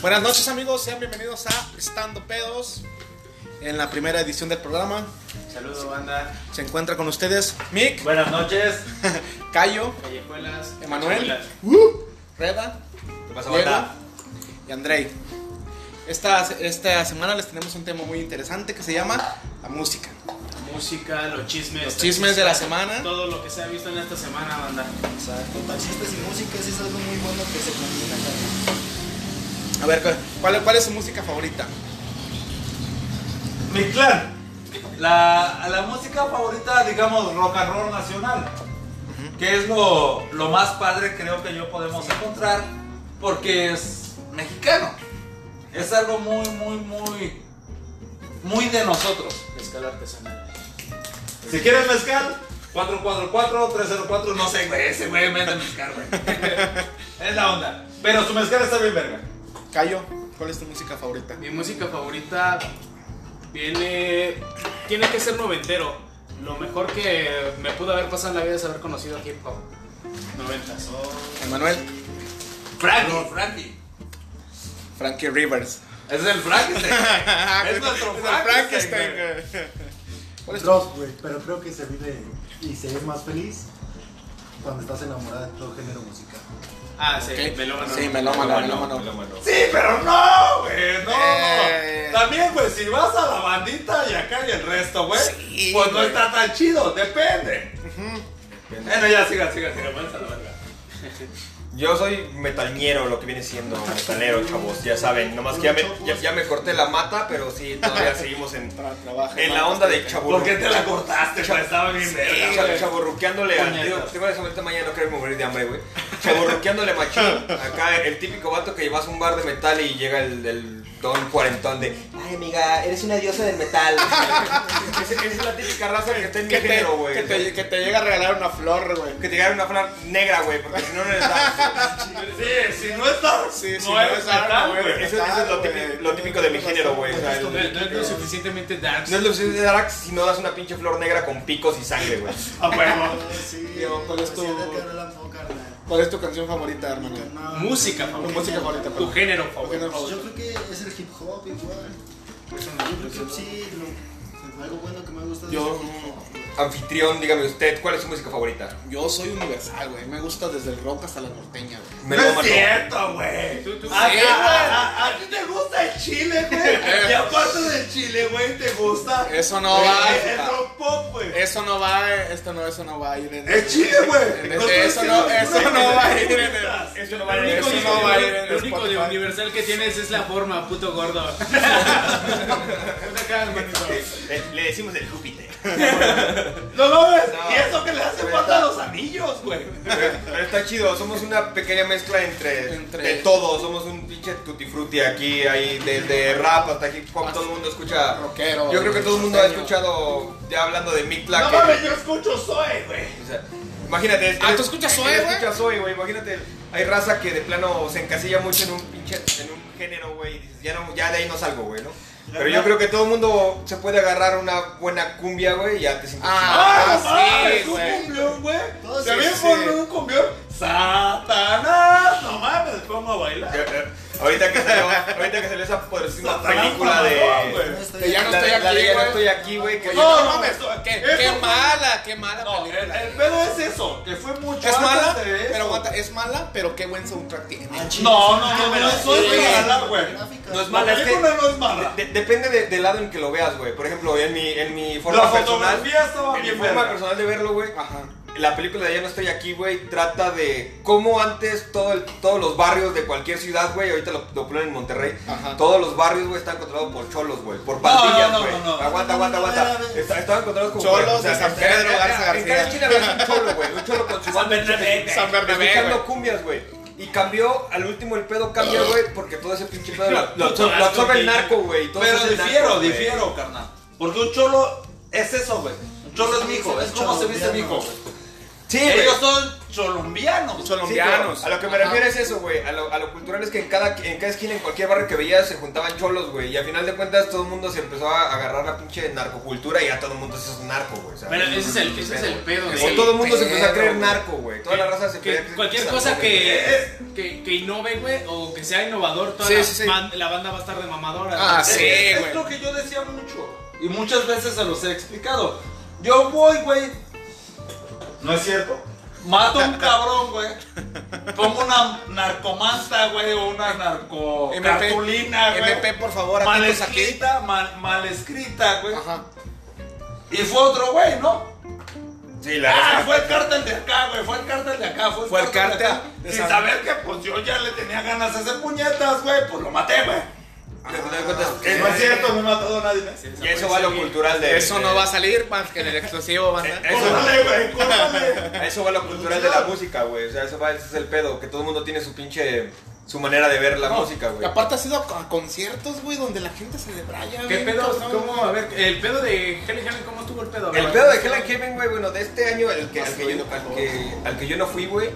Buenas noches amigos, sean bienvenidos a Estando Pedos en la primera edición del programa. Saludos, banda. Se encuentra con ustedes Mick, Buenas noches. Cayo, Callejuelas. Emanuel, Reda, ¿Qué pasa, Diego banda? y Andrei. Esta, esta semana les tenemos un tema muy interesante que se llama la música. Música, los chismes. Los chismes de la semana. Todo lo que se ha visto en esta semana, banda. Exacto, taxistas y música sí es algo muy bueno que se combina también. A ver, ¿cuál- ¿cuál, cuál es su música favorita? Mi clan. La, la música favorita, digamos, rock and roll nacional. Que es lo, lo más padre, creo que yo podemos encontrar. Porque es mexicano. Es algo muy, muy, muy. Muy de nosotros. Pescar artesanal. Si quieres mezcal, 444-304. No sé, güey. Ese güey me mezcal, güey. es la onda. Pero su mezcal está bien, verga. Cayo, ¿cuál es tu música favorita? Mi música favorita viene. Tiene que ser noventero. Lo mejor que me pudo haber pasado en la vida es haber conocido hip hop. Noventas. Emanuel, Frankie, Frankie. Frankie Rivers. Es el Frankenstein. Es nuestro el Frankenstein, Frankenstein, güey. ¿Cuál es tu- Rock, güey, pero creo que se vive y se es más feliz cuando estás enamorada de todo género musical. Ah, sí, Ok. melómano. Sí, melómano, melómano. Sí, pero no, güey, no. Eh. También, pues, si vas a la bandita y acá y el resto, güey, Sí, pues no güey. está tan chido, depende. Bueno, ya siga, siga, siga, vamos a la verga. Yo soy metañero, lo que viene siendo metalero, chavos, ya saben. Nomás que ya me, ya, ya me corté la mata, pero sí, todavía seguimos en, Tra- trabaja, en la mano, onda este, de chavo. ¿Por qué te la cortaste, güey? Estaba bien verga, Chavo- güey. chaburruqueándole al tío. Puñetas. Tengo esa vuelta mañana, no quiero morir de hambre, güey. Chaburruqueándole machín. Acá el típico vato que llevas a un bar de metal y llega el, el don cuarentón de. Ay, amiga, eres una diosa del metal. Ese- Esa es la típica raza que está en mi Que te, género, güey. que, te, que te llega a regalar una flor, güey. Que te llegara una flor negra, güey, porque si no, no eres dance. Sí, si no estás, Sí, sí, no no eres es algo, metal, güey. güey. Eso, eso es lo típico, lo típico de mi género, güey. O sea, el- No, no es lo suficientemente dark. No es lo suficiente de Arax si no das una pinche flor negra con picos y sangre, güey. A Ah, huevo. Sí, Diego, ¿cuál es tu- presidente Abraham Lincoln, carnal. ¿Cuál es tu canción favorita, hermano? Carnal. Música Tu favorita. música favorita, Tu perdón. pues, género Tu género favorito. favorito. Yo creo que es el hip hop igual. Yo creo que sí, lo- algo bueno que me gusta de Yo- hip hop. güey. Anfitrión, dígame usted, ¿cuál es su música favorita? Yo soy universal, güey. Me gusta desde el rock hasta la norteña, güey. No es cierto, güey. Tú- tú- A- a- Sí, A a ti te gusta el chile, güey. Y aparte del chile, güey, te gusta. Eso no va. el- El rock pop, güey. Eso no va, eh, esto no, eso no va a ir en Es chile, güey. en ese- eso no, eso no va a ir en el. Eso no Lo único, Eso de- no va a ir en lo único de Spotify. universal que tienes es la forma, puto gordo. Ponte acá, hermanito. Eh, Le, le decimos el Júpiter. No mames. No. Y eso que le hace falta a los anillos, güey. Pero está chido, somos una pequeña mezcla entre, Entre- de todo. Somos un pinche tutti frutti aquí, ahí, desde rap hasta hip hop. Todo el mundo escucha. Rockero, Yo creo que todo el mundo ha norteño. escuchado, ya hablando de Mitla. No que- mames, yo escucho Zoe, güey. O sea, imagínate. es- Ah, ¿tú escuchas Zoe, Yo güey? escucho a Zoe, güey. Imagínate, hay raza que de plano se encasilla mucho en un pinche, en un género, güey. Y dices, ya, no, ya de ahí no salgo, güey, ¿no? Pero yo creo que todo el mundo se puede agarrar una buena cumbia, güey, y ya te sientes. Ah, no mames, sí, un güey. cumbión, güey. Todo Se sí, me sí, pone sí. un cumbión. Satanás. No mames, me pongo a bailar. Ya, ya. Ahorita que salió, ahorita que salió esa poderosísima Satanás, película mamalón, de. güey. estoy- Que ya no la de- estoy la de aquí, Ya no güey. estoy aquí, güey. que- No, no mames. Qué, eso qué fue- mala, qué mala No, el, película. el pedo es eso, que fue mucho es antes mala, de eso. pero aguanta, es mala, pero qué buen soundtrack tiene. Ah, chile, No, sí, no, no, qué pero buena eso es idea, sí, regalar, la güey. gráfica. No es La mala, es que- película no es mala. de- de- depende de- del lado en que lo veas, güey. Por ejemplo, en mi, en mi forma La personal. fotografía estaba En mi bien forma verga. personal de verlo, güey. Ajá. La película de Ya no estoy aquí, güey, trata de cómo antes todo el- todos los barrios de cualquier ciudad, güey, ahorita lo, lo ponen en Monterrey, Ajá. todos los barrios, güey, están controlados por cholos, güey, por pandillas, no, no, güey. no, no. Aguanta, aguanta, aguanta. no, no, no. Está- estaban controlados como Cholos güey, de San Pedro, en- en- Garza En García. cada esquina había un cholo, güey, un cholo con su banda San Bernabé, Eh, escuchando güey. cumbias, güey. Y cambió, al último el pedo cambia, güey, porque todo ese pinche pedo lo, lo absor- lo absorbe el narco, güey. y todo Pero eso es el difiero, narco, güey. difiero, carnal. Porque un cholo es eso, güey. Un cholo es mi hijo, es como se viste mi hijo. Sí, güey. Ellos son cholombianos. Colombianos. Sí, pero a lo que me refiero es eso, güey. A lo, a lo cultural es que en cada, en cada esquina, en cualquier barrio que veías, se juntaban cholos, güey. Y al final de cuentas, todo el mundo se empezó a agarrar la pinche narcocultura y ya todo el mundo se hizo un narco, güey. ¿sabes? Pero ese es el- ese es el pedo, O güey. todo el mundo se empezó a creer Pedo, narco, güey. Toda la raza se Que- creía- Cualquier se cosa narco, que, güey. que, que innove, güey, o que sea innovador, toda Sí, la, sí, sí. ban- la banda va a estar de mamadora. Ah, güey. sí, es, güey. es lo que yo decía mucho. Y muchas veces se los he explicado. Yo voy, güey. No es cierto. Mato a un cabrón, güey. Pongo una narcomanta, güey, o una narco MP, cartulina, güey. MP, por favor, mal atentos aquí. escrita, mal, mal escrita, güey. Ajá. Y fue otro güey, ¿no? Sí, la Ah, raza. fue el cártel de acá, güey, fue el cártel de acá, fue el, Fue el de cártel acá. de Sin San- saber que pues yo ya le tenía ganas de hacer puñetas, güey, pues lo maté, güey. Al final de cuentas, eh, No es cierto, no he matado Ah. a nadie. Y eso va a lo cultural de. Eso no va a salir más que en el exclusivo, banda. Eh, Córtale, güey, córtale. A eso va lo cultural de la música, güey. O sea, eso va, ese es el pedo, que todo el mundo tiene su pinche. su manera de ver la No, música, y güey. aparte has ido a a conciertos, güey, donde la gente se le braya, ¿Qué güey. pedo? cabrón. ¿Cómo? A ver, el pedo de Helen Helen, ¿cómo estuvo el pedo? A ver, El pedo de Helen Kevin, güey, bueno, de este año, el que, al, que yo, al que- al que yo no fui, güey,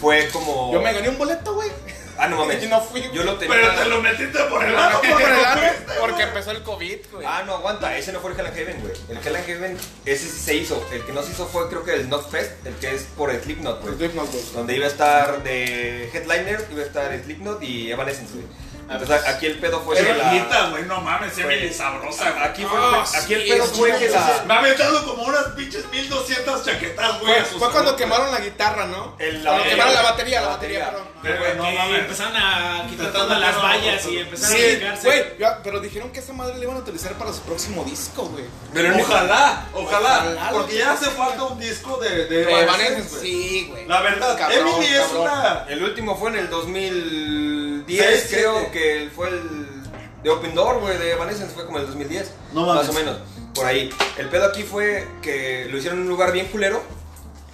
fue como. Yo me gané un boleto, güey. Ah, no mames. Yo no fui, Yo lo tenía. Pero te lo metiste Ah, por el lado, Por el ano, porque porque empezó el COVID, güey. Ah, no, aguanta, ese no fue el Helen Heaven, güey. El Helen Heaven, ese sí se hizo. El que no se hizo fue, creo que el Not Fest, el que es por Slipknot, güey. Donde iba a estar de headliner, iba a estar Slipknot y Evanescence, güey. Entonces, aquí el pedo fue Qué que la. bonita, güey, no mames, se Güey. ve sabrosa, güey. Aquí, fue, Ah, aquí el sí, pedo es fue que chido. la. Me ha aventado como unas pinches 1200 chaquetas, güey. Fue, a sus fue cuando amigos, quemaron la guitarra, ¿no? El- la cuando batería, quemaron la güey. batería, la batería, perdón. güey. Pero, Que no mames. empezaron a quitar todas las vallas y empezaron a Sí, ligarse. güey, yo- pero dijeron que esa madre la iban a utilizar para su próximo disco, güey. Pero no- Ojalá, ojalá, Ojalá, porque lo ya que hace falta un disco de, de Pero Evanescence, Evanescence, güey. sí, güey. La verdad, Cabrón, Emily es cabrón. una. El último fue en el 2010, Seis, creo siete. que fue el de Open Door, güey, de Evanescence, fue como el 2010. No más mames. o menos, por ahí. El pedo aquí fue que lo hicieron en un lugar bien culero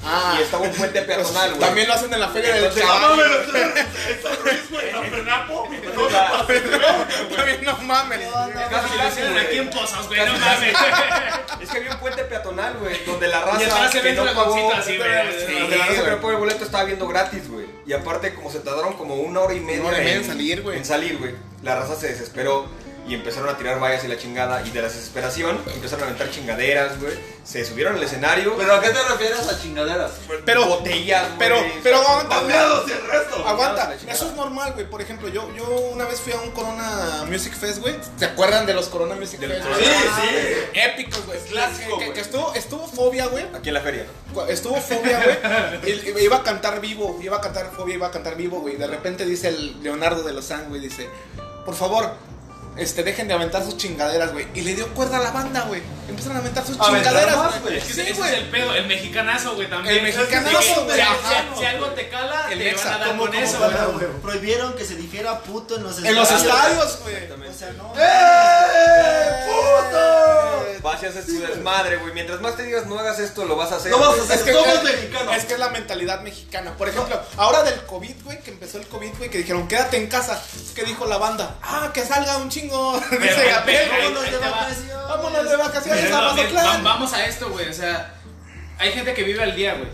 Ah, y estaba un puente peatonal, güey. también lo hacen en la feria del Entonces, chaval. No me lo traes, San Luis, güey, la Penapo, no te pases. También no mames. Casi lo hacen, güey. Aquí en Pozas, güey, no Casi- mames. Es que había un puente peatonal, güey, donde la Y atrás raza se que ven no pagó, dragoncitos así, güey. donde la raza que güey. no pagó el boleto estaba viendo gratis, güey. Y aparte, como se tardaron como una hora y media, Una hora y media en salir, güey. en salir, güey, la raza se desesperó y empezaron a tirar vallas y la chingada. Y de la desesperación empezaron a aventar chingaderas, güey. Se subieron al escenario, Pero a qué te refieres a chingaderas? Pero- botellas, güey. Pero, pero aguanta, güey. Pateados y el resto. Aguanta, la chingada. eso es normal, güey. Por ejemplo, yo, yo una vez fui a un Corona Music Fest, güey. ¿Se acuerdan de los Corona Music Del Fest? Corona. güey? Sí, Ah, sí. Épicos, güey. Clásico, Que, güey. que estuvo, estuvo fobia, güey. Aquí en la feria, ¿no? Cu- Estuvo fobia, güey. y- y Iba a cantar vivo, iba a cantar fobia, iba a cantar vivo, güey. De repente dice el Leonardo de los güey, dice, por favor, este, dejen de aventar sus chingaderas, güey. Y le dio cuerda a la banda, güey. Empezaron a aventar sus Aventar chingaderas, más, güey. güey. Ese- Sí, ese güey. es el pedo, el mexicanazo, güey, también. El mexicanazo, Es que güey, Si, ajá. si- si algo te cala, El te van mexa, a dar ¿cómo, con cómo eso, cala, güey. güey. Prohibieron que se difiera puto en los En los estadios, güey. O sea, no. ¡Eh! ¡Puto! Vas y haces tu desmadre, güey. Mientras más te digas no hagas esto, lo vas a hacer. Lo vas a Este, güey. hacer. Es que, Somos es, mexicanos. es que es la mentalidad mexicana. Por ejemplo, ahora del COVID, güey, que empezó el COVID, güey, que dijeron, quédate en casa. ¿Qué dijo la banda? Ah, que salga un chingo. Dice Pero, Gabriel, pero, güey. Vámonos de Ahí te va. vacaciones. Vámonos de vacaciones Pero, a a ver, va- Mazatlán. vamos a esto, güey. O sea, hay gente que vive al día, güey.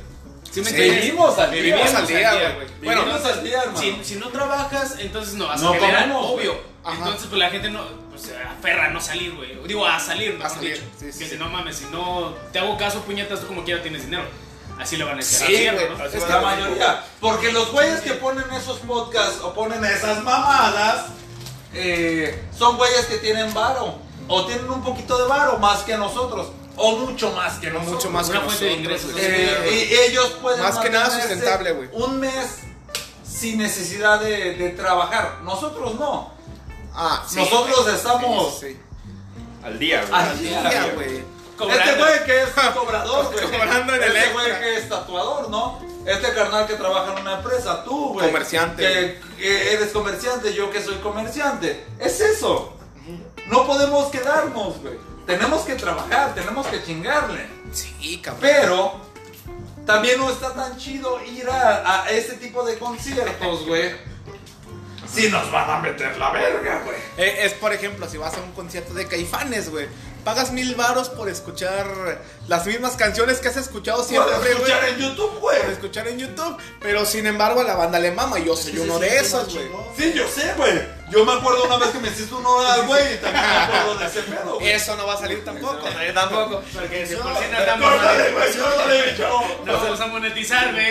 ¿Sí me Sí, entiendes? vivimos al día. Vivimos al día, güey. güey. Bueno, Vivimos Vivimos al día, hermano. Si, si no trabajas, entonces no vas No a generar, comemos, güey. obvio. Ajá. Entonces, pues la gente no, pues, se aferra a no salir, güey. Digo, a salir, mejor salir, dicho. sí, sí, que sí. si no mames, si no te hago caso, puñetas, tú como quiera tienes dinero. Así le van a decir. Sí, Así es, güey. ¿no? Así Es La mayoría. Porque los güeyes que ponen esos podcasts o ponen esas mamadas eh, son güeyes que tienen varo. O tienen un poquito de varo más que nosotros. O mucho más que nosotros. Mucho más Una que fuente de nosotros, ingresos, güey. Eh, y ellos pueden Más que nada mantenerse sustentable, güey. Un mes sin necesidad de, de trabajar. Nosotros no. Ah, sí, Nosotros güey. estamos- Sí, sí, sí. Al día, güey. Al Sí, día, ya, güey. Cobrando. Este güey que es cobrador, güey. Cobrando en el Este extra. güey que es tatuador, ¿no? Este carnal que trabaja en una empresa, tú, güey. Comerciante. Que, que eres comerciante, yo que soy comerciante. Es eso. No podemos quedarnos, güey. Tenemos que trabajar, tenemos que chingarle. Sí, cabrón. Pero también no está tan chido ir a, a este tipo de conciertos, güey. Si nos van a meter la verga, güey. Eh, es, por ejemplo, si vas a un concierto de caifanes, güey. Pagas mil varos por escuchar las mismas canciones que has escuchado siempre, Puedes güey. escuchar en YouTube, güey. Por escuchar en YouTube. Pero sin embargo, a la banda le mama. Yo soy uno de esos, güey. Sí, yo sé, güey. Yo me acuerdo una vez que me hiciste un oral, güey, y también me acuerdo de ese pedo, güey. Eso no va a salir tampoco. Yo tampoco, porque si por si no estamos, Córtale, güey, córtale, chavo. no vamos a monetizar, güey.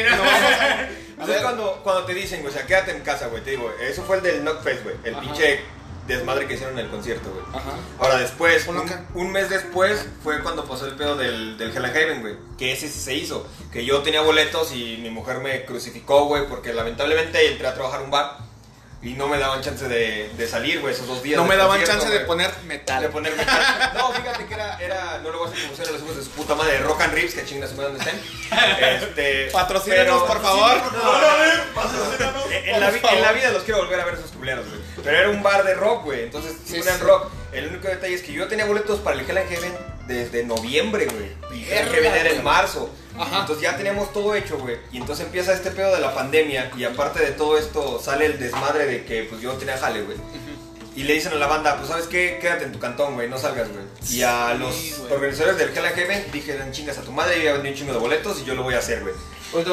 A ver, cuando, cuando te dicen, güey, o sea, quédate en casa, güey, te digo, eso fue el del Knockfest, güey, el Ajá. pinche desmadre que hicieron en el concierto, güey. Ajá. Ahora después, Ponlo un, acá. un mes después, fue cuando pasó el pedo del, del Hell and Heaven, güey, que ese sí se hizo, que yo tenía boletos y mi mujer me crucificó, güey, porque lamentablemente entré a trabajar a un bar y no me daban chance de, de salir, güey, esos dos días. No del me daban concierto, chance de güey. poner De metal. ponerme. No, fíjate que era, era. No lo voy a hacer promoción a los hijos de su puta madre. Rock and Rips, que chingas su madre donde estén. Este. Patrocínanos, pero- por favor. Órale, patrocínanos. Eh, en, en la, vi- Por favor. en la vida los quiero volver a ver esos culeros, güey. Pero era un bar de rock, güey. Entonces, sí, Sí, eran sí. rock. El único detalle es que yo tenía boletos para el Hell and Heaven desde noviembre, güey. Y Hell and Heaven era en marzo. Entonces ya teníamos todo hecho, güey. Y entonces empieza este pedo de la pandemia. Y aparte de todo esto, sale el desmadre de que pues yo no tenía jale, güey. Y le dicen a la banda, pues sabes qué, quédate en tu cantón, güey, no salgas, güey. Y a los güey. organizadores del Hell and Heaven dijeron, chingas a tu madre, yo ya vendí un chingo de boletos y yo lo voy a hacer, güey.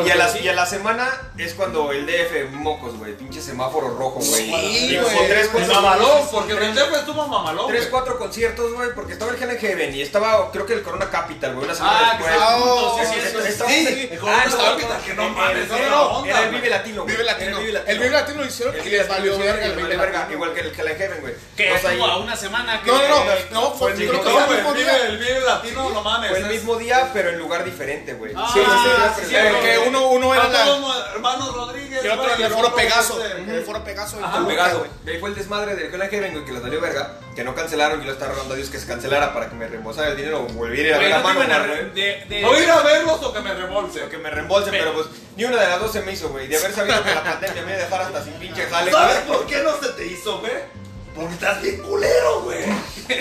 Y a, la, y a la semana es cuando el DF mocos, güey. Pinche semáforo rojo, güey. Sí, Y como güey. tres, Pues cuatro, mamalón, porque Renté pues estuvo mamalón. tres, güey. cuatro conciertos, güey. Porque estaba el Hell and Heaven y estaba, creo que el Corona Capital, güey. Una semana Ah, que después. estaba juntos, sí, Ah, es- sí, es- sí. estaba- Sí, el el Corona Corona Capital, Capital, que no el- mames, el- era no, la onda, Era el güey. Vive Latino, güey. Vive Latino. Era El Vive Latino lo hicieron El y Vive les Latino valió hicieron verga y el les Vive valió verga, Latino. Igual que el Hell and Heaven, güey. Que O sea, estuvo y- a una semana que. No, no, no. No, fue el creo que fue mismo el día, mismo El vive, día. el vive latino, no mames. Fue el es- mismo día, pero en lugar diferente, güey. Ah, Sí, sí, Ah, sí, sí, sí, sí, que güey. uno, uno era Nosotros, la, hermanos Rodríguez. y otro güey, en el foro otro, Pegaso. este, En el foro Pegaso. en Ajá, Al Toluca, Pegaso. güey. Ah, De ahí fue el desmadre del Hell and Heaven, güey, que les valió verga. Que no cancelaron, yo lo estaba rogando a Dios que se cancelara para que me reembolsara el dinero o volviera a ir a Güey, no te ver la mano, ¿eh? iban a. güey. re- de- de- O ir a verlos o que me rebolse. O que me reembolsen, pero pues ni una de las dos se me hizo, güey. De haber sabido que la pandemia me iba a dejar hasta sin pinche jale. ¿Sabes güey. por qué no se te hizo, güey? Porque estás bien culero, güey.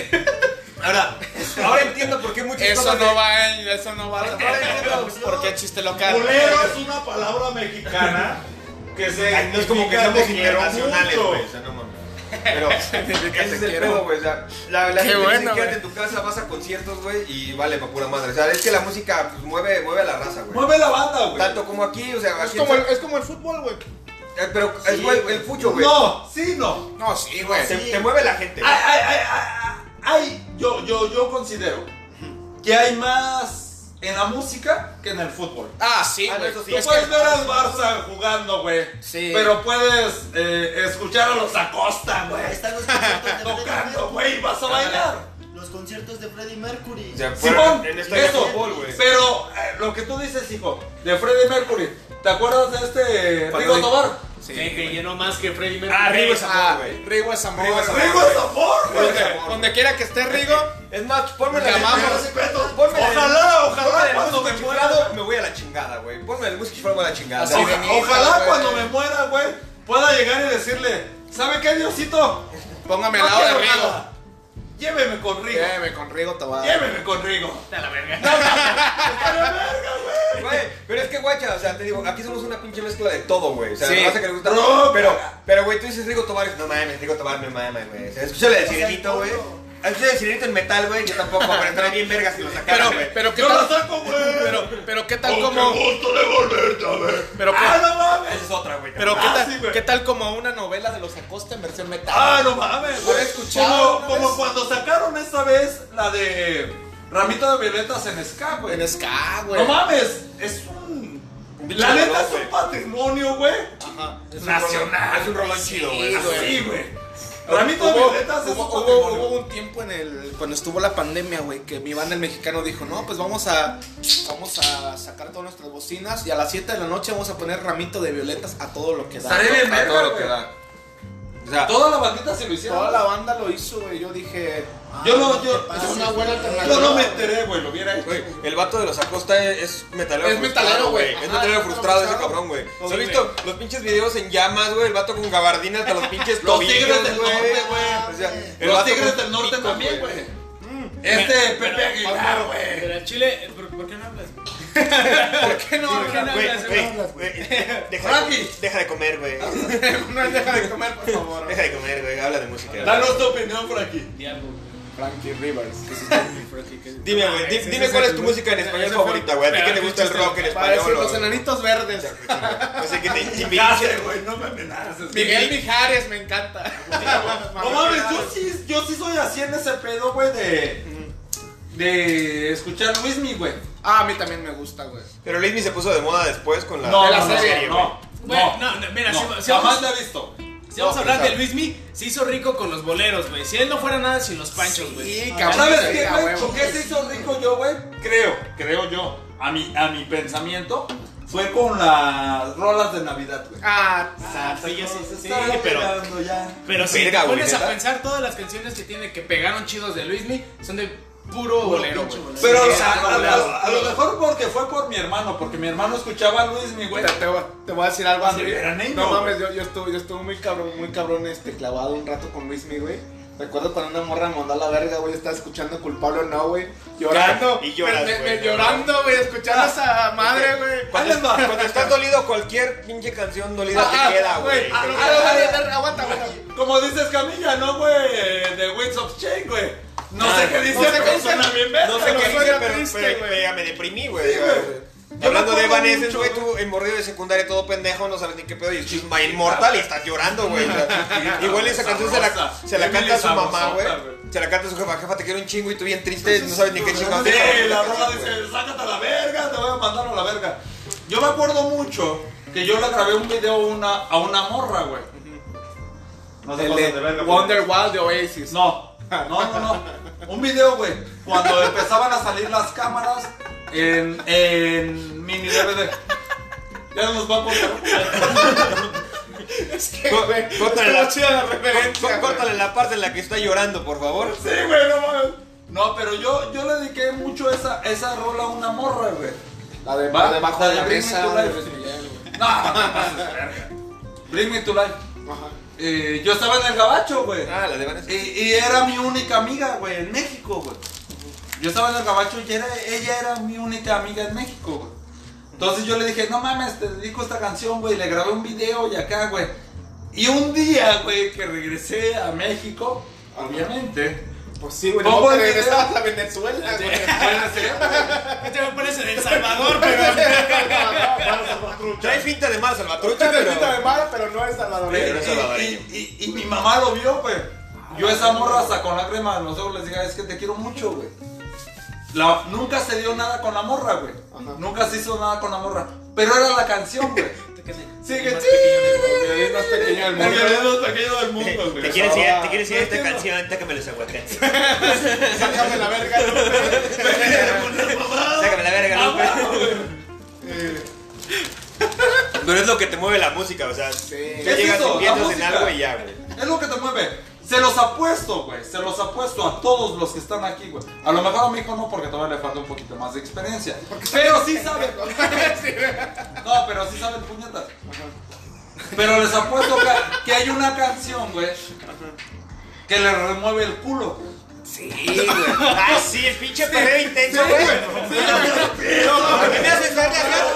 Ahora, ahora entiendo por qué muchos Eso de- no va, en- eso no va. Ahora entiendo por Porque qué. chiste local. Culero es una palabra mexicana que se. Ay, No es como que significa somos te quiero internacionales, mucho. güey. O sea, no mames. Pero ese es el quiero. pedo, güey. O sea, la, la Qué gente bueno, dice, quédate güey. en tu casa, vas a conciertos, güey, y vale pa' pura madre. O sea, es que la música pues, mueve, mueve a la raza, güey. Mueve la banda, güey. Tanto como aquí, o sea, Es aquí como, en- el, es como el fútbol, güey. Eh, Pero es güey, el fucho, güey. No, Ah, sí, no. No, sí, güey. Se- Te mueve la gente. güey. Ay, ay, ay, ay, ay, yo, yo, yo considero que hay más en la música que en el fútbol. Ah, sí, Ah, no, güey. eso sí. Tú Es puedes que- ver al Barça jugando, güey. Sí. Pero puedes eh, escuchar a los Acosta, güey. Están los conciertos de Freddie Tocando, Mercury. güey, y vas a bailar. Los conciertos de Freddie Mercury. O sea, fuera- Simón, en esta eso. fútbol, güey. Pero eh, lo que tú dices, hijo, de Freddie Mercury. ¿Te acuerdas de este eh, Rigo Patrick. Tobar? Sí, Sí, que güey. llenó más que Freddy Mercury. Ah, Rigo es Ah, amor, güey. Rigo es amor. Rigo es güey. amor. Rigo Tobar, güey. Rigo es Donde- Donde quiera que esté Rigo, Es más, ponme Te la amamos. Ponme la- Ojalá, ponme ojalá el cuando me músico muera. chiflado, me voy a la chingada, güey. Ponme el músico y me voy a la chingada. Así Ojalá. de- Ojalá güey. cuando me muera, güey, pueda llegar y decirle, ¿sabe qué, Diosito? póngame al No lado de quiero Rigo. nada. Lléveme con Rigo. Lléveme con Rigo Tobar. Lléveme con Rigo. A la verga. Güey, pero es que guacha, o sea, te digo, aquí somos una pinche mezcla de todo, güey. O sea, Sí. la raza que le gusta. Rock. Pero, pero, güey, tú dices Rigo Tobar, y no mames, Rigo Tobar me mames, güey. O sea, escúchale el sirenito, güey. Escúchale el sirenito en metal, güey. Yo tampoco, pero estaría bien vergas si lo sacaran, Pero, güey. pero qué Yo la tal. saco, güey. Pero, pero qué tal Con qué como. gusto de volverte a ver. Pero pues, qué- ah, no mames. Esa es otra, güey. Pero qué Ah, tal, sí, güey. qué tal como una novela de los Acosta en versión metal. Ah, no mames. Lo he güey. escuchado Como, una como vez. cuando sacaron esta vez la de Ramito de Violetas en Ska, güey. En ska, güey. No mames. Es un. La neta es un patrimonio, güey. Ajá. nacional. Es un rolón chido, güey. Sí, güey. Así, güey. Ramito de Hubo- Violetas es hubo- un hubo- hubo patrimonio. un tiempo en el cuando estuvo la pandemia, güey, que mi banda el mexicano dijo, "No, pues vamos a vamos a sacar todas nuestras bocinas y a las 7 de la noche vamos a poner ramito de violetas a todo lo que da." Estaré bien A todo verga, lo que güey. da. O sea, Toda la bandita se lo hicieron. Toda la banda lo hizo, güey. Yo dije, Ah, Yo no, yo. te pases, es una buena güey. alternativa. Yo no me enteré, güey, lo hubiera hecho. Güey, el vato de los Acosta es, es metalero Es frustrado, metalero, güey. Es Ajá, metalero es frustrado ese frustrado. cabrón, güey. ¿Se Oye, han visto los pinches videos en llamas, güey? El vato con gabardina hasta los pinches Los tobillos, Tigres del Norte, O sea, güey. el Los vato Tigres con- del Norte pico, también, güey. Este Pepe Aguilar, güey. Pero al Chile, ¿por, por qué no hablas? "¿Por qué no?" ¿Por qué no Güey, hablas? güey, güey? güey, deja, Frankie. deja de comer, güey. no deja de comer, por favor. Deja de comer, güey. Habla de música. Danos tu opinión por aquí. Diablo. güey. Frankie Rivers. que sí Dime, güey, di- Ese- dime ese cuál es es tu el- música en español ese fue- favorita, güey. A ti que te Pero, gusta el rock en Para decir español. los o- enanitos verdes. Así que te te Cáceres, invito- güey, no me amenaces. Miguel Mijares me encanta. No mames, yo sí, yo sí soy así en ese pedo, güey, de. De escuchar Luismi, güey. Ah, a mí también me gusta, güey. Pero Luismi se puso de moda después con la. No, la con la serie, güey. no. Bueno, no, no, no, mira, no, si, si jamás vamos, la he visto. si vamos a no, hablar pensaba. de Luismi, se hizo rico con los boleros, güey. Si él no fuera nada sin los panchos, güey. Sí, cabrón. ¿Sabes sí, qué, a güey? huevo. ¿Por qué se hizo rico yo, güey? Creo, creo yo. A mi, a mi pensamiento fue con las rolas de Navidad, güey. Ah, Ah, sí, ya sí, sí, sí, Estaba pero, pegando ya. pero si Verga, te güey, pones a ¿neta? pensar, todas las canciones que tiene que pegaron chidos de Luismi son de puro bolero, pinche güey. bolero. Pero Sí, o sea, algo a, volado. a- a lo mejor porque fue por mi hermano, porque mi hermano escuchaba a Luis, mi güey. Te, te voy- te voy a decir algo Así Andrew. era niño, No güey. mames, yo, yo estuve, yo estuve muy cabrón, muy cabrón este, clavado un rato con Luis Mi, güey. Recuerdo cuando una morra me mandó a la verga, güey, estaba escuchando culpable o no, güey. Llorando. Y lloras, Me- me- güey, me llorando, güey, escuchando a esa madre, güey. Cuando, cuando estás dolido, cualquier pinche canción dolida Ah, te queda, güey. pero- pero- Ah, pero- ah, pero- Aguanta, aguanta. Como dices Camilla, ¿no, güey? De Winds of Change, güey. No Ah, sé qué no dice, sé qué pero dice. suena bien verga, Ah, No sé qué Pero dice, suena pero, triste, pero- güey. pero ya me deprimí, güey. Sí, güey. Y Yo me Hablando de acuerdo Evanescence, mucho, güey, güey. tú en morrido de secundaria todo pendejo, no sabes ni qué pedo, y escuchas My Immortal y estás llorando, güey. O sea, Igual esa canción se la, se la canta a su mamá, güey. Se la canta a su jefa, jefa, te quiero un chingo y tú bien triste, no sabes ni qué chingados. Sí, te- la rola dice, sácate a la verga, te voy a mandar a la verga. Yo me acuerdo mucho que yo le grabé un video a una, a una morra, güey. No El cosas de verga, pero- Wonderwall de Oasis. No, no, no, no. Un video, güey. Cuando empezaban a salir las cámaras en, en mini DVD. Ya nos vamos. Es que, Co- güey, córtale estuvo la- chida la Co- referencia. güey. Córtale la parte en la que está llorando, por favor. Sí, güey, no mames. No, pero yo, yo le dediqué mucho esa, esa rola a una morra, güey. La de Va, la Ah, debajo la de de la Bring Me mesa. to güey, Life. de Luis Miguel, güey. No, no te pases, verga. Bring me to life. Ajá. Eh, yo estaba en el gabacho, güey. Ah, la de Evanescence. Y, y era mi única amiga, güey, en México, güey. Yo estaba en el gabacho y era- ella era mi única amiga en México, güey. Entonces yo le dije, no mames, te dedico esta canción, güey. Le grabé un video y acá, güey. Y un día, güey, que regresé a México, obviamente. Pues sí, güey. Pongo No el video. regresabas a Venezuela, güey. Puede ser, güey. Este me parece en El Salvador, pero. Trae finta de mal, Salvatrucha, Trucha pero... de mar, pero no es Pero salvadoreño. es salvadoreño. Y, y- y- y mi mamá lo vio, güey. Yo esa morra hasta con la crema de los ojos les dije, "Ah, es que te quiero mucho, güey. La- nunca se dio nada con la morra, güey. Ajá. Nunca se hizo nada con la morra. Pero era la canción, güey. Sí, que sí. El más pequeño del El mundo. violín más pequeño del mundo, Te güey. quiero Ah. enseñar, te quiero enseñar esta canción, ahorita que me los aguanté. Sácame la verga, Lupe. Ah, Sácame la verga, Lupe. Pero es lo que te mueve la música, o sea, tú ¿Qué es llegas eso? y piensas La en música. algo y ya, güey. Es lo que te mueve. Se los apuesto, güey. Se los apuesto a todos los que están aquí, güey. A lo mejor a mi hijo no, porque todavía le falta un poquito más de experiencia. Pero sí sabe. No, pero sí saben puñetas. Pero les apuesto que, que hay una canción, güey, que le remueve el culo. Ah, sí, el pinche perreo intenso, güey. A mí me haces ver de acá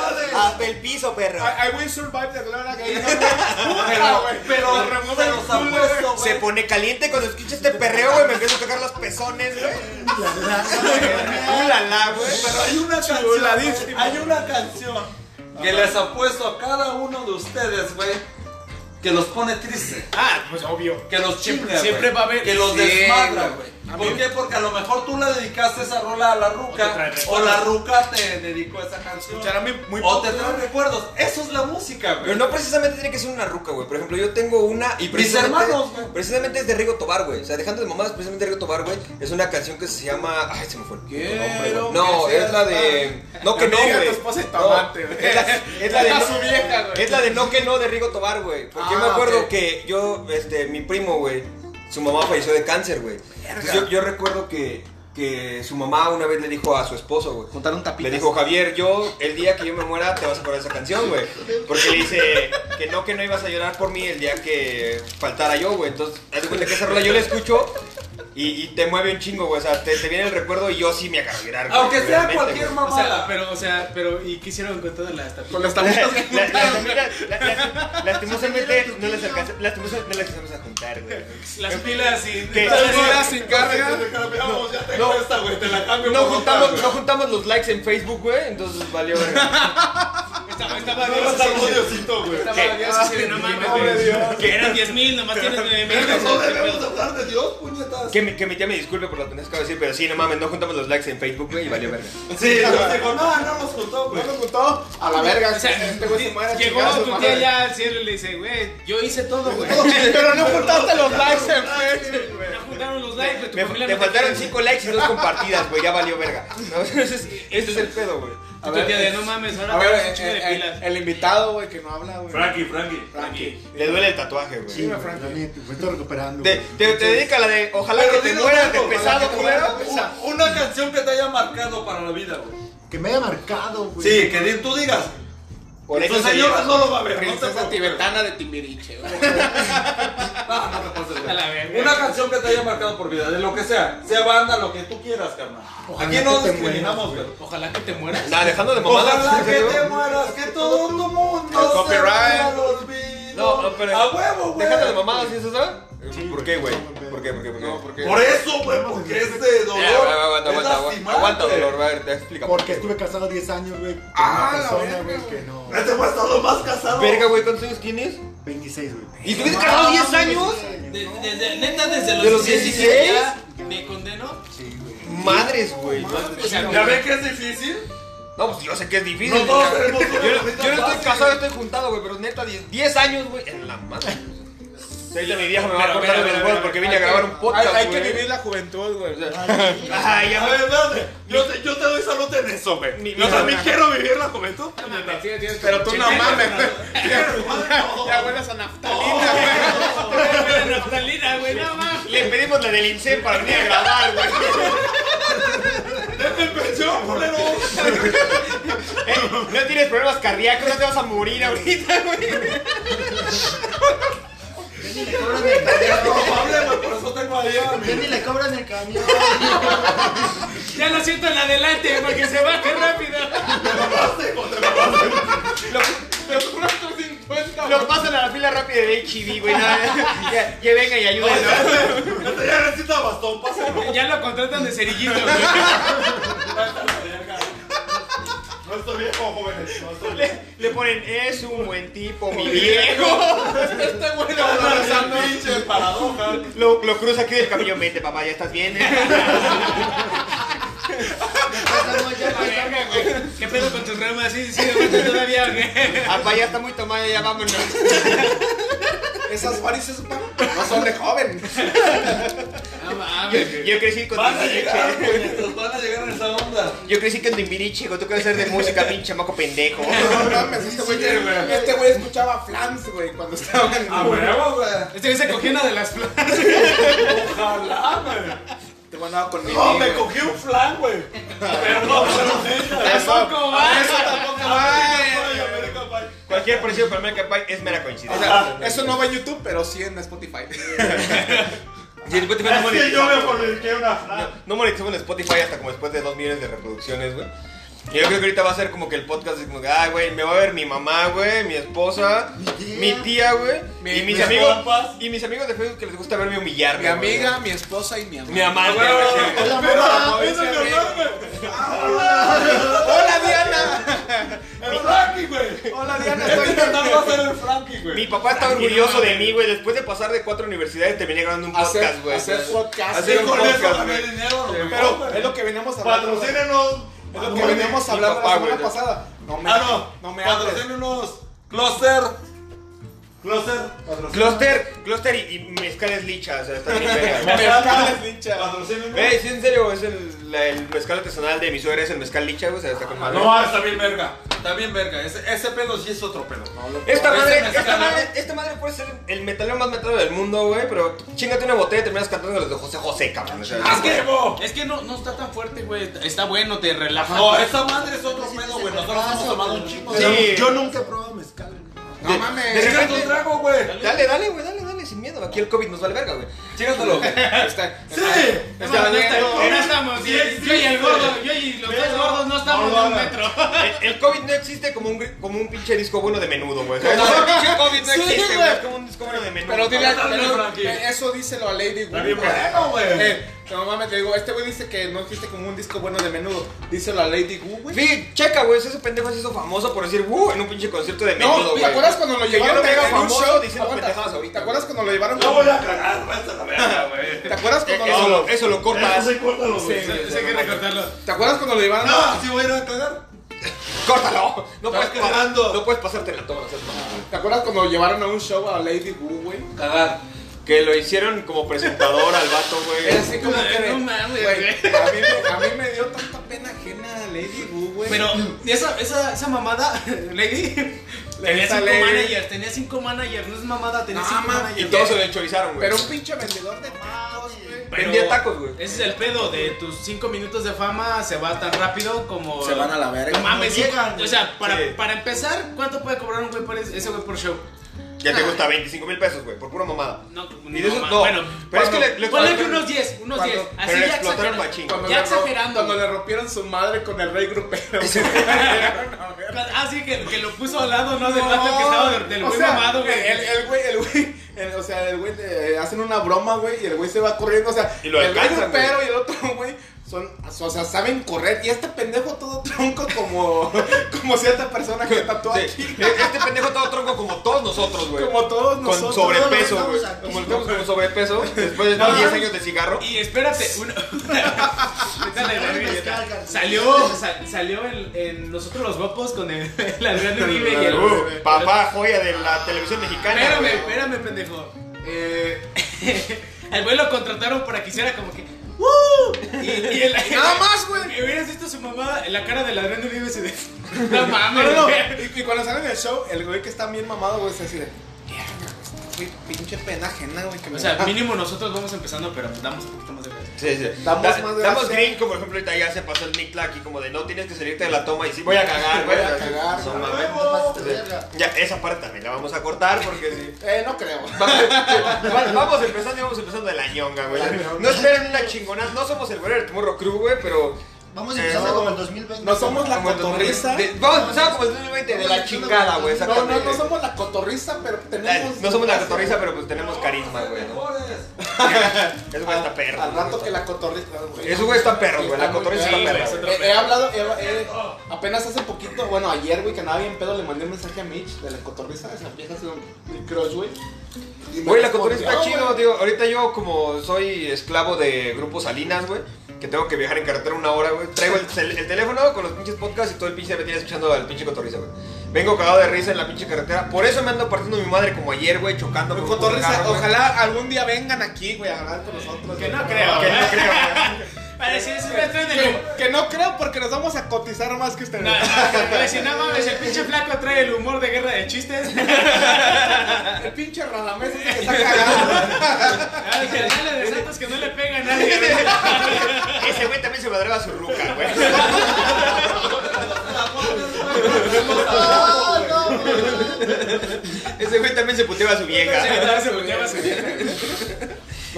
hasta el piso, perro. I, I will survive the glory again. Pero, Ah, güey. pero Le remueve se el los culo, apuesto, Se güey. pone caliente cuando escucha este perreo, güey. Me empiezo a tocar los pezones, güey. Ulala, Pero güey. hay una canción, güey, Chuladísimo. hay una canción que les apuesto a cada uno de ustedes, güey, que los pone triste. Ah, pues obvio. Que los chinga, güey. siempre va a haber- Que los Sí, desmadra, güey. güey. ¿Por qué? Porque a lo mejor tú le dedicaste esa rola a la O te ruca. trae O, recuerdos. la ruca te dedicó esa canción. Escuchará mi- muy o poco, te trae güey. recuerdos. Eso es la música, güey. Pero no precisamente tiene que ser una ruca, güey. Por ejemplo, yo tengo una y Mis precisamente, hermanos, güey. precisamente es de Rigo Tobar, güey. O sea, dejando de mamadas, precisamente Rigo Tobar, güey, es una canción que se llama, ay, se me fue. el puto nombre, güey. Quiero no, que es la seas de No que no, Amiga, güey. tu esposa es tu No, amante, güey. es la, es la de Es no, su vieja, güey. Es la de No que no de Rigo Tobar, güey. Porque yo me Ah, acuerdo ok. que yo este mi primo, güey, su mamá falleció de cáncer, güey. Entonces yo, yo recuerdo que que su mamá una vez le dijo a su esposo, güey, Juntar un tapito. le dijo, Javier, yo, el día que yo me muera, te vas a acordar de esa canción, güey. Porque le dice que no, que no ibas a llorar por mí el día que faltara yo, güey. Entonces, haz de cuenta que esa rola yo la escucho Y, y te mueve un chingo, güey. O sea, te, te viene el recuerdo y yo sí me acabo de llorar, güey, Aunque sea realmente, cualquier güey. O sea, mamada. pero, o sea, pero, ¿y qué hicieron con todas las tapitas? Con las tapitas que La- la- juntaron. la- la- Lastimosamente no les alcanza- lastimosamente no las alcanzamos a juntar, güey. Las pilas sin... ¿Qué? Las pilas sin carga. Cambiamos, ya tengo esta, güey, te la cambio No por otra, juntamos, güey. no juntamos los likes en Facebook, güey, entonces valió verga. Estaba, estaba No Dios está así, Diosito, güey. estaba ¿Qué? Dios así de, no mames, güey, que eran 10 mil, nomás tienes 9 mil. Verga, No debemos hablar de Dios, puñetas. Que mi, que mi tía me disculpe por lo pendejo que acabo de decir, pero sí, no mames, no juntamos los likes en Facebook, güey, y valió verga. Sí, nos dijo, no, no nos juntó, güey. Bueno, con todo, a la verga. O sea, este güey se muere, llegó chingada su tu madre. tía ya al cielo y le dice, güey, yo hice todo, güey. Pero no juntaste los likes en Facebook. No juntaron los likes, pero tu Me- familia te no quiere, faltaron güey. 5 likes y 2 compartidas, güey, ya valió verga. No, ese es, ese es el pedo, güey. Y tu tía de, no mames, ahora A ver, tenemos un eh, chingo de eh, pilas. el invitado, güey, que no habla, güey. Frankie, Frankie. Frankie. Le duele el tatuaje, güey. Sí, Dime, güey, Frankie. la neta, me estoy recuperando. Te, güey. te, te dedica la de ojalá Pero que te dinos mueras de algo, ojalá pesado, que te mueras culero. de pesado. Esa. Una canción que te haya marcado para la vida, güey. Que me haya marcado, güey. Sí, que di- tú digas. Por eso tu se señora lleva. no lo va a ver. no te Princesa preocupes. tibetana de Timbiriche, güey. No, no te pases, güey. A la verga. Una canción que te haya marcado por vida, de lo que sea. Sea banda, lo que tú quieras, carnal. Ojalá Aquí que no te discriminamos, mueras, güey. Ojalá que te mueras. Nah, dejando de Ojalá que te mamadas. mueras, que todo tu El mundo se copyright. vaya al olvido. No, no, pero. A huevo, güey. Dejando de mamadas, ¿y eso sabes? Sí, ¿Por qué, güey? güey, sí, ¿Por qué? ¿Por qué? ¿Por qué? No, porque. Por eso, güey, porque es de dolor. Ya, güey, aguanta, es aguanta, aguanta, lastimante. aguanta, dolor, va a ver, te explica. Porque estuve casado 10 años, güey. con Ah, la una persona, verga, güey, que güey. no. Este güey ha estado más casado. Verga, güey, ¿cuántos años tienes? 26, güey. ¿Y estuviste casado 10 años? De- desde- neta, desde los, ¿De los 16 ya 16? me condeno. Sí, güey. Madres, güey. O sea, ¿Ya ven que es difícil? No, pues yo sé que es difícil. No todos güey. tenemos yo, una yo no vida estoy fácil. casado, estoy juntado, güey, pero neta, 10 10 años, güey. En la madre. Ahorita mi vieja me va a Pero, cortar pero, los pero, huevos pero, porque vine a grabar un Hay, podcast, hay que güey. vivir la juventud, güey. Ay, ya A me ver, espérate. Yo te, yo te doy salud en eso, güey. Yo mi- también quiero vivir la juventud. no mames, Oh. tienes- tienes Pero como tú no 80 mames. años, Ya hueles a naftalina, güey. ¿no? Pero naftalina, güey, no mames. Le pedimos la del INSEE para venir a grabar, güey. ¡Denme pensión, culero! Eh, No tienes problemas cardíacos, no te vas a morir ahorita, güey. Ya ni le cobran el camión. Probable, güey, por eso tengo ahí a Ya mi... ni le cobran el camión. Ya lo siento en adelante, porque se baje rápido. Lo pasan a la fila rápida de HIV, güey. nada. Ya, ya venga y ayúdenos. Este ya necesita bastón, pásalo. Ya lo contratan de cerillito, güey. No estoy viejo, jóvenes. No estoy viejo. Le, le ponen, es un buen tipo, mi viejo. Este güey le va a dar esa pinche paradoja. Lo, lo cruza aquí del camino, vete, papá, ya estás bien. eh". Pasamos ya para acá. ¿Qué pedo con tus ramas? Sí, sí, aguanta todavía, güey. Papá, ya está muy tomada, ya vámonos. Esas varices, güey, no son de joven. No Yo, mames, güey. yo crecí con Van a Timbiriche. llegar, puñetas, van a llegar a esa onda. Yo crecí con Timbiriche, güey. Tú que vas a ser de música, pinche chamaco pendejo. No mames, este güey este güey Ah. escuchaba Flans, güey, cuando estaba en A huevo, güey. Este güey se cogió una de las plantas. Ojalá, güey. Te mandaba con mi No, amigo. me cogí un flan, güey. Pero no, pero neta. Eso, Tampoco va. Eso tampoco American Pie, va. American Pie. Cualquier parecido con American Pie es mera O coincidencia. sea, Ah, eso no va en YouTube, pero sí en Spotify. Y en Spotify no Es que yo me monetizamos- volví una flan. No monetizamos en Spotify hasta como después de 2 millones de reproducciones, güey. Y yo creo que ahorita va a ser como que el podcast es como que, ay, güey, me va a ver mi mamá, güey, mi esposa, mi Mi tía. tía, güey, Mi- y mis, mis amigos. compas. Y mis amigos de Facebook que les gusta verme humillar, mi amiga, mi esposa y mi amante. Mi amante, güey. Pero, Hola, pero, mamá. eso Ese Ah, que amigo. hablar, güey. ¡Hola, Diana! El Frankie, güey. ¡Hola, Diana! Este Estoy... cantar va a ser el Frankie, Mi güey. papá está Tranquilo, orgulloso de güey. mí, güey. Después de pasar de cuatro universidades terminé grabando un podcast, Hacer, güey. hacer podcast. Hacer Sí, un Con con- podcast, eso güey. gané dinero, a lo mejor, Pero güey. es lo que veníamos hablando. Patrocínenos. Es lo que veníamos Mi hablando papá, la semana güey. pasada. No me Ah, no. No me hables. Patrocínenos. Cluster. Cluster. Cluster, Cluster y, y mezcales lichas, o sea, está bien verga, güey. Mezcales licha. Güey, Patrocínenos. sí, en serio, es el, la- el mezcal artesanal de mi suegra, es el mezcal licha, güey, o sea, está con madre. Ah, No, está bien verga. Está bien verga. Ese, ese pedo sí es otro pedo. Esta Ese madre, mezcal, esta ¿no? madre, esta madre puede ser el metalero más metalero del mundo, güey, pero chingate una botella y terminas cantando los de José José, cabrón. o sea, ¡Ah, huevo! Es que no, no está tan fuerte, güey. Está bueno, te relaja. No, esa madre es otro pedo, güey. Nosotros hemos tomado un chingo de. Sí. Yo nunca he probado mezcal, güey. No mames. de- Déjate un trago, güey. Dale, dale, güey, dale, dale, sin miedo. Aquí el COVID nos vale verga, güey. Chégatelo. Está, Sí. Es está más, no, Daniel, está- no. no estamos. Sí, yo- yo y el existe. gordo, yo y los dos Pero gordos no estamos no lo en un hagan. metro. El, el COVID no existe como un, gri- como un pinche disco bueno de menudo, güey. O sea, el pinche COVID no Sí, existe, güey. güey. Es como un disco bueno de menudo. Pero dile, cabrón. Dale, pero- Frankie. eh, eso díselo a Lady Wu. Está bien bueno, güey. Eh, no mames, te digo, este güey dice que no existe como un disco bueno de menudo. Díselo a Lady Wu, güey. Sí, checa, güey. Ese pendejo se hizo famoso por decir, uh, en un pinche concierto de menudo, No, güey. ¿te acuerdas cuando lo Que yo llevaron no me en- haga en un famoso show? diciendo Aguanta. pendejadas ahorita, ¿Te güey. aguas cuando lo llevaron? No como- voy a cagar, güey, esta es la verga, güey. ¿Te acuerdas Eh, cuando Eso lo- lo, eso lo cortas. Eso sí, córtalo, güey. Sí, Sé que recortarlo. ¿Te acuerdas cuando lo llevaron? No, sí voy a ir a cagar. ¡Córtalo! No puedes, Estás pa- cagando. no puedes pasarte la toma. o sea, es mamada. ¿Te acuerdas cuando llevaron a un show a Lady Wu, güey? Cagar. Que lo hicieron como presentador al vato, Era güey. así como que de- No mames, güey, a mí, me, a mí me dio tanta pena ajena a Lady Wu, güey. Pero esa, esa, esa mamada, Lady, tenía Esa cinco Lady. managers, tenía cinco managers, no es mamada, tenía No, cinco mames, Ah, Y managers. todos se lo enchorizaron, güey. Pero un pinche vendedor de tacos, güey. Pero vendía tacos, güey. Ese es el pedo, de tus cinco minutos de fama se va tan rápido como... Se van a la verga. No mames, sí, Como llegan, o güey. sea, para, Sí. para empezar, ¿cuánto puede cobrar un güey por ese ese güey por show? Ya te gusta 25 mil pesos, güey, por pura mamada. No, Y de esos- ma- no, bueno, pero es cuando- que le- le- ponle que cuando- unos 10, unos cuando- 10, pero así le ya explotaron exagerando, machín. Cuando ya le ro- Cuando exagerando, le rompieron su madre con el rey grupero. güey. Llegaron a ver. ah sí, que, que lo puso al lado, ¿no? Del vato que estaba del- del o güey sea, mamado, güey. El el güey, el güey, el- o sea, el güey, eh, hacen una broma, güey, y el güey se va corriendo, o sea, Y lo el güey alcanzan, güey. grupero y el otro güey son, o sea, saben correr, y este pendejo todo tronco como, como cierta persona que tatuó Sí. aquí, E- Este pendejo todo tronco como todos nosotros, güey. como todos Con nosotros. sobrepeso, todos güey. estamos aquí. Como estamos con sobrepeso, después de No, 10 no. años de cigarro. Y espérate, una- Vete a la verga, ya. salió, sa- salió en, en nosotros los guapos con el, el Adrián Uribe y el. Uh, papá, joya de la televisión mexicana. Espérame, güey. espérame, pendejo. Eh, al güey lo contrataron para que hiciera como que. ¡Uh! Y, y el, Nada más, güey. Y hubieras visto su mamá, la cara del Adrián Uribe se de. No No, mames, no, no. güey. Y, y cuando salen del show, el güey que está bien mamado, güey, se así de. "Mierda, güey, esta, güey, pinche pena ajena, güey. Que me O sea, da". mínimo nosotros vamos empezando, pero pues damos un poquito más de gracia. Sí, sí. Damos Da- más damos gracia. green, como por ejemplo, ahorita ya se pasó el Nick Lack y como de no tienes que salirte de la toma y sí, voy a cagar, Voy güey. a cagar, No güey. mames. No pases de verga. Sí. Ya, esa parte también la vamos a cortar porque sí. Eh, no creo. Va- vamos empezando y vamos empezando de la ñonga, güey. No esperen una chingonada. No somos el güey del Tomorrow Crew, güey, pero. Vamos Eh, empezando no. como el 2020. No somos la como el cotorriza. 2020. De- vamos empezando como el 2020 de la chingada, güey. No, no, exactamente. no somos la cotorriza, pero Eh, tenemos. No somos la cotorriza, pero pues tenemos carisma, güey. ¿no? Eso güey está perro. Al güey. rato que la cotorriza, güey. Eso güey está perro, güey. La Está muy cotorriza perro, está perra. güey. güey. Eh, he hablado, he- he- apenas hace poquito, bueno, ayer, güey, que andaba bien pedo, le mandé un mensaje a Mitch de la cotorriza, esa vieja es un- mi crush, güey. Y me Güey, la cotorriza está respondió, chido, güey. digo, ahorita yo como soy esclavo de Grupo Salinas, güey, que tengo que viajar en carretera una hora, güey, traigo el, tel- el teléfono con los pinches podcasts y todo el pinche me tiene escuchando al pinche cotorriza, güey. Vengo cagado de risa en la pinche carretera, por eso me ando partiendo mi madre como ayer, güey, chocando Pero con Cotorriza, carro, güey. ojalá algún día vengan aquí, güey, a hablar con nosotros. Que güey. no creo, Que güey. no creo, güey. Para decir, es un metro en el. Que, que no creo porque nos vamos a cotizar más que ustedes. No, no, no, si no mames, el pinche flaco trae el humor de guerra de chistes. El pinche Radamés es el que está cagado. Ay, que dale de santos que no le pega a nadie. güey. Ese güey también se madreba su ruca, güey. Ese güey también se puteaba a su vieja. Se volteaba a su vieja.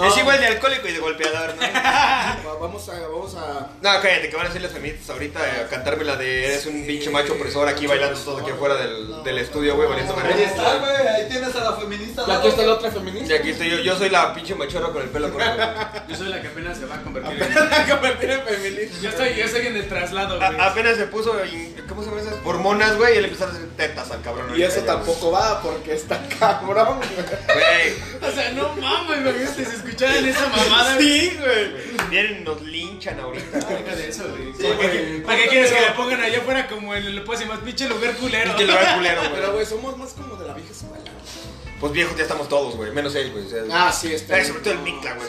Es igual de alcohólico y de golpeador, ¿no? Va- Vamos a, vamos a. No, cállate, que van a hacer las feministas ahorita eh, a cantarme la de Eres un pinche macho opresor aquí bailando todo aquí afuera del, del estudio, güey, valiendo Ahí madre. está, güey. Ahí tienes a la feminista. al La lado, que está la güey. otra Y feminista. aquí estoy yo, yo soy la pinche machorra con el pelo corto. A- Yo soy la que apenas se va a convertir en. que convertir en feminista. Yo estoy, yo estoy en el traslado, Ah, güey. apenas se puso, in- ¿cómo se llaman esas? Hormonas, güey, y le empezaron a hacer tetas al cabrón. Y ahorita eso ya, tampoco va porque está cabrón, güey. Güey, O sea, no mames, imagínate si escucharan esa mamada. güey. Sí, güey. vienen y nos linchan ahorita. güey. Deja de eso, güey. Sí, ¿Para qué- güey. ¿Para qué quieres que le pongan allá afuera como en el pues, más pinche lugar culero? Pinche lugar culero, Pero, güey. güey, somos más como de la vieja escuela. Pues viejos ya estamos todos, güey, menos él, güey. o sea, Ah, sí, está. eh, sobre todo el Mikla, güey.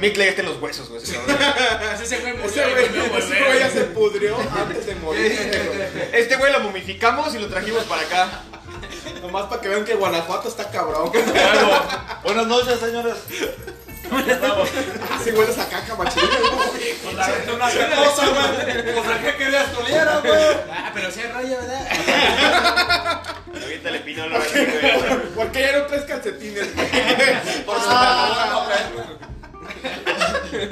Mikla ya está en los huesos, güey. ese cabrón. O sea, Ah, Ese güey murió Ese y güey volvió a ese volver. güey ya se pudrió antes de morir, güey. Este güey lo momificamos y lo trajimos para acá. Nomás para que vean que Guanajuato está cabrón. Buenas noches, señores. Así hueles a caca, machín. Con la gente una cosa, güey. Con la que querías tuliera, güey. Ah, pero sí hay raya, ¿verdad? Aviéntale Y no lo recuerdo. Porque ya no traes calcetines, güey. Por su ¿Qué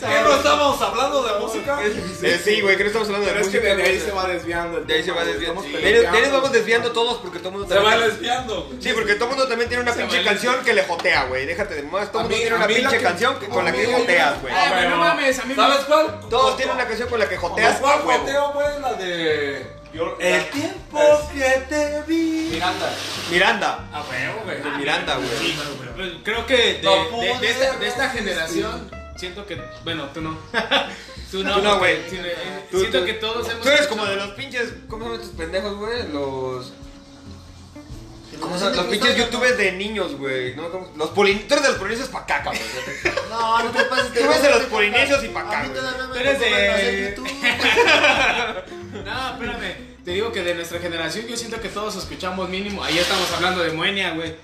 no estábamos hablando de música? Eh, sí, güey, creo que estamos hablando de Pero es que música, de ahí güey. se va desviando. el De ahí se tema, va güey. desviando. Estamos De ahí- de ahí nos peleando. vamos desviando todos porque todo el mundo Se va también- desviando, güey. Sí, porque todo el mundo también tiene una pinche vale. canción que le jotea, güey. Déjate de más. Todo A el mí- mundo tiene a una mí la pinche que- canción que- con la que a mí- joteas, güey. Ah, güey, no mames, a mí me- ¿Sabes cuál? Todos tienen una canción con la que joteas. ¿Cuál a huevo. conteo, güey? pues, La de. Yo- El tiempo que te vi. Miranda. Miranda. A huevo, güey. Ah, De Miranda, güey. Sí, pero pues, creo que de, No de- pude de esta, de esta resistir. generación siento que bueno tú no tú no Tú no, porque güey. sí, eh, Tú- siento tú- que todos hemos Tú eres hecho- como de los pinches. ¿Cómo se llaman estos pendejos, güey? Los. ¿Cómo se llaman? Los pinches youtubers de niños, güey. ¿no? ¿Cómo- Los polinesios. Tú eres de los polinesios pa' caca, güey. No, no te pases. Tú ves de los polinesios y pa' acá, A mí güey. todavía Tú me eres tocó verlos en de- YouTube. no espérame te digo que de nuestra generación yo siento que todos escuchamos mínimo ahí estamos hablando de Moenia güey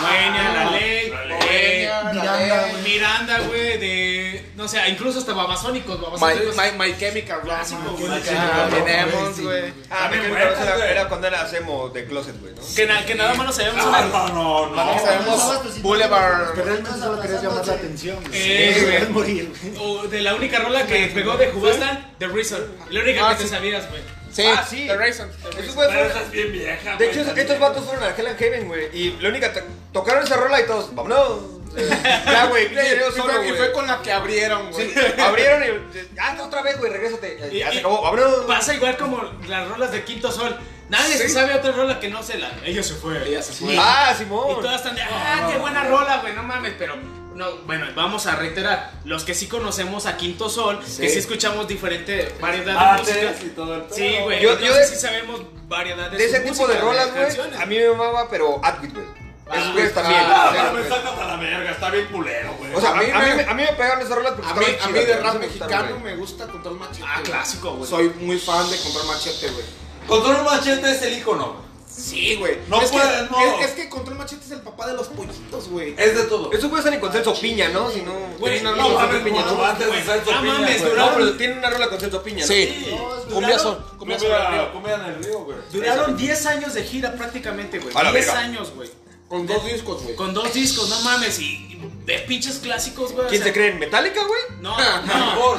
Moenia la ley La Ley. eh, Miranda, güey. Miranda güey de no sé incluso hasta babasónicos babasónicos My, my, my Chemical Romance. Clásico, güey. Ah, Tenemos, güey. Ah, me era, era cuando era hacemos de closet, güey, ¿no? que, na- que nada más nos sabemos No, una- no, Ah, no, Vamos no. a Vamos. Boulevard. Pero él no solo querías llamar la atención. Eh, Sí, güey. querías morir. güey. o de la única rola que pegó de Jubasta The Reason la única Ah, que te sí. sabías güey Sí, Ah, sí. The Raisin. Esos güey Pero fueron- esa es bien vieja, De güey, hecho, también. estos vatos fueron a Hell and Heaven, güey. Y la única. to- Tocaron esa rola y todos. ¡Vámonos! Eh, Ya, güey. pinche video Y solo, fue- y fue güey. con la que abrieron, güey. Sí, abrieron y. ¡Ah, no, otra vez, güey! ¡Regrésate! Eh, Y- Ya se y- acabó. ¡Vámonos! Pasa igual como las rolas de Quinto Sol. Nadie se sabe otra rola que no se la. Ella se fue. Ella se fue. ¡Ah, Y Simón! todas están de. ¡Ah, qué buena rola, güey! No mames, pero. No, bueno, vamos a reiterar. Los que sí conocemos a Quinto Sol, que sí escuchamos diferente variedad de Artes y música. todo el pedo, Ah, Sí, güey. Yo- yo entonces de- sí sabemos variedad de, De su ese tipo música, de rolas, güey. canciones. A mí me mamaba, pero Atwood, güey. Esos Ah, güeyes también. Ah, o sea, pero me sacas a la verga, está bien culero, güey. O sea, a mí, A mí me, me- a mí me pegaron esas rolas porque A mí, estaban a mí chidas, de güey, rap sí me gustaron, mexicano güey. me gusta Control Machete. Ah, güey. clásico, güey. Soy muy fan de Control Machete, güey. Control Machete es el ícono. güey. Sí, güey. No es, puede- que, no. Es, es que Control Machete es el papá de los pollitos, güey. Es de todo. Esos güeyes están en consenso piña, ¿no? Si no. Güey, tienen una no rola con mames, Celso piña, no, ¿no? antes de Celso No Piña, mames, güey. No, duraron. pero tienen una rola con Celso piña, ¿no? Cumbia son. Cumbia son. Comida comida en el río, güey. Duraron 10 años de gira prácticamente, güey. A la 10 verga. años, güey. Con dos discos, güey. Con dos discos, no mames. Y de pinches clásicos, güey. o ¿Quién sea, se Oh, creen? ¿Metallica, güey? No, no. Mejor.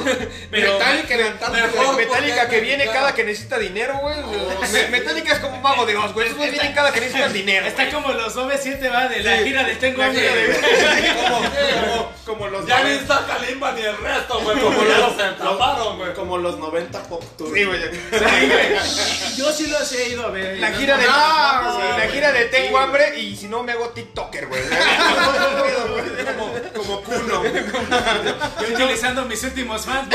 Pero. Metallica en Antártida. mejor. Metallica porque que es viene mexicana. cada que necesita dinero, güey. Me- Metallica es como un mago de Oz, güey. Esos güeyes vienen cada que necesitan dinero. Está güey. como los 97 va de la Sí. gira de Tengo La hambre gira de- de Como, como los Ya ni noven- está Kalimba ni el resto, güey. Como los se taparon, güey. como los 90 pop tour. Sí, güey. Sí, güey. Yo sí los he ido a ver. La gira de. No, güey. La gira de Tengo hambre y si no me hago TikToker, güey. Como culo. Yo utilizando mis últimos fans.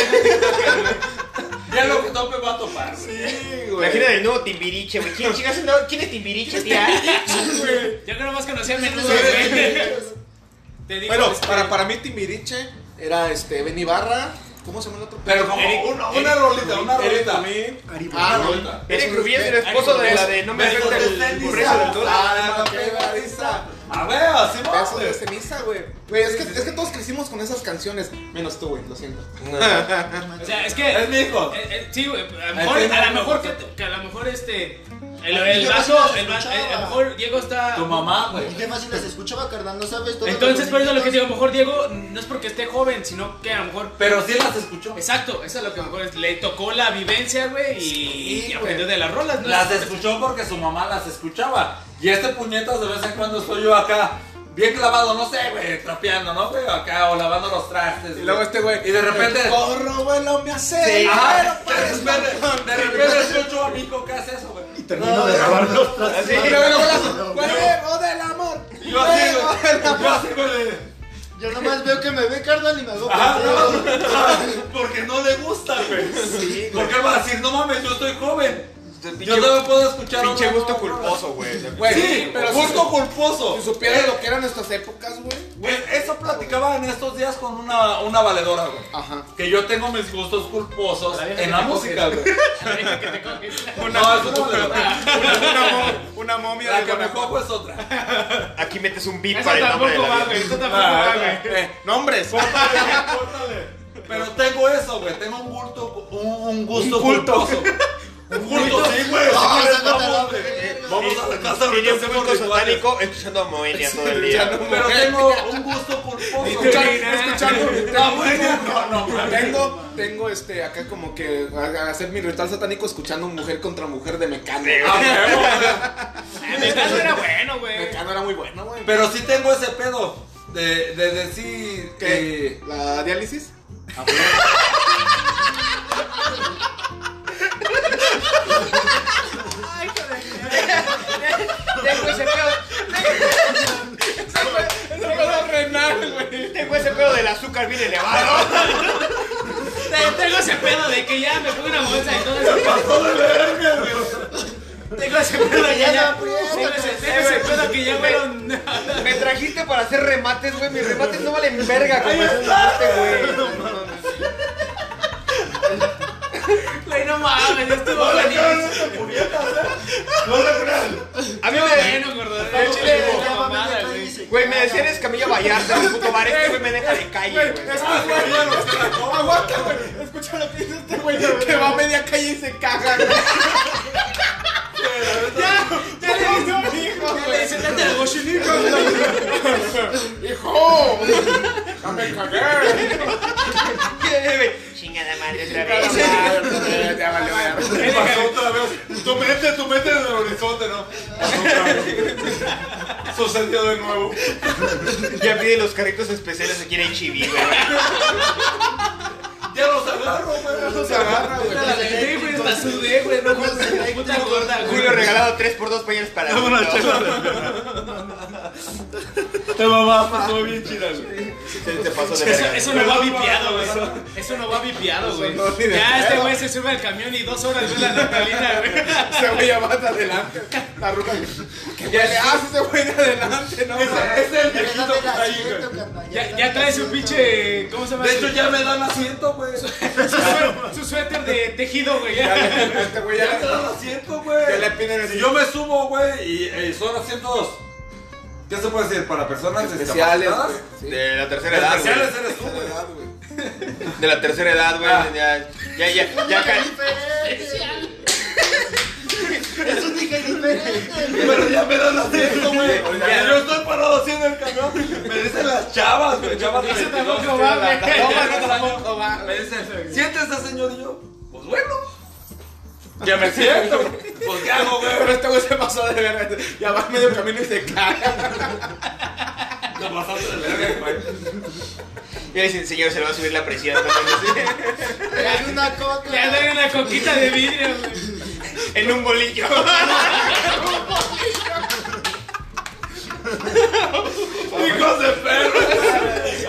Ya lo que tope va a topar, güey. Sí, La güey. gira del nuevo Timbiriche, güey. ¿Quién, chingas, no? ¿Quién es Timbiriche, tía? Yo creo más conocía a menudo, güey. Te digo, Bueno, este, para, para mí Timbiriche era este Ben Ibarra. ¿Cómo se llama el otro? Pero como Eric- una, una rolita, una Eric rolita. Rubin. Ari, Ah, güey. rolita. Eric Rubí es el esposo de la de No me afecta el Besos de precio del ceniza. dólar. Ah, no, pegadiza. A ver, así va, pues. Beso güey. de ceniza, güey. Güey, es que, es que todos crecimos con esas canciones. Menos tú, güey, lo siento. O sea, es Es que. mi hijo. eh, eh, sí, güey. A lo mejor, a lo mejor que, que a lo mejor este. El, el Yo vaso, las el vaso, escuchaba. a lo mejor Diego está. Tu mamá, güey. Y qué fácil las escuchaba, carnal, no sabes todo. Entonces, por eso lo que digo, a digo lo mejor Diego no es porque esté joven, sino que a lo mejor Pero sí las escuchó. Exacto, eso es lo que mejor es. Le tocó la vivencia, güey, y, y güey. aprendió de las rolas, ¿no? Las escuchó porque su mamá las escuchaba. Y este puñetas de vez en cuando estoy yo acá, bien clavado, no sé, güey, trapeando, ¿no, güey? Acá, o lavando los trastes. Y güey. luego este güey. Y de repente. Corro, güey, no me hace. Sí. Ajá, pero de parece- repente, de repente este escucho a Mico que hace eso, güey. Termino de grabar los trastes. Y luego, luego, luego, Huevo del amor. Y Yo así, huevo güey. del amor. Yo así, güey. Yo nomás veo que me ve, carnal, y me hago. Ajá, pendejo. no, porque no le gusta, güey. Sí, güey. Porque él va a decir, no mames, yo estoy joven. Yo Pinche- también puedo escuchar Pinche una- gusto culposo, güey. Güey, Sí, pero pero si gusto su- culposo. Si supieras lo que eran nuestras épocas, güey. Güey, eso platicaba en estos días con una, una valedora, güey. Ajá. Que yo tengo mis gustos culposos La vieja en que la te música, güey. La vieja que te coges. No, es una valedora. Una momia La que me cojo es otra. Aquí metes un beat Eso para el nombre de tampoco la va, vieja. güey. Eso tampoco va, Ah, güey. eh, Nombres. Pero tengo eso, güey. Tengo un gusto, un, un gusto Un culto. culposo. Un culto, sí, güey. Ah, Sí, güey, sácatela, vamos, güey. güey. Sí, Vamos vamos a la casa, Tiene ahorita un hacemos culto rituales. satánico escuchando a Moenia todo el día. Pero tengo un gusto culposo. Escuchar- escuchando- No, bueno, no, no, no. Tengo, tengo este, acá como que a- a hacer mi ritual satánico escuchando mujer contra mujer de Mecano. Ah, huevo. Mecano era bueno, güey. Mecano era muy bueno, güey. Pero sí tengo ese pedo de, de decir ¿Qué? que. ¿La diálisis? Tengo ese pedo. Tengo ese pedo del azúcar bien elevado. Tengo ese pedo de que ya me fui una bolsa de todo eso. Tengo ese pedo de que Ya no ya. aprietas, Tengo ese tengo ese pedo que ya fueron. Me trajiste para hacer remates, güey. Mis remates no valen verga como esos remates, güey. Güey, no mames, ya estuvo buenísimo. A mí me, Bueno, gordo. El chile Ya, es una ya, mamada, ya, güey. dice, güey, me decían escamilla vallarta en el puto bar. Este güey me deja de calle, güey. Aguanta, güey. Escucha lo que dice este güey que va a media calle y se caga. güey. Ya le diste un hijo, güey. dice, date el gochinico. ¡Hijo! ¡Ya me cagué! Chingada madre otra Ya valió, ya. Pasó otra vez. Tu mente, tu mente en el horizonte, ¿no? Sucedió de nuevo. Ya pide los carritos especiales aquí en Chibi, güey. Ya los agarro, güey. Eso se agarra, güey. La dejé, güey, la sudé, güey. No mames, puta gorda, güey. Julio regalado 3x2 pañales para adultos. Te mamá pasó bien chida, güey. Te, te paso de Eso, verga. eso no va vipiado, güey. Eso, eso no va vipiado, güey. no, ni de ya este pedo. güey se sube al camión y dos horas ve la natalina, güey. Ese güey ya va de adelante. La ruca. ¿Qué le hace ese güey de adelante, no? güey? Ese es el Pero viejito dame el que está ahí, güey. asiento, carnal, Ya, dame ya el trae su asiento. pinche. ¿Cómo se llama? De hecho, ya me dan asiento, güey. su, sué- su suéter de tejido, güey. Ya Ya. le- Este güey Ya ya me le- dan asiento, ya le güey. piden el Si yo me subo, güey, y eh, son asientos. ¿Qué se puede decir? Para personas Especiales, discapacitadas. güey. Sí. De la tercera edad, Especiales güey. eres tú, güey. De la tercera edad, güey. Ah. Ya, ya, ya, ya, ca- Es un dije diferente. Pero ya me dan asiento, güey. Ya yo estoy parado así en el camión. Me dicen las chavas, güey. Chavas de Eso 22, tampoco va, güey. 23 años. tampoco va. Me dicen, siéntese, señor. Y yo, pues bueno. Ya me siento. Pues qué hago, Pero güey. este güey se pasó de verga. Ya va medio camino y se caga. No pasaste de verga, güey. ya dicen, señor, se le va a subir la presión. Hay una coca. Le doy una coquita de vidrio, güey. en un bolillo. Hijos de perro.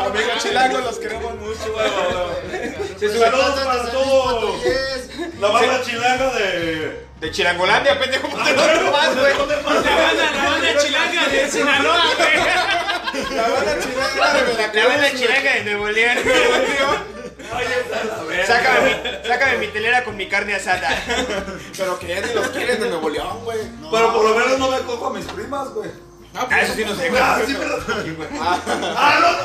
Amigos chilangos, los queremos mucho, güey. Se sube Saludos para todos. Yes. La barra chilanga de. de Chilangolandia, pendejo. ¿por qué no lo vas, güey? La banda, la banda chilanga de Sinaloa, güey. La banda chilanga de Veracruz. La banda chilanga de Nuevo León. Sácame mi, sácame mi telera con mi carne asada. Pero que ya ni los quieren de Nuevo León, güey. Pero por lo menos no me cojo a mis primas, güey. Ah, eso sí no pues, sé, güey. Ah, sí, pero.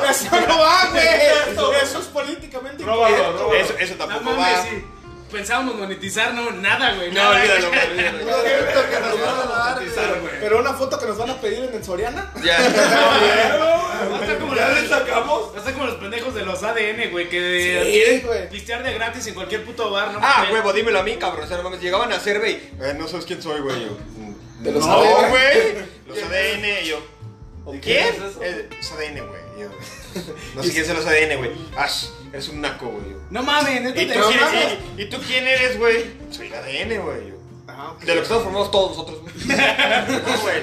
Eso no va, güey. Eso es políticamente Róbalo, róbalo. Eso, eso No tampoco mames, va. sí. Pensábamos monetizar, no, nada, güey. No, nada. olvídalo, güey, olvídalo. Una Ah, foto que nos van a dar, güey. Pero una foto que nos van a pedir en el Soriana. Ya. Va a estar como Ya los- le sacamos. va a estar como los pendejos de los ADN, güey, que Sí, güey. pistear de gratis en cualquier puto bar, ¿no? Ah, mames. huevo, dímelo a mí, cabrón. O sea, no mames, llegaban a hacerme y. eh, no sabes quién soy, güey. Yo, "Mm, De los no, ADN. güey. Los ADN, y yo. ¿Qué ¿Quién? es eso? Eh, Los ADN, güey. y yo, No sé quién son los ADN, güey. Ash, eres un naco, güey. yo. No mames, neta ¿Y te tú, quién mames. eres, y, y tú quién eres, güey? Soy el ADN, güey. yo. De lo que estamos formados todos nosotros, güey. No, güey.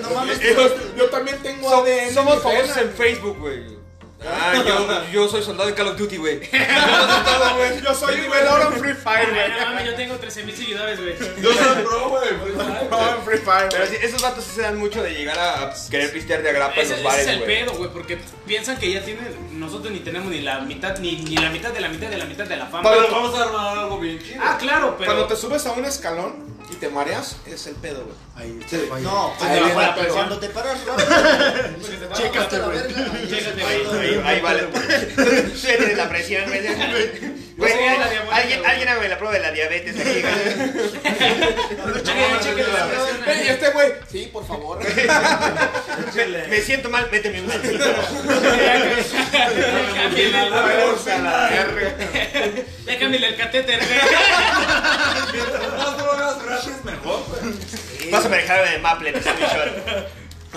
No mames, Yo- Yo también tengo So- ADN. somos diferente. famosos en Facebook, güey. Ah, yo, yo soy soldado de Call of Duty, güey. Soldado, güey. Yo soy nivel oro en Free Fire, Ay, güey. no mames, yo tengo 13 mil seguidores, güey. Yo soy pro, güey. No, en Free Fire, Pero güey. sí, esos vatos sí se dan mucho de llegar a, a querer pistear de agrapa en Ese, los ese es bares, el güey. pedo, güey, porque piensan que ya tienen. Nosotros ni tenemos ni la mitad, ni, ni la mitad de la mitad de la mitad de la fama. Pero vamos a armar algo bien chido. ah, claro, pero. Cuando te subes a un escalón y y te mareas, es el pedo, güey. Ahí está. Sí. No, Pues ahí te viene baja, la- pero- cuando te paras rápido. Chécate, la güey. verga, ahí Chécate, es el güey. Ahí, pedo. ahí vale. Tú ya tienes la presión, güey. Güey, Sí, la alguien, diabólica, alguien, güey. hágame la prueba de la diabetes aquí, güey. Chequen, chequen la presión. Ey, este güey, sí, por favor. Me, me siento mal, méteme un Cámbiale, la bolsa, la Ya cámbiale el catéter, güey. Mientras más drogas gratis, mejor, güey. Vas a manejar de Maple, te estoy short.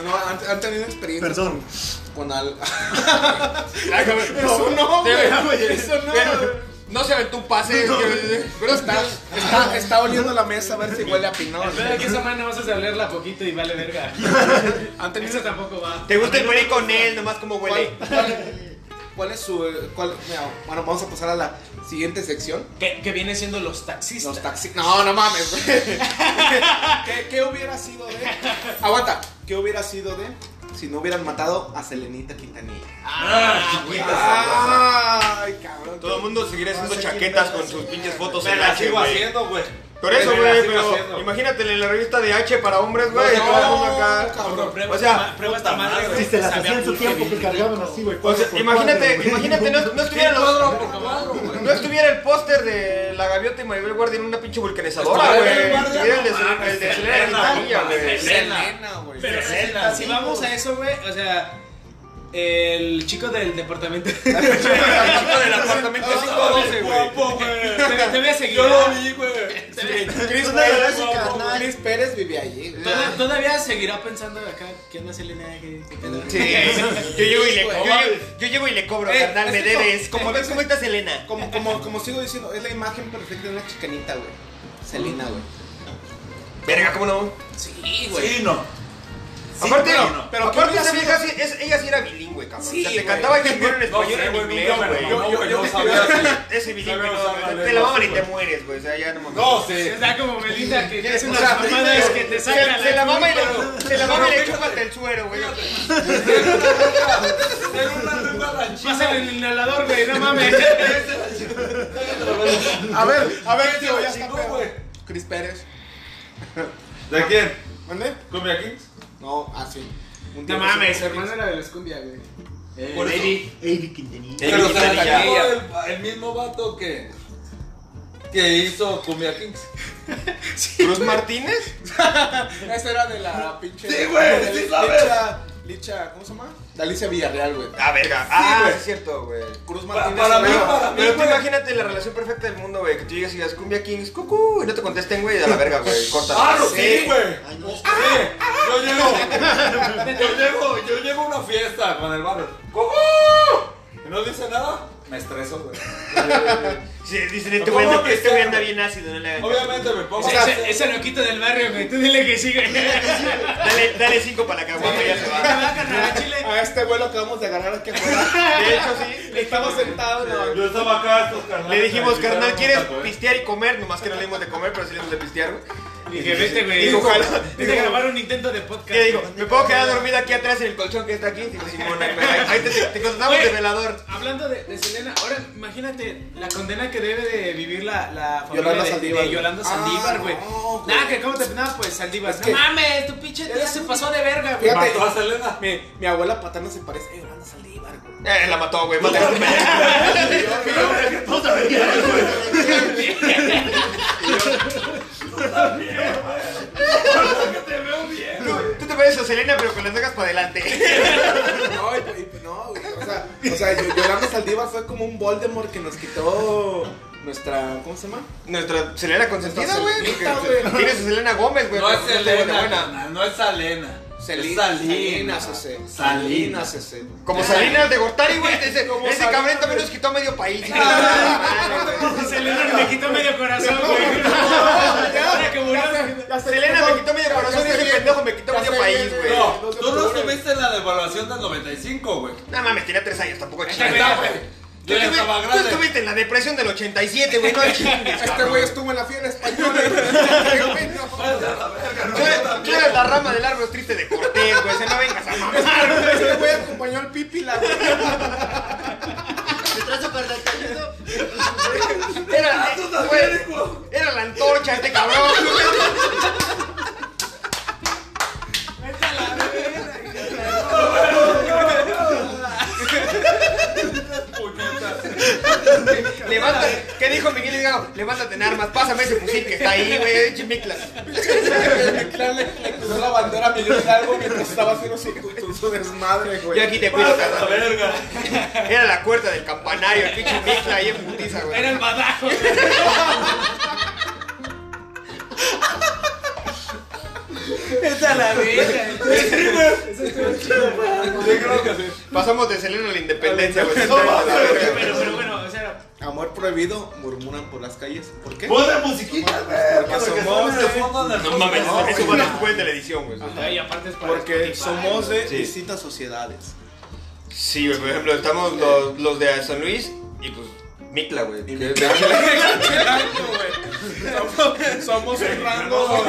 No, han, han tenido experiencia Perdón. con algo. Eso no, güey. Eso no. No se aventó un pase. que- Pero Está, está. está, está oliendo la mesa a ver si huele a pinol. El pedo es que esa mano vas a olerla poquito y vale verga. Esa tampoco va. ¿Te gusta el güey con él? Nomás como huele. ¿Cuál, cuál, cuál es su. eh, Cuál, mira, bueno, vamos a pasar a la siguiente sección. Que, que viene siendo los taxistas. Los taxis. No, no mames. güey. ¿Qué, qué hubiera sido de.? Aguanta. ¿Qué hubiera sido de si no hubieran matado a Selenita Quintanilla? Ah, güey. Ay, cabrón. Ah. Todo el mundo seguirá haciendo No sé chaquetas quién con me sus hace. pinches fotos Me en la H, sigo güey. haciendo, güey. Por eso, Me la güey, sigo pero haciendo. imagínatele en la revista de H para hombres, güey. No, todo el mundo acá. cabrón. Prueba, O sea, esta ma- prueba esta puta madre, madre, güey. Si se las Sabía hacía en su muy tiempo que rico. cargaban así, güey. O cuatro sea, por imagínate, cuatro, güey. imagínate, no, no Sí, estuvieran los- cuadro por cuadro, güey. No estuviera el póster de la gaviota y Maribel Guardia en una pinche vulcanizadora, Estuviera güey. Maribel Estuviera Guardia, el no de mames, Selena- el Ah, de Selena, Selena Quintanilla, mames, güey. Selena. Selena, güey. Pero si- Selena, si sí, vamos güey. a eso, güey, o sea, el chico del departamento. El chico del apartamento 512, güey. Guapo, güey. te, te voy a seguir. Yo lo vi, güey. Chris, Una Pérez- gracia, carnal. Chris Pérez vivía allí. güey. Toda- Todavía seguirá pensando acá, ¿qué onda Selena? ¿Qué, qué pedo? Sí. Yo llego y le cobro. Güey. Yo llego y le cobro, Eh, carnal, es me que no, debes. ¿Cómo es que- cómo estás, Selena? Como, como, como sigo diciendo, es la imagen perfecta de una chicanita, güey. Selena, güey. Verga, ¿cómo no? Sí, Sí, no. Aparte, pero- no. pero aparte ¿qué esa hubiera vieja sí, es- ella sí era bilingüe, cabrón. Sí, o sea, te güey. cantaba chingón en español sé, y en güey, inglés, nunca me güey. mamó, Yo- güey, yo- no yo- sabía Ese bilingüe, Sabía no, usar güey, la te la lengua, maman y sí, te güey. mueres, güey. O sea, ya no mames. No, sí. Está como Belinda que es una O sea, mamada es que te saca se, se la mama y culpa, güey. le, se la mama y le chupa hasta el suero, güey. Era una lengua ranchera. Pásale el inhalador, güey, no mames. A ver, a ver, tío, ya está Chingó, peor. güey. Chris Pérez. ¿De quién? ¿Mande? ¿Cumbia Kings? No, así. Un día No de mames, esos- hermano era de la escumbia, güey. Eh, Por eso. Eric Quintanilla. Ey, Pero se la Quintanilla. cantó el, el mismo vato que. Que hizo Cumbia Kings. ¿Cruz Martínez? Esa era de la pinche. Sí, güey, de sí Licha- sabes. Licha, ¿cómo se llama? De Alicia Villarreal, güey. Ah, verga. ah, güey. sí es cierto, güey. Cruz Para- Martínez. para mí, Pero, para mí, pero tú güey. imagínate la relación perfecta del mundo, güey. Que tú llegas y digas cumbia kings, cucú, y no te contesten, güey, a la verga, güey. Corta. ¡Ah, no, sí, güey! Ay, no, Sí, Yo llego, yo llego, yo llego a una fiesta con el barrio. ¿Cómo? ¿Y no dice nada? Me estreso, güey. Sí, dicen, este ¿Cómo güey anda, que este güey sea, anda güey? bien ácido, no le hagan caso. Obviamente me pongo. Ese- Ese, ese loquito del barrio, güey, tú dile que sigue. Dale, dale cinco para la caguama, ya se va. A este güey lo acabamos de agarrar aquí afuera. De hecho, sí. Estamos sentados, no. Yo estaba acá, estos carnales. Le dijimos, me carnal, invitaron ¿quieres a un taco, eh?" pistear y comer? Nomás que no le dimos de comer, pero sí le dimos de pistear, güey. Dije, vete, güey. Dijo, ojalá. Vete a Dijo, grabar un intento de podcast. ¿Qué digo? ¿Me puedo quedar dormida aquí atrás en el colchón que está aquí? Digo, Simón, ahí, ahí- ahí te, te contratamos de Güey. velador. Hablando de, de Selena, ahora imagínate la condena que debe de vivir la, la familia Yolanda de, Saldívar. de Yolanda Ah, Saldívar, güey. no, güey. Nada, que cómo te nada, pues Saldívar. Es no que- mames, tu pinche tía Eres se un- pasó de verga, güey. Fíjate. Mató a Selena. Mi, mi abuela paterna se parece. Eh, Yolanda Saldívar, güey. Eh, la mató, güey. Mata a Tú, tú te pareces a Selena, pero con las nalgas para adelante. No, y- y- no, güey. O sea, o sea, Yo- Yolanda Saldívar fue como un Voldemort que nos quitó nuestra. ¿Cómo se llama? Nuestra Selena consentida, Nuestra güey. Selenita, porque güey. Tienes a Selena Gómez, güey. No es pero te vuelve Selena, buena. carnal, no es Selena. Sali- Es Salina. Salinas, ese. Salinas. ese. Como Salinas de Gortari, güey. te dice, Ese Salinas. cabrón también nos quitó a medio país. Selena me quitó medio corazón, güey. Ahora que murió, Selena me quitó medio corazón y ese pendejo me quitó Ya medio sé país, bien, güey. güey. No, tú no estuviste en la devaluación del 95, güey. No mames, tenía tres años, tampoco Está, chingues. güey. Tú Yo ya estaba estuvi- tú grande. estuviste en la depresión del 87, güey. No chingues. Este cabrón. güey estuvo en la fiera española. Qué güey, no. Ah, Tú eres- tú eres la rama del árbol triste de Cortés, güey. Se no vengas a mamar. Este güey acompañó al Pipila. güey. ¿Te traes súper detenido? Ah, Era, güey, era la antorcha este cabrón. güey. pendeja, levántate en armas, pásame ese fusil que está ahí, güey, chimiclas. El clan le le cruzó la bandera a Miguel Hidalgo mientras estaba haciendo su, su- su desmadre, güey. Yo aquí te cuido, la cabrón. verga. Era la puerta del campanario, el pinche micla ahí en putiza, güey. Era el badajo. Esta la verga. Pasamos de Selena a la independencia, güey. Pero, pero bueno, o sea, Amor prohibido, murmuran por las calles. ¿Por qué? Ponle musiquita, güey. Porque porque somos estamos de fondo en el No mames, podcast. eso va después de la edición, güey. y aparte es para Porque Spotify, somos de Sí. distintas sociedades. Sí, güey, por ejemplo, estamos los, los de San Luis y pues Micla, güey. que- Somos- Somos un rango.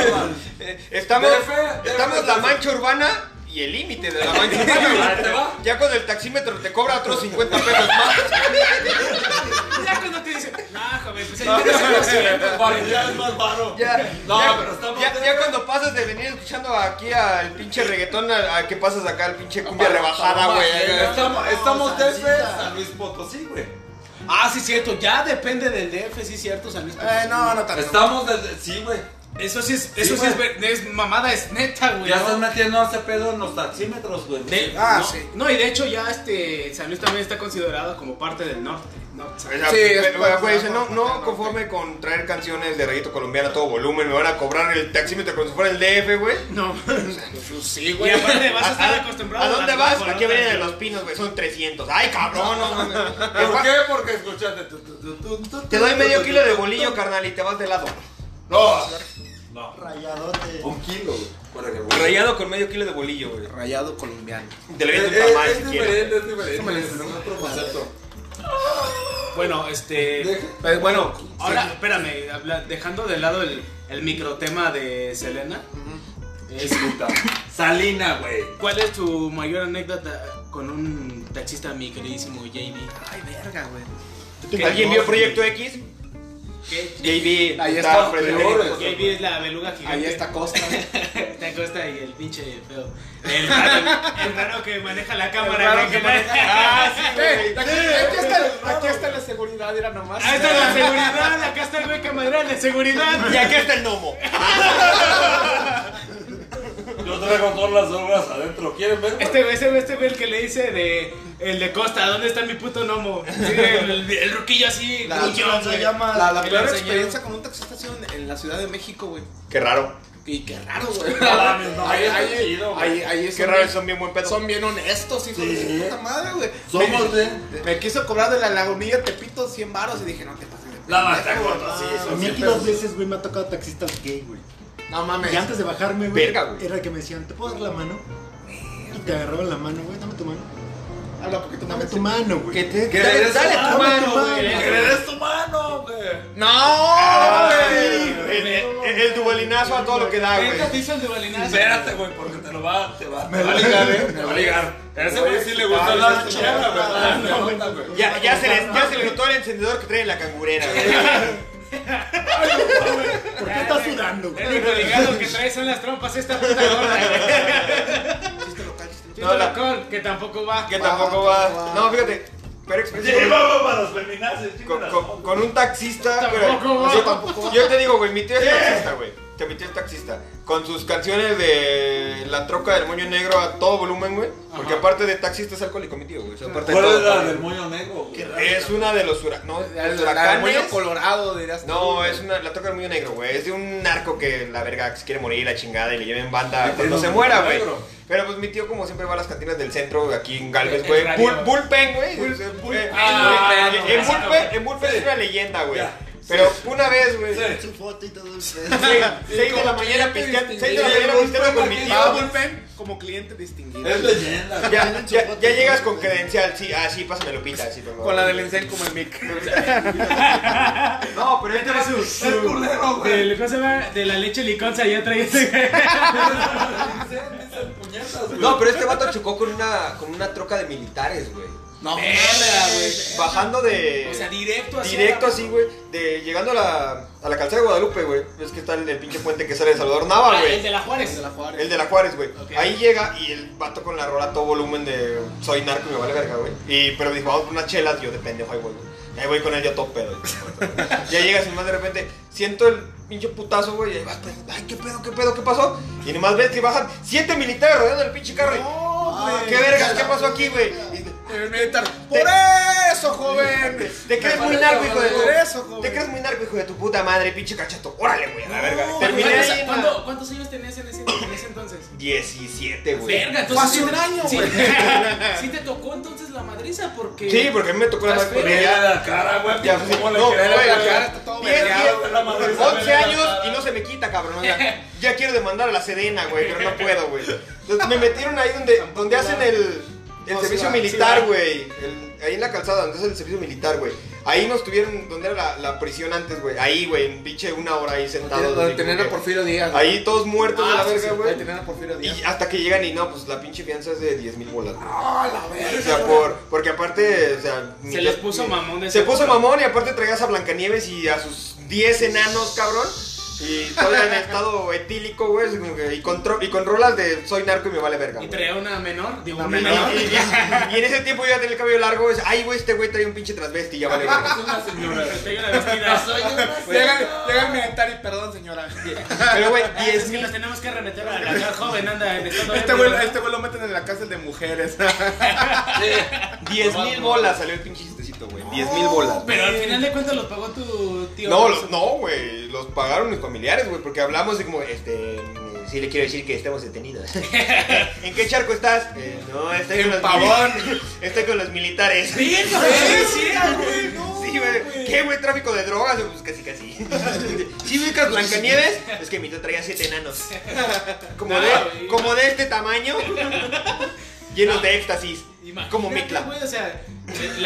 Eh, Estamos, DF, estamos la mancha urbana y el límite de la mancha urbana. ¿Te va? Ya con el taxímetro te cobra otros 50 pesos más. Ya cuando te dicen, nah, joven, pues ahí tienes el Porque ya es más baro. Ya, No, ya, pero estamos ya- de- ya cuando pasas de venir escuchando aquí al pinche reggaetón, a, a que pasas acá al pinche cumbia rebajada, güey. ¿eh? Estamos, estamos de salsita. fe, San Luis Potosí, güey. Ah, sí, cierto, ya depende del DF, sí, cierto, San Luis. Eh, no, no tan Estamos desde. Sí, güey. Eso sí es, eso sí, es, ver- es mamada, es neta, güey. Ya ¿no? estás metiendo ese pedo en los taxímetros, güey. De- Ah, no, sí. No, y de hecho ya este San Luis también está considerado como parte del norte. ¿no? O sea, Sí, es pero, para- güey, dice, no, para- no para- conforme con traer canciones de reggaetón colombiano a todo volumen, me van a cobrar el taxímetro como si fuera el DF, güey. No. Sí, Y güey. aparte vas a estar ¿A acostumbrado dónde las vas? coladas, Aquí viene de ¿no? los pinos, güey, son 300. ¡Ay, cabrón! No, mames. ¿Por qué? Porque escuchaste. tu, tu, tu, tu, tu, Te doy tu, medio tu, kilo de tu, tu, bolillo, carnal, y te vas de lado. No. No. Rayadote. Un kilo, güey. Para que Rayado con medio kilo de bolillo, güey. Rayado colombiano. Te lo Es, Eh, vienes tu mamá es si quieres. diferente, es diferente. Es otro concepto. Bueno, este. Deja- Pero Eh, bueno, Ahora, espérame, habla- dejando de lado el, el microtema de Selena, es- Salina, güey. ¿cuál es tu mayor anécdota con un taxista, mi queridísimo JD? Ay, verga, güey. ¿Alguien vio Proyecto X? ¿Qué? JB, Ahí está, Frederico. JD es la beluga gigante. Ahí está Costa. Esta costa y el pinche feo. El raro, el raro que maneja la cámara. raro ¿no? que maneja- Eh, aquí, aquí está, aquí está la seguridad, era nomás. Ahí Ah, está la seguridad, acá está el güey que madera de seguridad. Y acá está el gnomo. Yo traigo todas las obras adentro. ¿Quieren ver? güey? Este güey, este güey, este güey, el que le dice de. El de Costa, ¿dónde está mi puto gnomo? Sí, el, el ruquillo así, La- gruñón, güey. La, la El peor enseñó. experiencia con un taxista ha sido en, en la Ciudad de México, güey. Qué raro. Y qué raro, güey. No mames, no, ahí, ahí está ahí- chido, güey. ahí- ahí Qué son raro, bien- son bien buen pedo. Son bien honestos, hijo de Sí. su puta madre, güey. Somos de. Me, me quiso cobrar de la lagunilla Tepito 100 baros y dije, no te pases de La basta corta, sí. A son mí cien que pesos. dos veces, güey, me ha tocado taxistas gay, güey. No mames. Y antes de bajarme, güey, Verga, güey. era que me decían, ¿te puedo dar la mano? Y te agarraban la mano, güey, dame tu mano. Habla poquito Dame más. tu mano, güey. te, Que le des dale tu tu mano, mano. güey. güey. Que le des tu mano, güey. No, güey. El, el, el dubalinazo a todo lo que da, güey. Venga, te hizo el de balinazo. Espérate, güey, porque te lo va, te va, te va a ligar, eh. Te va a ligar. Ese güey sí le gusta la chela, Ah, güey. No, güey. Ya, ya, se les, ya se le notó el encendedor que trae en la cangurera, güey. ¿Por qué estás sudando, El Eh, güey? único ligado que trae son las trompas esta puta gorda, Chiste local, chiste local. No, No, la- que tampoco va. Que tampoco va. No, fíjate. Pero experiencia. vamos para los feminazis, Con, con- con un taxista, pero- Tampoco va. yo, tampoco- yo te digo, güey, mi tío es taxista, güey. Te mi tío es taxista. Con sus canciones de La troca del moño negro a todo volumen, güey. Porque Ajá. aparte de taxista es alcohólico, mi tío, güey. O sea, aparte de ¿Cuál es todo, la güey. del moño negro? güey? Es una de los hura- no, La- de los la- la del moño huracanes. colorado, dirás. tú, No, güey. es una, la troca del moño negro, güey. Es de un narco que la verga se quiere morir, la chingada, y le lleven banda cuando se muera, güey. negro. Pero pues mi tío, como siempre, va a las cantinas del centro, aquí en El Galvez, güey. radio. Bull- Bullpen, güey. Eh, Ah, en- no, En no, Bullpen, en Bullpen es una leyenda, güey. Ya. Pero una vez, güey. Sí. Su foto y todo el Sí, Seis de la mañana pisteando, seis de la mañana pisteando con mi Ah, tío. bullpen como cliente distinguido. Es leyenda. güey. Ya, ya, ya llegas con credencial, sí, ah, sí, pásamelo, pita, así, por favor. Con la del Encel como el Mick. No, pero Este este él te va Su- sus... su- del- ¿cómo se llama? De la leche liconza ya trae ese. Dicen, dicen puñetas, güey. No, pero este vato chocó con una, con una troca de militares, güey. No, Bajando de... O sea, directo así. Directo así, güey, de llegando a la, a la calzada de Guadalupe, güey. Es que está el, el pinche puente que sale de Salvador Nava, Ah, el güey. de la Juárez. de la Juárez. El de la Juárez, güey. Ok. Ahí llega y el vato con la rola a todo volumen de soy narco y me vale verga, güey. Y pero dijo, vamos por unas chelas, yo de pendejo ahí, voy, güey. Ahí voy con él yo todo pedo. ya llegas y nomás de repente siento el pinche putazo, güey. Y ahí vas, pues, ay, qué pedo, qué pedo, qué pasó. Y nomás ves que bajan siete militares rodeando el pinche carro. y, No, ¿Qué vergas? ¿Qué pasó aquí, güey? Y- El militar. Por eso, joven. Te crees muy parece narco, hijo de por eso, tu... joven. Te crees muy narco, hijo de tu puta madre, pinche cachato. Órale, güey, a la verga. No, Terminé ¿Cuántos- ahí en cuándo- la- ¿Cuántos años tenías en ese, en ese entonces? 17, güey. Verga, entonces. Fue Pues hace sí un te- año, sí- güey. Sí te tocó entonces la madriza porque. Sí, porque a mí me tocó la Las madre. porque feria. ya- la cara, güey. Ya, pues, sí. ¿cómo le No, crees, güey, la güey? cara está todo Diez, vergueado, diez, la madre 11 sabe años la- y no se me quita, cabrón. O sea, ya quiero demandar a la Sedena, güey, pero no puedo, güey. Entonces, Me metieron ahí donde, donde hacen el, el No, sí servicio va, sí militar, va. güey. El- Ahí en la calzada, donde es el servicio militar, güey. Ahí nos tuvieron, donde era la, la prisión antes, güey. Ahí, güey, en pinche una hora ahí sentados. Donde así como tener a que- Porfirio Díaz. güey. Ahí todos muertos de Ah, la sí, verga, sí, güey. donde tenían a Porfirio Díaz. Y hasta que llegan y no, pues la pinche fianza es de 10 mil bolas, güey. Ah, la verga. O sea, por, porque aparte, o sea, mi Se tío- les puso mi- mamón de Se ese- puso mamón y aparte traías a Blancanieves y a sus 10 enanos, cabrón. Y todavía en estado etílico, güey. así como que- Y con, tro- y con rolas de soy narco y me vale verga. Y güey. traía una menor, digo, una Y, menor. y- y- y en ese tiempo yo ya tenía el cabello largo. es, Ay, güey, este güey trae un pinche transvesti y ya vale verga. Es una señora. Traigo la vestida. Llega llega el militar y perdón, señora. Pero, güey, Ah, es 10 que mil. nos tenemos que remeter a la la joven, anda. en estado Este ebrio, güey ¿verdad? este güey lo meten en la cárcel de mujeres. 10 mil bolas salió el pinche chistecito, güey. 10 mil bolas. Pero al final de cuentas los pagó tu tío. No, los- no, güey. Los pagaron mis familiares, güey. Porque hablamos de como, este. Sí, le quiero decir que estamos detenidos. ¿En qué charco estás? Eh, no, estoy con los Pavón. Estoy con los militares. Sí, güey. ¿Qué, güey? ¿Tráfico de drogas? Pues casi, casi. ¿Sí ubicas Blancanieves? Es que mi tío traía siete enanos. Como, No, de, güey. como de este tamaño. Llenos de éxtasis. Imagínate, Como Micla. güey, o sea, la noticia de.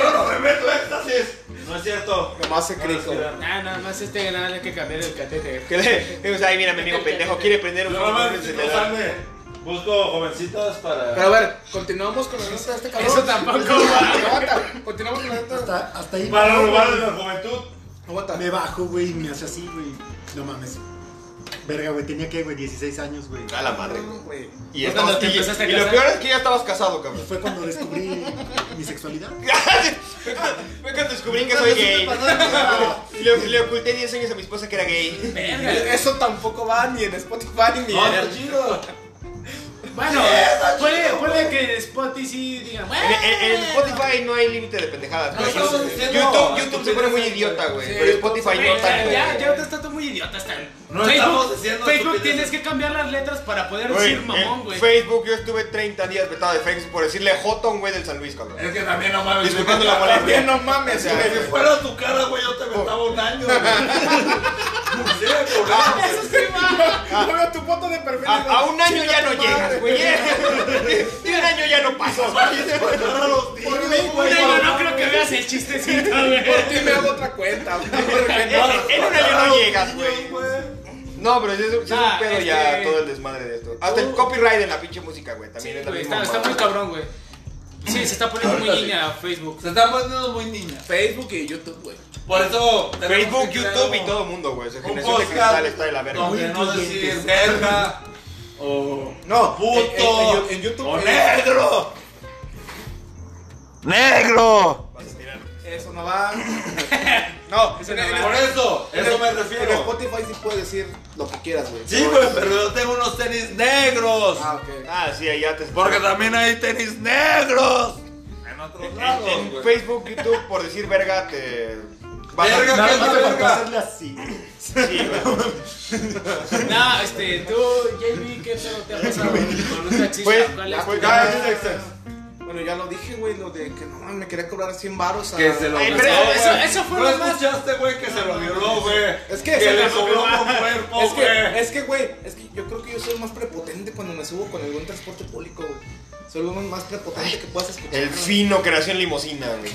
La noticia de No es cierto. Nomás se crico. Ah, nada más este nada hay que cambiar el catéter. Que le- o sea, ay, mira, mi amigo pendejo quiere prender un Yo fuego, más se si le no da. sale. Busco jovencitas para. Pero a ver, continuamos con la nota de este cabrón. Eso tampoco, güey. Aguanta, continuamos con la nota. Hasta, hasta ahí. para güey. robar la juventud. Aguanta. Me bajo, güey, y me hace así, güey. No mames. Verga, güey, tenía que, güey, 16 años, güey. A la madre, güey. güey. Y, ¿No estabas- cuando te y- empezaste a y lo casar? peor es que ya estabas casado, Y cabrón. fue cuando descubrí mi sexualidad. Fue cuando descubrí que soy gay. Y Le, le oculté 10 años a mi esposa que era gay. Verga. Eso tampoco va ni en Spotify ni No, en está chido. Bueno, puede, puede que Spotify sí diga, En, bueno. en- en Spotify no hay límite de pendejadas. No, güey. estamos diciendo- YouTube, YouTube se pone muy idiota, güey. Sí, pero Spotify Güey, no tanto. ya, güey. ya te está todo muy idiota hasta el- No estamos diciendo Facebook estupideces. tienes que cambiar las letras para poder Güey, decir mamón, en güey. Facebook yo estuve 30 días vetado de Facebook por decirle joto a un güey del San Luis, cabrón. Es que también no mames. Disculpando la güey. molestia. no mames, O sea, güey. Si fuera tu cara, güey, yo te aventaba un año, güey. Sí, el programa. Eso sí va. Ponle tu foto de perfil. A, a un año ya no llegas, güey. De un año ya no pasas, güey. Agarra los tiros, mí, güey. Yo no creo que veas el chistecito, güey. Por ti me hago otra cuenta. güey. En, en un año no llegas, güey. güey. No, pero sí es, sí es Ah, un pedo este- ya todo el desmadre de esto. Hasta el Uh. copyright en la pinche música, güey. Sí, También es la güey, misma está, está mamada. muy cabrón, güey. Sí, se está poniendo muy niña Facebook. Se están poniendo muy niñas. Facebook y YouTube, güey. Por eso. tenemos Facebook, que crear YouTube y un- todo el mundo, güey. Esa un generación de podcast cristal está de la verga. Donde no decir incluyentes. verga. O. No, Puto. en- Eh, en- en- en YouTube- eh, O negro. Vas a tirar. Eso no va. No, Eso en- no en- va. Por eso. en- Eso me En refiero. Spotify sí puedes decir lo que quieras, güey. Sí, güey, pero yo tengo unos tenis negros. Ah, ok. Ah, sí, allá te. Porque también hay tenis negros. En otros En, lados. en güey. Facebook, YouTube, por decir verga, te. vas a- Verga, Nada ¿qué más te verga? faltó hacerle así. Sí, güey. No, este, tú, JB, ¿qué pedo te ha pasado con un taxista? Fue- Pues, ¿Cuál es fue- tu- Ah, Bueno, ya lo dije, güey, lo de que no mames, me quería cobrar 100 baros a. Que se lo Ay, violó. pero güey. eso- eso fue ¿No lo más- escuchaste, güey, que se lo violó, güey? Es que- que, se le lo- sobró con cuerpo, Es que, güey. es que, güey, es que yo creo que yo soy más prepotente cuando me subo con algún transporte público, güey. Soy lo más prepotente que puedas escuchar. El fino que nació en limosina, güey.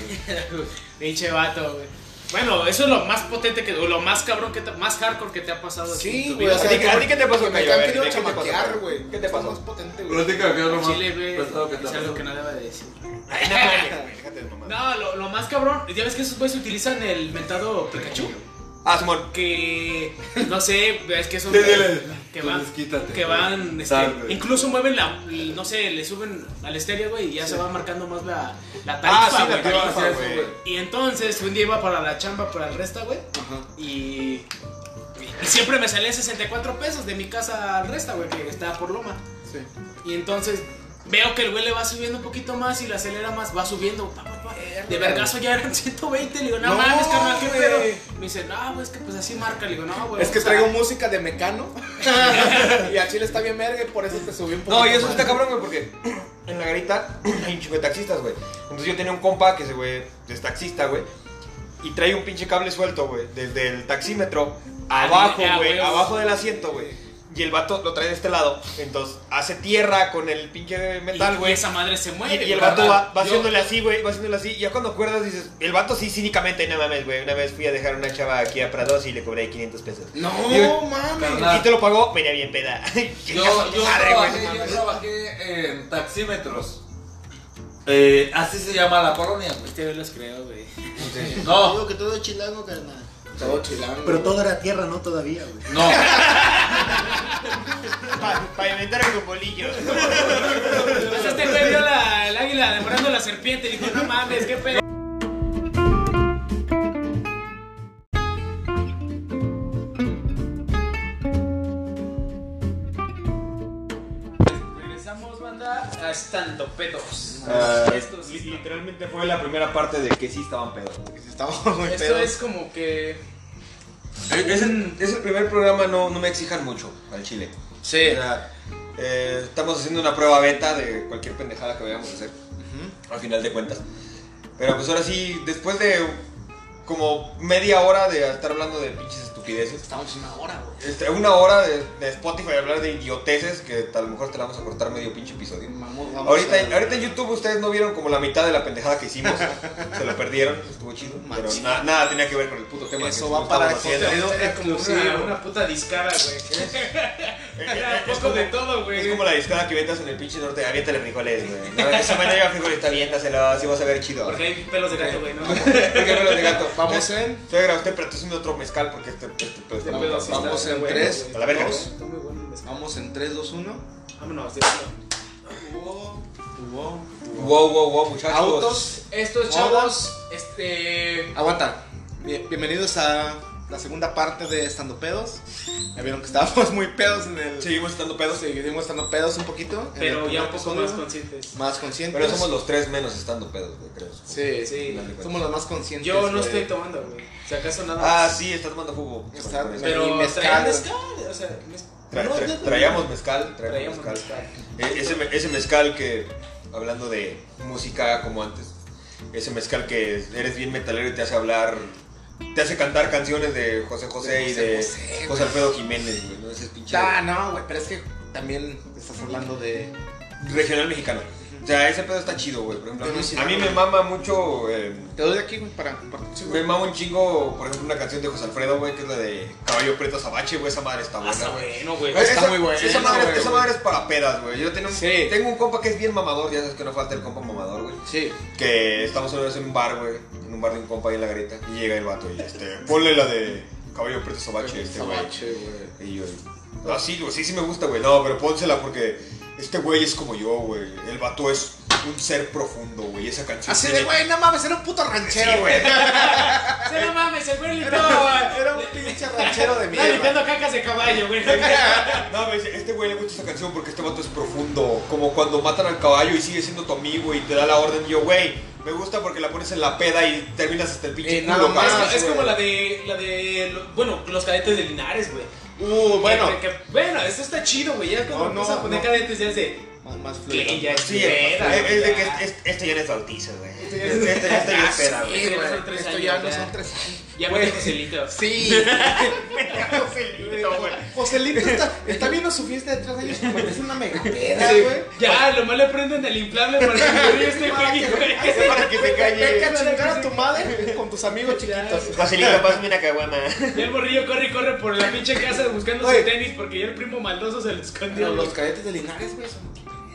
Pinche vato, güey. Bueno, eso es lo más potente que, o lo más cabrón que te, más hardcore que te ha pasado. así en Sí, tu güey. vida. o sea, ¿A ti- a ti qué te pasó, que Cayo? Me A han ver, querido ¿de qué te pasó, chamaquear, Cayo? güey. ¿Qué te Soy pasó? más potente, güey. Platica que es lo más Chile, güey, pesado que te es ha algo que pasado. no deba de decir. Ay, no mames, güey. Déjate de mamar. No, lo, lo más cabrón, ya ves que esos güeyes utilizan el mentado Pikachu. Ah, Simón. que eh, no sé, es que son Sí, dile. que van, Entonces, quítate. que van, este, Sal, güey. incluso mueven la, no sé, le suben al estéreo, güey, y ya se va marcando más la, la tarifa, Ah, sí, la güey. tarifa, Sí, sí, güey. güey. Y entonces un día iba para la chamba, para el resta, güey, y, y siempre me salía 64 pesos de mi casa al resta, güey, que estaba por Loma. Sí. Y entonces veo que el güey le va subiendo un poquito más y le acelera más, va subiendo. pa, pa, pa. De vergazo ya eran 120. Le digo, no, No, mames, carnal, qué güey. pedo. Me dice, no, güey, es que pues así marca. Le digo, no, güey. Es que o sea, traigo música de mecano. y a Chile está bien verga y por eso te subí un poco. No, y eso está cabrón, güey, porque en la garita hay un chingo de taxistas, güey. Entonces yo tenía un compa que ese güey es taxista, güey. Y trae un pinche cable suelto, güey, desde el taxímetro Ah, abajo, ya, güey, güey. abajo del asiento, güey. Y el vato lo trae de este lado. Entonces hace tierra con el pinche y- metal, Y güey. esa madre se Y, mueve. y el güey. vato va, va Yo- haciéndole así, güey, va haciéndole así. Y ya cuando acuerdas dices, el vato sí cínicamente, no mames, güey. Una vez fui a dejar a una chava aquí a Prados y le cobré 500 pesos. No, mames. Carnal, Y te lo pagó, venía bien peda. Yo, yo Madre, güey, trabajé, no yo mames. trabajé en taxímetros. Eh, así se llama la colonia, güey. Este güey los creo, güey. No, Digo que todo es chilango, carnal. Todo chilango. Pero todo era tierra, no todavía, güey. no. Pa- Pavimentaron con bolillos. Entonces este güey vio la, el águila devorando la serpiente y dijo, no mames, qué pedo. Regresamos, banda, a Estando Pedos. Ah, Estos- Literalmente fue la primera parte de que sí estaban pedos. Estamos muy Esto pedos. es como que. Eh, Es el, es el primer programa, no, no me exijan mucho al chile. Sí. O sea, eh, estamos haciendo una prueba beta de cualquier pendejada que vayamos a hacer. Al final de cuentas. Pero pues ahora sí, después de como media hora de estar hablando de pinches estupideces. Estamos una hora, güey. Este, una hora de, de Spotify hablar de idioteces que a lo mejor te la vamos a cortar medio pinche episodio. Vamos, vamos Ahorita, a- ahorita en YouTube ustedes no vieron como la mitad de la pendejada que hicimos. Se lo perdieron, estuvo chido. Pero Machín. na- nada tenía que ver con el puto tema Eso que va estamos para haciendo. contenido Era como una, exclusivo. una puta discara, güey. Era un Eh, Es poco como- de todo, Es güey. como la discada que ventas en el pinche norte, aviéntale frijoles, güey. No, esa mañana lleva frijoles, está aviéntaselo, así vas a ver chido. Porque hay pelos de gato, güey, ¿no? ¿Por qué me lo de gato? Vamos en. Estoy grabando, estoy pretenciando otro mezcal porque este, este, este- este- Pero sí Vamos está en bueno, tres, güey. a la verga. dos. Vamos en 3, 2, 1. Vámonos, Dios. Wow, wow, wow, muchachos. Autos. Estos chavos, este. Aguanta. Bien- bienvenidos a la segunda parte de Estando Pedos. Ya vieron que estábamos muy pedos en el. Seguimos estando pedos. Seguimos estando pedos un poquito. en el Pero primer ya un poco episodio. más conscientes. Más conscientes. Pero somos los tres menos estando pedos, güey, creo. Sí, Sí. Somos los más conscientes. Yo no güey. estoy tomando, güey. Si acaso nada Ah, más. sí, está tomando jugo. Está- Pero Y mezcal. traían mezcal, o sea, mez- Tra- no, tra- no, no. traíamos mezcal, traíamos Traíamos mezcal. mezcal. E- Ese, me- ese mezcal que, hablando de música como antes, ese mezcal que eres bien metalero y te hace hablar, te hace cantar canciones de José José De y José de José, José Alfredo Jiménez, güey, ¿no? Ese pinche Ah, no, güey, pero es que también estás hablando de. regional mexicano. O sea, ese pedo está chido, güey. Por ejemplo, a mí, a mí me mama mucho, eh, Te doy de aquí, güey, para compartir. me mama un chingo, por ejemplo, una canción de José Alfredo, güey, que es la de Caballo Preto Sabache, güey, esa madre está Ah, está buena, güey. bueno, güey. Esa- Está muy buena, Esa madre, güey. esa madre es para pedas, güey. Yo tengo un, Sí. tengo un compa que es bien mamador, ya sabes que no falta el compa mamador, güey. Sí. Que estamos una vez en un bar, güey. En un bar de un compa ahí en la garita. Y llega el vato y este, ponle la de caballo preto sobache este, güey. Sabache, güey. Y yo, ah, sí, güey, sí, sí me gusta, güey. No, pero pónsela porque este güey es como yo, güey. El vato es un ser profundo, güey. Esa canción. Así de, tiene- Ah, güey, no mames, era un puto ranchero, Sí, güey. güey. Se no mames, el güey limpió. Era, era un pinche ranchero de Está mierda. limpiando cacas de caballo, güey. No, me dice, este güey le gusta esa canción porque este vato es profundo. Como cuando matan al caballo y sigue siendo tu amigo y te da la orden. Y yo, güey, me gusta porque la pones en la peda y terminas hasta el pinche Eh, culo, nada más, cabrón. Ah, Es como la de. la de. lo- Bueno, los cadetes de Linares, güey. Uh, bueno. Que- que- bueno, esto está chido, güey. Ya cuando No, no, empiezas a poner no. cadetes ya es de. Más, más fluido. Que ya es Sí, peda, es, es de güey, que ya. es- es- este ya no es bautizo, güey. Este ya es- Este, este ya está bien peda, güey. Sí, Esto ya no güey, son tres Esto años, ya no ya. son tres años. Ya me Joselito. Sí. Joselito, güey. Joselito está, está viendo su fiesta de tres años como que es una mega peda, Sí. güey. Ya, lo más le prenden el inflable para que me este güey, güey. Para que te Venga a calle. chingar a tu madre con tus amigos chiquitos. Joselito, pásame una caguama. Y el morrillo corre y corre por la pinche casa buscando Oye. su tenis porque ya el primo maldoso se lo escondió. Pero los güey. cadetes de Linares, güey, son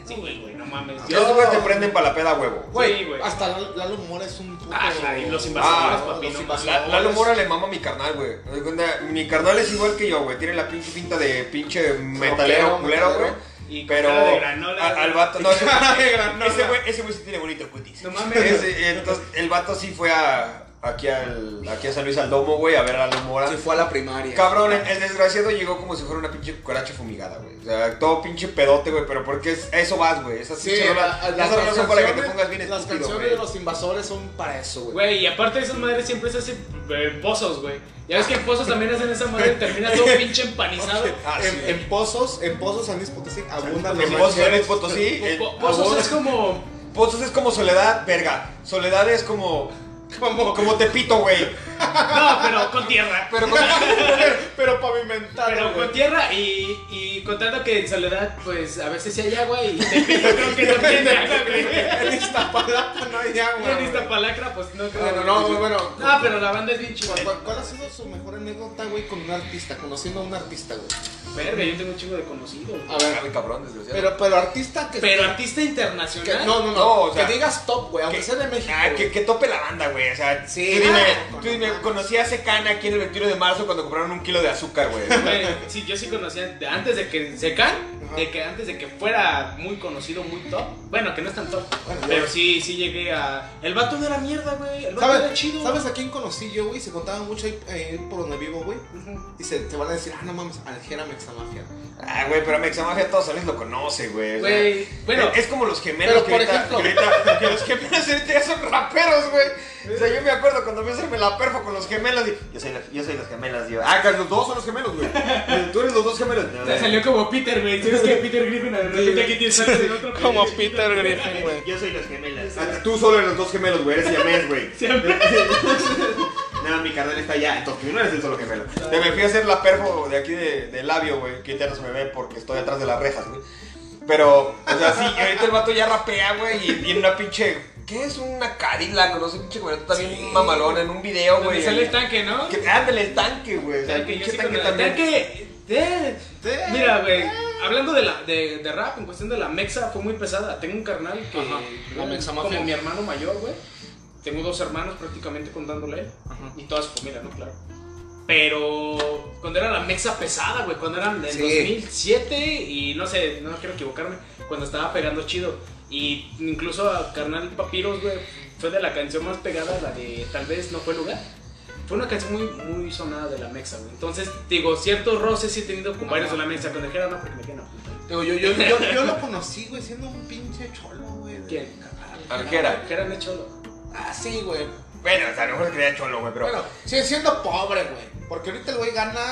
Sí, güey, güey, no mames. Yo- Esos güeyes te prenden para la peda huevo. Güey, güey. Hasta Lalo Lalo Mora es un puto. Ajá, y los invasores, Ah, papi, Ah, los no invasores. La- Lalo Mora le mama a mi carnal, güey. Haz de cuenta, Mi carnal es igual que yo, güey. Tiene la pinche pinta de pinche metalero, Rockero, culero, metalero. güey. Y con Pero cara de granola. a- al vato, no, ese De güey, granola. ese güey, ese güey sí tiene bonito cutis. No mames. Ese- entonces, el vato sí fue a, aquí, al, aquí a San Luis al Domo, güey, a ver a Lalo Mora. Se fue a la primaria. Cabrón, el, el desgraciado llegó como si fuera una pinche cucaracha fumigada, güey. O sea, todo pinche pedote, güey, pero porque es, a eso vas, güey. Esas Sí, pinches rolas- a- a- esas rolas son para que te canciones- pongas bien Las estúpido, canciones güey. de los invasores son para eso, güey. Güey, y aparte de esas madres siempre se hacen eh, pozos, güey. Ya ves que en pozos también hacen esa madre y termina todo pinche empanizado. Ah, en, sí. en pozos, en pozos San Luis Potosí abundan En los Pozos, en rancheros. Potosí, en- Po- Pozos es como. Pozos es como soledad, verga. Soledad es como. Como, Tepito, güey. No, ah, pero con tierra. Pero con- Pero pavimentado. Pero güey. con tierra y, y contando que en soledad, pues a veces sí hay agua y te creo que no tiene agua, güey. En Iztapalapa no hay agua. En güey. Iztapalacra, pues no creo. Bueno, güey. no, bueno. No, pero la banda es bien ¿Cuál, chingona. cuál- cuál ha sido su mejor anécdota, güey, con un artista? Conociendo a un artista, güey. Verga, yo tengo un chingo de conocidos. A ver, Ay, cabrón, desgraciado. pero, pero artista que. Pero artista que- internacional. no, no, no. No, o sea, que digas top, güey, aunque que- sea de México. Ah, que, güey. que tope la banda, güey. O sea, Sí. tú dime, Ah, tú dime, conocí a Secana aquí en el 21 de marzo cuando compraron un kilo de azúcar, güey. Güey, sí, yo sí conocía de- antes de que se can, de que antes de que fuera muy conocido, muy top. Bueno, que no es tan top, Bueno, pero ya. sí, sí llegué a. El vato no era mierda, güey. El vato era ¿Sabes, chido. ¿Sabes a quién conocí yo, güey? Se contaba mucho ahí, ahí por donde vivo, güey. Y se, te van a decir, ah, no mames, Aljera Mexamafia. Ah, güey, pero a Mexamafia todos Luis lo conoce, güey. o sea, Güey, bueno, Es, es como los gemelos Pero, que por ahorita, ejemplo- que ahorita- que los gemelos ahorita ya son raperos, güey. O sea, yo me acuerdo cuando empecé a hacerme la perfo con los gemelos. y- yo, soy la- yo soy los gemelos, digo. Ah, que los dos son los gemelos, güey. Tú eres los dos gemelos. No, te güey. salió como Peter, güey. Tienes que Peter Griffin de repente aquí tienes algo de otro. Como Peter Griffin, güey. Yo soy los gemelos. Tú solo eres los dos gemelos, güey. Eres siamés, güey. No, mi carnal está allá. Entonces, tú no eres el solo gemelo. Te me fui a hacer la perfo de aquí de, de labio, güey. Que ya no se me ve porque estoy atrás de las rejas, güey. Pero, o sea, sí, ahorita el vato ya rapea, güey. Y, y en una pinche. ¿Qué es una Cadillac? No sé, pinche güey. También mamalón en un video, Donde güey. sale el tanque, ¿no? Que- Ándale, el tanque, güey. O sea, Tanque, yo pinche sí tanque con el también. tanque. eh, Mira, güey, hablando de, la, de, de rap, en cuestión de la mexa, fue muy pesada. Tengo un carnal que Ajá, la mexa mafia. como mi hermano mayor, güey. Tengo dos hermanos prácticamente contándole. Ajá. Y toda su familia, ¿no? Claro. Pero cuando era la mexa pesada, güey, cuando eran en Sí. 2007 y no sé, no quiero equivocarme, cuando estaba pegando chido. Y incluso a Carnal Papiros, güey, fue de la canción más pegada, la de Tal vez no fue lugar. Fue una canción muy, muy sonada de la mexa, güey. Entonces, digo, ciertos roces sí he tenido con varios de la mexa. Con Jera no, porque me quedan a punta. Digo, yo, yo, yo, yo lo conocí, güey, siendo un pinche cholo, güey. de ¿Quién? Carnal. Aljera. Jera no es cholo. Ah, sí, güey. Bueno, o sea, a lo mejor creía cholo, güey, pero. Bueno, sigue siendo pobre, güey. Porque ahorita el güey gana.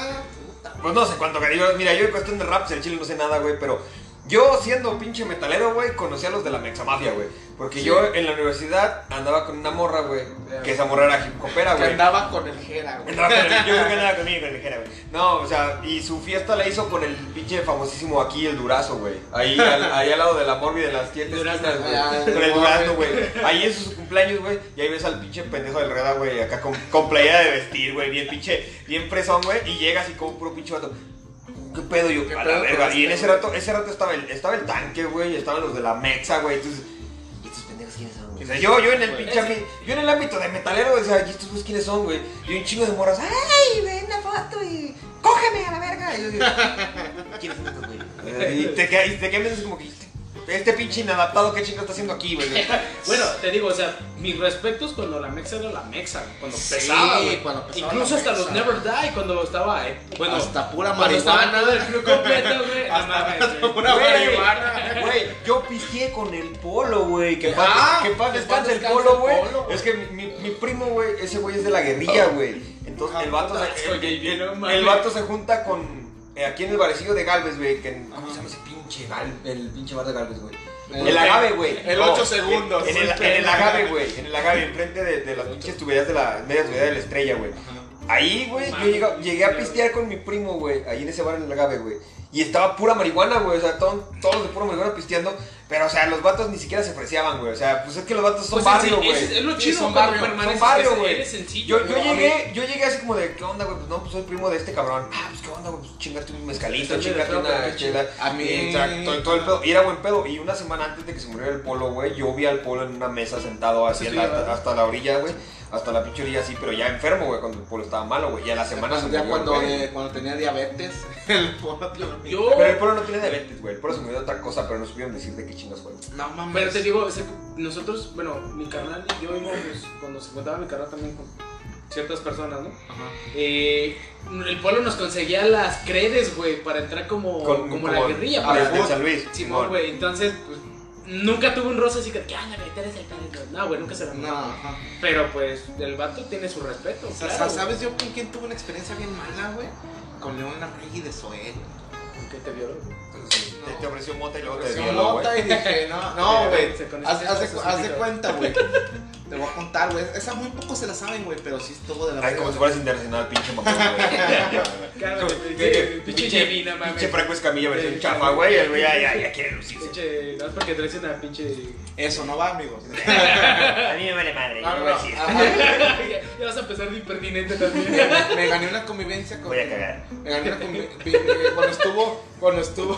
puta, Pues no sé cuánto gana. Yo- Mira, yo en cuestión de raps, el chile no sé nada, güey, pero yo siendo pinche metalero, güey, conocí a los de la Mexamafia, güey. Porque yo en la universidad andaba con una morra, güey, que esa morra era hip Que hopera, Ah, güey. andaba con el Jera, güey. Andaba con el- Yo creo que andaba conmigo, con el ligera, güey. No, o sea, y su fiesta la hizo con el pinche famosísimo aquí, el Durazo, güey. Ahí, al, ahí al lado de la Morbi de las siete Durazno. esquinas, Ah, güey. Con el no, Durazno, güey. Ahí es su cumpleaños, güey. Y ahí ves al pinche pendejo del Reda, güey, acá con, con playera de vestir, güey. Bien pinche, bien presón, güey. Y llega así como un puro pinche vato. ¿Qué pedo yo? A la pedo verga. con Y en este, ese güey? rato, ese rato estaba el, estaba el tanque, güey. y Estaban los de la Mexa, güey. Entonces, ¿y estos pendejos quiénes son? güey? O sea, yo, yo en el pinche ambi- yo en el ámbito de metalero, o sea, ¿y estos güeyes quiénes son, güey? Y un chingo de morras, ¡ay! Ven una foto y cógeme a la verga. Y yo digo, ¿quiénes son estos güeyes? Y te quedas, y te quedas como que este pinche inadaptado, ¿qué chingo está haciendo aquí, güey? Bueno, te digo, o sea, mis respetos cuando la mexa era la mexa, güey, cuando Sí, pesaba, güey. cuando pesaba Incluso la hasta mexa. los Never Die, cuando estaba, eh, bueno, Hasta pura cuando estaba marihuana. todo el club completo, güey. no mames, güey. Pura Güey, marihuana. Güey, yo pisteé con el polo, güey. Que paz, Ah, que paz que descanse paz el descanse polo, el güey. Polo, güey. Es que mi, mi- mi primo, güey, ese güey es de la guerrilla, güey. Entonces Ah, el vato, puta, se, el, güey, el- no el mames. vato se junta con. eh, aquí en el barecillo de Galvez, güey. Que, en- ¿Cómo se llama ese pinche Gal, El pinche bar de Galvez, güey. El- El agave, güey. el No, ocho segundos. En, en el, en el agave, güey. En el agave, enfrente de, de las pinches tuberías de la media tubería de la estrella, güey. Ahí, güey, yo llega- llegué a pistear con mi primo, güey, ahí en ese bar en el Agave, güey. Y estaba pura marihuana, güey, o sea, todo- todos de pura marihuana pisteando. Pero, o sea, los vatos ni siquiera se apreciaban, güey. O sea, pues es que los vatos son Pues barrio, es- güey. es- es lo Sí, chido son cuando barrio, son permaneces, barrio, eres- güey. eres sencillo, Yo, yo güey. llegué, yo llegué así como de, ¿qué onda, güey? Pues no, pues soy primo de este cabrón. Ah, pues qué onda, güey, pues chingarte un mezcalito, Estoy chingarte de acuerdo, una pero chela. A mí- Y, Exacto, y todo el pedo. Y era buen pedo. Y una semana antes de que se muriera el polo, güey, yo vi al polo en una mesa sentado así Pues Sí, en sí, la- ¿verdad? hasta la orilla, güey. Hasta la pinche orilla así, pero ya enfermo, güey, cuando el polo estaba malo, güey. Ya la semana se ya murió, cuando, güey. eh, cuando tenía diabetes, el pueblo. Yo- Pero el polo no tiene diabetes, güey. El polo se murió de otra cosa, pero no supieron decir de qué chingas fue. No mames. Pero te digo, es el- nosotros, bueno, mi carnal y yo íbamos, cuando se encontraba mi carnal también con ciertas personas, ¿no? Eh, el pueblo nos conseguía las credes, güey, para entrar como, Con- como, como- la guerrilla. ah, pues, de San Luis, Simón, Simón. güey. Entonces, pues, nunca tuve un roce así que, ¿qué onda, güey? Tú eres el padre. No, güey, nunca se lo No, ajá. Pero pues, el vato tiene su respeto. O sea, claro, ¿sabes yo con quién tuve una experiencia bien mala, güey? Con Leona Rey de Soel. güey, Que te violó. Te, te ofreció mota y luego te Ofreció violó, güey. nota y dije, no, no, güey. Se conectó Haz, haz a de, su haz de servidor. cuenta, güey. Te voy a contar, güey. Esa muy pocos se la saben, güey, pero sí estuvo de la Ay, como si fueras internacional, pinche mamón, güey. Claro, Como- güey, que- pinche- Pinche Yemina, mames. Pinche Franco Escamilla versión Sí. chafa, güey. El güey ya, ya, ya quiere lucirse. Pinche, no es porque traes una pinche. Eso no va, amigos. A mí me vale madre, yo No, no no, voy a Ah, no. decir. Ajá. ya, ya vas a empezar de impertinente también. Me gané una convivencia con. Voy a cagar. Me gané una convivencia. Cuando estuvo. Cuando estuvo.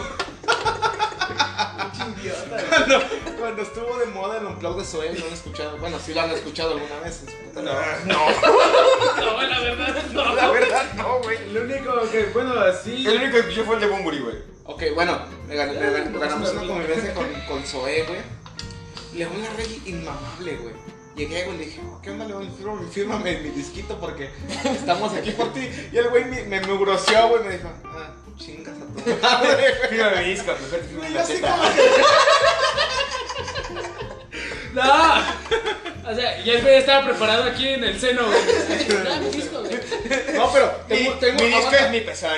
cuando, cuando estuvo de moda el unplug de Soel, no lo he escuchado. Bueno, sí lo han escuchado alguna vez. en su puta madre. No, la verdad, no. La verdad, no, güey. Lo único que, bueno, así. El único que escuché fue el de Bumburi, güey. Ok, bueno, me gané- me gané- ganamos una convivencia con, con Zoe, güey. León Larregui, inmamable, güey. Llegué, güey, le dije, ¿qué onda, León? Fírmame, fírmame mi disquito porque estamos aquí por ti. Y el güey me, me mugroseó, güey, me dijo, ah, chingas a tu madre, güey. Fíjame, mi disco, mejor te firmo Y una yo así teta. como que- No. O sea, ya el güey estaba preparado aquí en el seno, güey. Ah, mi disco, güey. No, pero tengo, Mi- tengo, Mi disco aguanta. es mi pezón.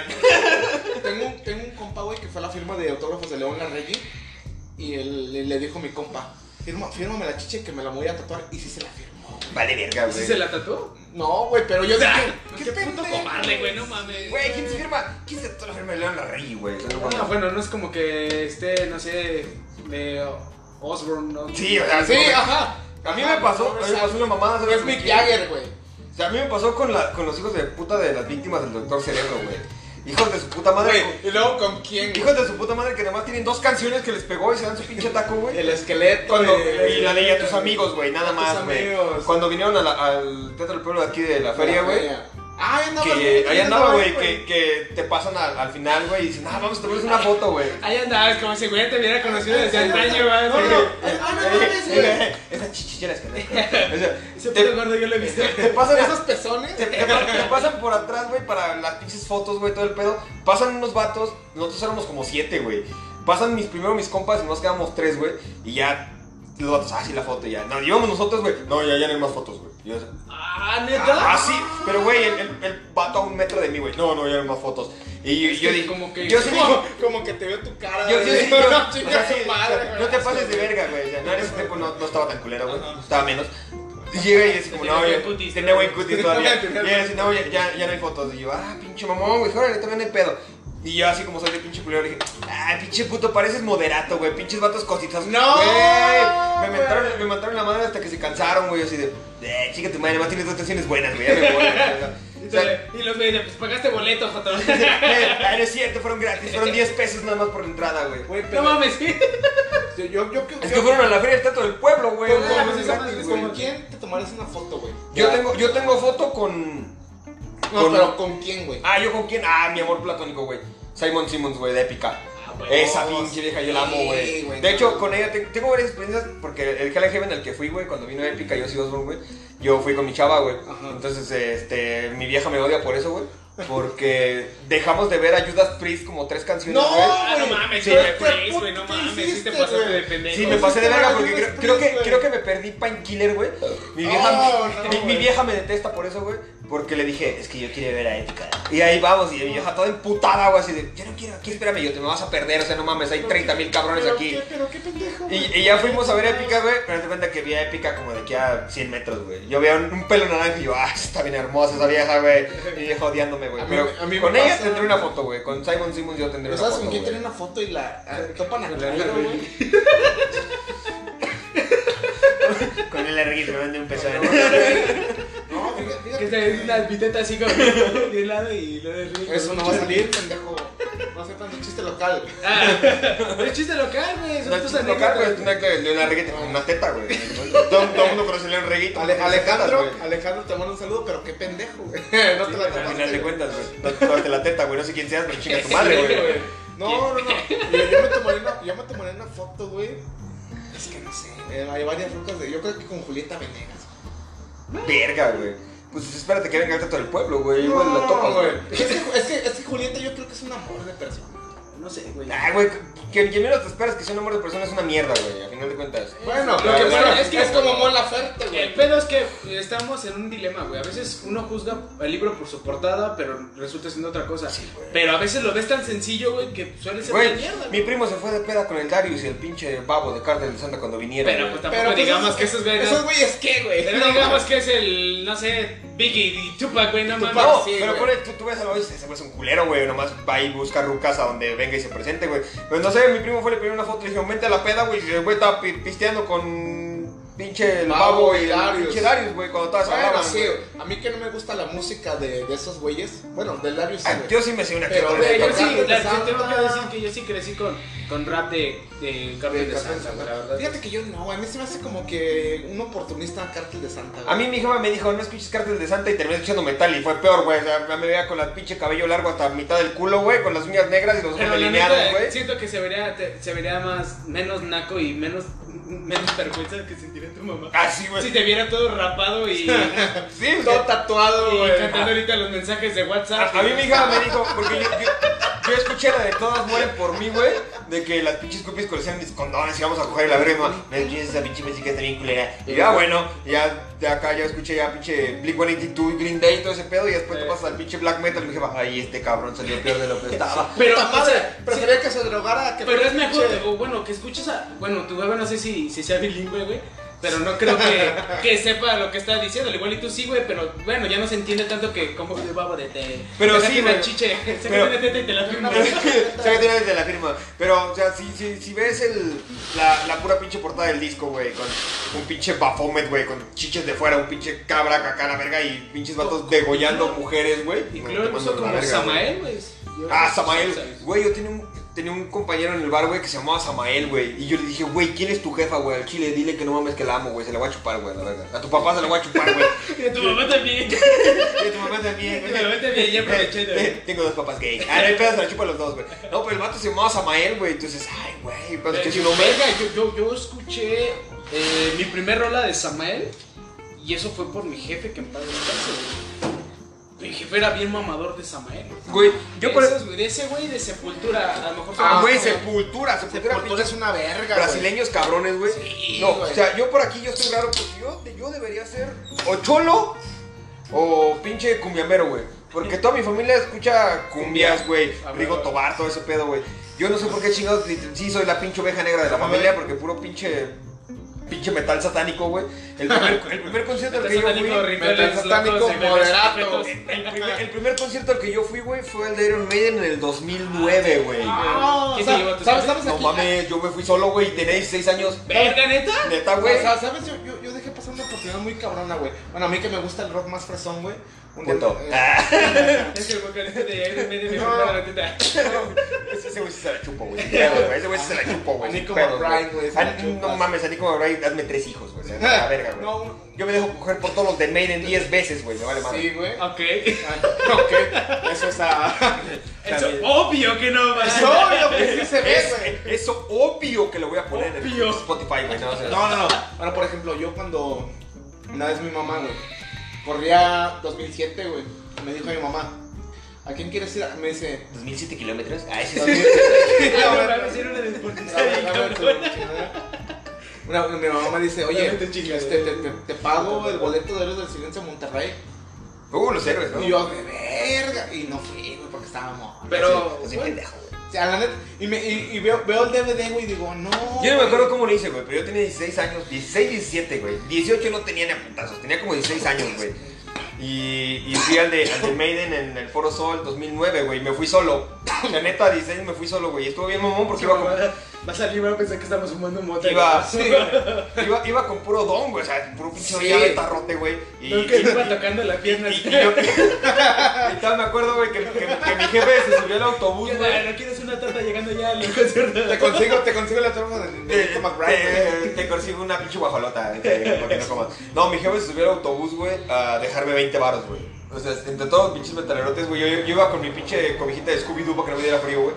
tengo, un, tengo un compa, güey, que fue a la firma de autógrafos de León Larregui. Y él, le, le dijo a mi compa, "Firma- fírmame la chiche que me la voy a tatuar. Y sí se la firmó. güey. Vale, verga, ¿Sí se güey. la tatuó? No, güey, pero yo dije, Qué puto pendejo, cobarde, güey, no mames. Güey, ¿quién se firma? ¿Quién se tatuó la firma de León Larregui, güey? Ah, bueno, no es como que esté, no sé, de Osborne, ¿no? Sí, o sea, Sí, no, ah, ajá. A mí me pasó, a mí me pasó una mamada, ¿sabes? Es Mick Jagger, güey. O sea, a mí me pasó con, la, con los hijos de puta de las víctimas del doctor Cerebro, güey. Hijos de su puta madre. Güey, Y luego con quién, güey? Hijos de su puta madre que además tienen dos canciones que les pegó y se dan su pinche taco, güey. El esqueleto. Cuando, güey. y la ley a tus amigos, güey, nada Eh, Tus más, güey. amigos. Cuando vinieron a la- al Teatro del Pueblo de aquí de la feria, güey. Ay, no, Que ahí andaba, güey, que, que te pasan al, al final, güey, y dicen, ah, vamos a tomarles una foto, güey. Ahí andabas como si güey te hubiera conocido desde antaño, güey. No, no, ay, Eh, ah, no mames, güey. Esa chichichera es eh, que O sea, Ese te- puto gordo yo lo he visto. te pasan Esos pezones. Te, te pa- te pasan por atrás, güey, para las pinches fotos, güey, todo el pedo. Pasan unos vatos, nosotros éramos como siete, güey. Pasan mis primero mis compas y nos quedamos tres, güey. Y ya los vatos, ah, sí, la foto, ya. Nos llevamos nosotros, güey. No, ya, ya no hay más fotos, güey. Y yo, Ah, neta. Ah, sí, pero güey, el, el, el vato a un metro de mí, güey. No, no, ya no hay más fotos. Y yo, Es yo que dije, como que- Yo sí dije, Como, como que te veo tu cara. yo, yo güey. sí, yo, No, o chinga sea, sí, tu o sea, madre, no güey. te pases de verga, güey. O sea, no, en ese tiempo no, no estaba tan culera, güey. Estaba menos. Y llega y dice como, Tenía no, buen ya- cutis, tenía ¿no? buen cutis todavía. Tenía Y ella dice, no, ya, ya, ya no hay fotos. Y yo, ah, pinche mamón, güey, joder, también hay pedo. Y yo así como soy de pinche culero, le dije, ah, pinche puto, pareces moderato, güey, pinches vatos cositas. No, Güey, me güey. mentaron, me mentaron la madre hasta que se cansaron, güey, así de, eh, chica tu madre, más tienes dos canciones buenas, güey, ya me voy. güey. O sea, Y los medios, pues pagaste boleto, Joto. eh, ah, no es cierto, fueron gratis, fueron 10 pesos nada más por la entrada, güey. Güey, No pero- mames, sí. Yo, yo, yo, Es que fueron a la feria del teatro del pueblo, güey. Pero, no como- mames, exacto, exacto, ¿Con güey. quién te tomarías una foto, güey? Yo tengo, yo tengo foto con. No, con- pero ¿con quién, güey? Ah, yo con quién. Ah, mi amor platónico, güey. Simon Simmons, güey, de épica. Esa pinche vieja, yo la amo, Ah, Sí, güey. güey. De hecho, con ella te- tengo varias experiencias porque el Hell and Heaven al que fui, güey, cuando vino Épica, yo sí Osborne, güey. Yo fui con mi chava, güey. Ajá. Entonces, este, mi vieja me odia por eso, güey. Porque dejamos de ver a Judas Priest como tres canciones, No, güey. Ah, no mames, Sí, sí, güey, güey, güey, no ¿qué mames, sí hiciste, te pasaste güey? de pendejo. Sí, me pasé de Sí, verga claro, porque Judas creo, creo que, Priest, güey. creo que me perdí Painkiller, güey. Mi vieja, Ah, No, no, mi, mi güey. vieja me detesta por eso, güey. Porque le dije, es que yo quiero ver a Épica. Y ahí vamos, y mi vieja toda emputada, güey, así de, yo no quiero, aquí espérame, yo te me vas a perder, o sea, no mames, hay 30 mil cabrones Pero aquí. qué- pero qué pendejo. Y, güey. y ya fuimos a ver Épica, güey, pero te cuenta que vi a Épica como de aquí a 100 metros, güey. Yo veía un, un pelo naranja y yo, ah, está bien hermosa esa vieja, güey. Y vieja odiándome, güey. A mí- Pero a mí me con ella pasa- tendré una foto, güey. Con Simon Simmons yo tendré Pero una ¿Sabes foto, con quién güey. tiene una foto y la a- topan a Jairo, güey? Con el larguito, me mandé un pezón. No, fíjate, Que fíjate. se una albiteta así como de un lado y lo de rico. Eso no va a salir, pendejo. No hacer tanto chiste local. Ah, Pero es chiste local, güey. No Son es tus chiste local, güey. anécdotas. Es una que León Larguito con una teta, güey. Todo todo el mundo conoce a León Larguito. Ale- Alejandro, güey. Alejandro te manda un saludo, pero qué pendejo, güey. No te la Al final de topaste. cuentas, güey. No te tomaste la teta, güey. No sé quién seas, pero chinga tu madre, güey. No, no, no. Yo, yo me tomaré una, yo me tomaré una foto, güey. Es que no sé. eh, hay varias rucas de. Yo creo que con Julieta Venegas. Verga, güey. Pues espérate que venga el trato del pueblo, güey. Igual la topas, güey. Es que, es, que, es que Julieta yo creo que es un amor de persona. No sé, güey. Ay, güey. Que que menos te esperas que sea un amor de persona es una mierda, güey. Al final de cuentas. Bueno, lo que pasa es, que es como Mon Laferte, El güey. pedo es que estamos en un dilema, güey. A veces uno juzga el libro por su portada, pero resulta siendo otra cosa. pero a veces lo ves tan sencillo, güey, que suele ser Güey, una mierda. mi primo se fue de peda con el Darius y el pinche babo de Cárdenas de Santa cuando vinieron. Pero güey. pues tampoco digamos que eso es verga. Esos güeyes, ¿qué, güey? Pero digamos que es el, no sé, Biggie y Tupac, güey, no mames. Tupac, No, sí, pero güey. pone, tú, tú ves a la vez, ese güey es un culero, güey. Nomás va y busca rucas a donde venga y se presente, güey. Pues no sé, mi primo fue, le pidió una foto y le dije, vente a la peda, güey. Y el güey estaba pi- pisteando con pinche el Babo babo y y el Darius. pinche Darius, güey, cuando todas se Bueno, hablaban, sí, güey. a mí que no me gusta la música de, de esos güeyes. Bueno, del labio sí, Ah, güey. Yo sí me sé una que Pero, otra güey, de Yo Carlos sí, Carmen de la- sí Santa. tengo que decir que yo sí crecí con, con rap de, de Carmen de, Cartel Santa, Santa, güey, la verdad. Fíjate que yo no, güey. A mí se me hace como que un oportunista Cártel de Santa, güey. A mí mi jefa me dijo, no escuches cartel de Santa y terminé escuchando metal y fue peor, güey. O sea, me veía con el pinche cabello largo hasta mitad del culo, güey, con las uñas negras y los ojos Pero la delineados, neta, güey. siento que se vería, te- se vería más, menos naco y menos, menos vergüenza que sentiría tu mamá. Así, güey. Si Ah, Sí, te viera todo rapado y, güey. todo tatuado, y güey. cantando ahorita los mensajes de WhatsApp. A, a mí mi hija me dijo, porque yo, yo, yo escuché la de todas mueren por mí, güey, de que las pinches copias coleccionan mis condones y vamos a coger la brema. Me dice esa pinche música está bien culera. Y ya, bueno, ya de acá ya escuché ya pinche Blink 182, Green Day y todo ese pedo. Y después te pasas al pinche black metal. Y mi jefa, ay, este cabrón salió peor de lo que estaba. Pero, Puta o madre, sea, prefería que se drogara a que Pero es mejor, pinche- o bueno, que escuches a. Bueno, tu huevo no sé si, si sea bilingüe, güey. Pero no creo que, que sepa lo que está diciendo. Al Igual y tú sí, güey, pero bueno, ya no se entiende tanto que como de babo de te. Pero sácate sí, una güey. chiche, sácate Pero- una teta y te la firma. O sea, que tiene desde la firma. Pero, o sea, si, si, si ves el, la, la pura pinche portada del disco, güey, con un pinche bafomet, güey, con chiches de fuera, un pinche cabra, cacá, la verga, y pinches vatos degollando mujeres, güey. Y no, creo te que puso mandan a la como verga, Samael, güey. güey. Ah, Samael. Güey, yo tenía un, tenía un compañero en el bar, güey, que se llamaba Samael, güey. Y yo le dije, güey, ¿quién es tu jefa, güey? Al chile, dile que no mames que la amo, güey. Se la voy a chupar, güey, a la verga. A tu papá se la voy a chupar, güey. Y a tu mamá también. Y a tu mamá también, Tu güey. mamá también, ya aproveché, güey. Eh, Tengo dos papás gay. Ah, no hay pedo, se la chupa los dos, güey. No, pero el vato se llamaba Samael, güey. Entonces, ay, güey. Cuando Eh, escuché su yo, nombre. verga, yo, yo, yo escuché eh, mi primer rola de Samael y eso fue por mi jefe que en paz descanse, güey. Mi jefe era bien mamador de Samael. Güey, Yo yo por esos, güey, de ese güey de Sepultura, a lo mejor Ah, güey, se me- sepultura, sepultura. Sepultura es una verga, güey. Brasileños cabrones, güey. Sí, no, güey. o sea, yo por aquí yo estoy raro porque yo, yo debería ser o cholo o pinche cumbiamero, güey. Porque toda mi familia escucha cumbias, güey. A ver, Rigo a ver. Tobar, todo ese pedo, güey. Yo no sé por qué chingados, ni- sí soy la pinche oveja negra de la familia porque puro pinche pinche metal satánico, güey. El primer, el primer concierto al Metal que yo satánico, fui... rituales metal satánico locos y bebés moderato. secretos. El primer, el primer concierto al que yo fui, güey, fue el de Iron Maiden en el 2009, güey. Ah, ¿Quién o sea, se llevó tus ¿Sabes? padres? ¿Sabes? No aquí- mames, yo me fui solo, güey, tenía 16 años. ¿Verga, neta? Neta, Güey, güey. o sea, ¿sabes? Yo, yo, yo dejé pasar una oportunidad muy cabrona, güey. Bueno, a mí que me gusta el rock más fresón, güey. Un día- Puto. eh, Ah, Es que el vocalista de Iron Maiden me No. firma la teta. Ese güey sí se la chupo, güey. sin pedos, güey. Ese güey sí se la chupo, güey. A sin Nico pedos, McBride, güey, se Ah, la chupas. No mames, a Nico McBride, hazme tres hijos, güey. o sea, La verga, güey. No, un- Yo me dejo coger por todos los de Maiden 10 veces, güey. Me vale madre. sí, güey. Ok. Ah, ok, eso está. Eso, obvio que no, va Es obvio que sí se ve, Es- güey. Eso obvio que lo voy a poner Obvio. en Spotify, güey. No, o sea, No, no, no. Bueno, por ejemplo, yo cuando una vez mi mamá, güey, corría 2007, güey, me dijo mi mamá, ¿a quién quieres ir? a-?" Me dice, 2007 kilómetros. Ah, ese es. 2007. Ah, no, mames, era una deportista bien cabrona. Una- mi mamá me dice, oye, Realmente chingadera. este, te, te- te pago el boleto de Héroes del Silencio a Monterrey. Uh, los héroes, ¿no? Y yo, de verga. Y no fui, güey, porque estábamos. Pero, Así, así güey, pendejo, güey. O sea, la neta, y, me, y, y veo, veo el DVD, güey, y digo, no. Yo no me güey. acuerdo cómo lo hice, güey, pero yo tenía 16 años, 16, 17, güey. 18 no tenía ni a putazos, tenía como 16 años, güey. Y, y fui al de, al de Maiden en el Foro Sol 2009, güey, me fui solo. La neta, a 16 me fui solo, güey. Estuvo bien mamón porque iba con, va a salir, va a pensar que estamos fumando mota. Iba, güey. iba, iba con puro don, güey, o sea, puro pinche Sí. llave tarrote, güey. Y, No, que iba tocando la pierna. y- y yo- y tal, me acuerdo, güey, que, que- que mi jefe se subió al autobús, ¿Qué güey. tal? ¿No quieres una tarta llegando ya al concierto? Te consigo, te consigo el autógrafo de, Te, de Nico McBride. güey. te- te consigo una pinche guajolota, eh, que- porque no comas. No, mi jefe se subió al autobús, güey, a dejarme 20 varos, güey. O sea, entre todos los pinches metalerotes, güey, yo, yo iba con mi pinche cobijita de Scooby-Doo para que no me diera frío, güey.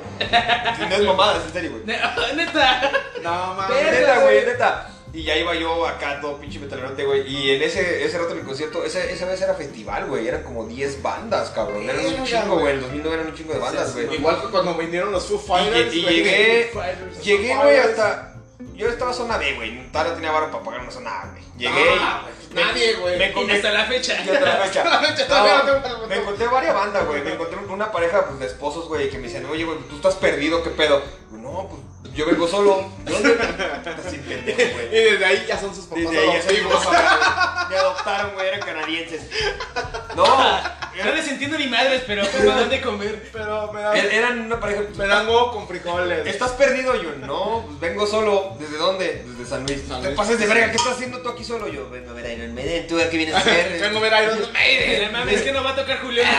No es mamada, es en serio, güey. Ne- Neta. No, Ah, mames. Neta, güey, neta. Y ya iba yo acá, todo pinche metalerote, güey. Y en ese, ese rato en el concierto, esa, esa vez era festival, güey. Eran como 10 bandas, cabrón. Eran Verga, un chingo, güey. güey. En 2009 eran un chingo de bandas, güey. Y- Igual que cuando vinieron los Foo Fighters. Y, y güey. llegué, Fighters. llegué, güey, hasta. Yo estaba zona B, güey. Todavía no tenía barro para pagar una zona A, güey. Llegué. Ah, y- güey, nadie, güey. Me, me, Y hasta la fecha. y hasta la fecha. Yo todavía no tengo No, me encontré varias bandas, güey. Me encontré una pareja pues, de esposos, güey, que me decían, oye, güey, tú estás perdido, ¿qué pedo? Yo, no, pues yo vengo solo. Yo no Estás sin pendejo, Y güey. desde ahí ya son sus papás Desde ahí ya se adoptivos. Me adoptaron, güey, eran canadienses. No, No les entiendo ni madres, pero ¿cómo dan de comer? Pero me er- dan, eran una pareja. pues, me dan huevo con frijoles. ¿Estás perdido? Yo, no, pues vengo solo. ¿Desde dónde? Desde San Luis. San Te Luis. pases de verga, ¿qué estás haciendo tú aquí solo? Yo, vengo a ver a Iron Maiden, ¿tú a qué vienes a Vengo a ver? ver a Iron No Maiden. mames, es que no va a tocar Julián.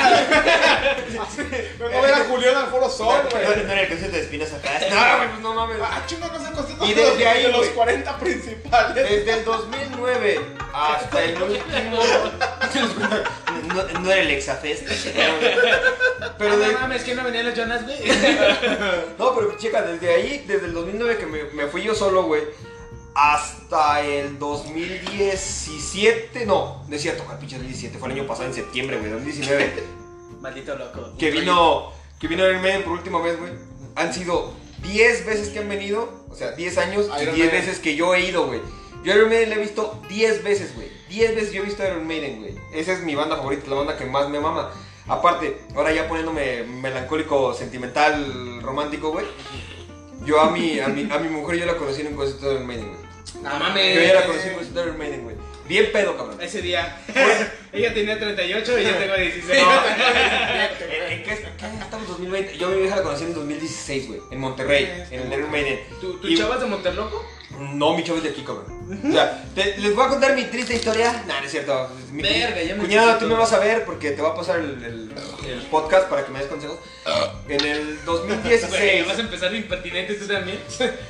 Vengo a ver a Julián al Foro No, Sol, no, güey. no era el concierto de espinas acá. No, güey, pues no mames. Ah, chinga, no se consigue Y desde ahí, de los güey. Eh, 40 principales. Desde el 2009 hasta el último. No, no era el Exafest. Pero Pero no de- mames, que no venían los Jonas, güey. No, pero checa, desde ahí, desde el 2009 que me, me fui yo solo, güey, hasta el 2017. No, no es cierto, ¿cuál pinche 2017? Fue el año pasado, en septiembre, güey, 2019. Maldito loco. que vino. Que vino Iron Maiden por última vez, güey. Han sido 10 veces que han venido. O sea, 10 años y Iron 10 Maiden. veces que yo he ido, güey. Yo a Iron Maiden le he visto 10 veces, güey. 10 veces yo he visto a Iron Maiden, güey. Esa es mi banda favorita, la banda que más me mama. Aparte, ahora ya poniéndome melancólico, sentimental, romántico, güey. Yo a mi, a mi, a mi mujer yo la conocí en un concierto de Iron Maiden, güey. No Yo ya la mames. conocí en un concierto de Iron Maiden, güey. Bien pedo, cabrón. Ese día. Ella tenía 38 y yo tengo 16. ¿En, en Eh, qué, qué año estamos? 2020. Yo a mi vieja la conocí en 2016, güey. En Monterrey, en el Iron Maiden. ¿Tu, tu Y- chavas de Monterloco? No, mi chavo es de aquí, cabrón. O sea, te- les voy a contar mi triste historia. No, no es cierto. Mi, Verga, ya me cuñado, hiciste tú me todo. vas a ver porque te va a pasar el, el- el podcast para que me des consejos. En el Güey, 2016. vas a empezar de impertinente tú también.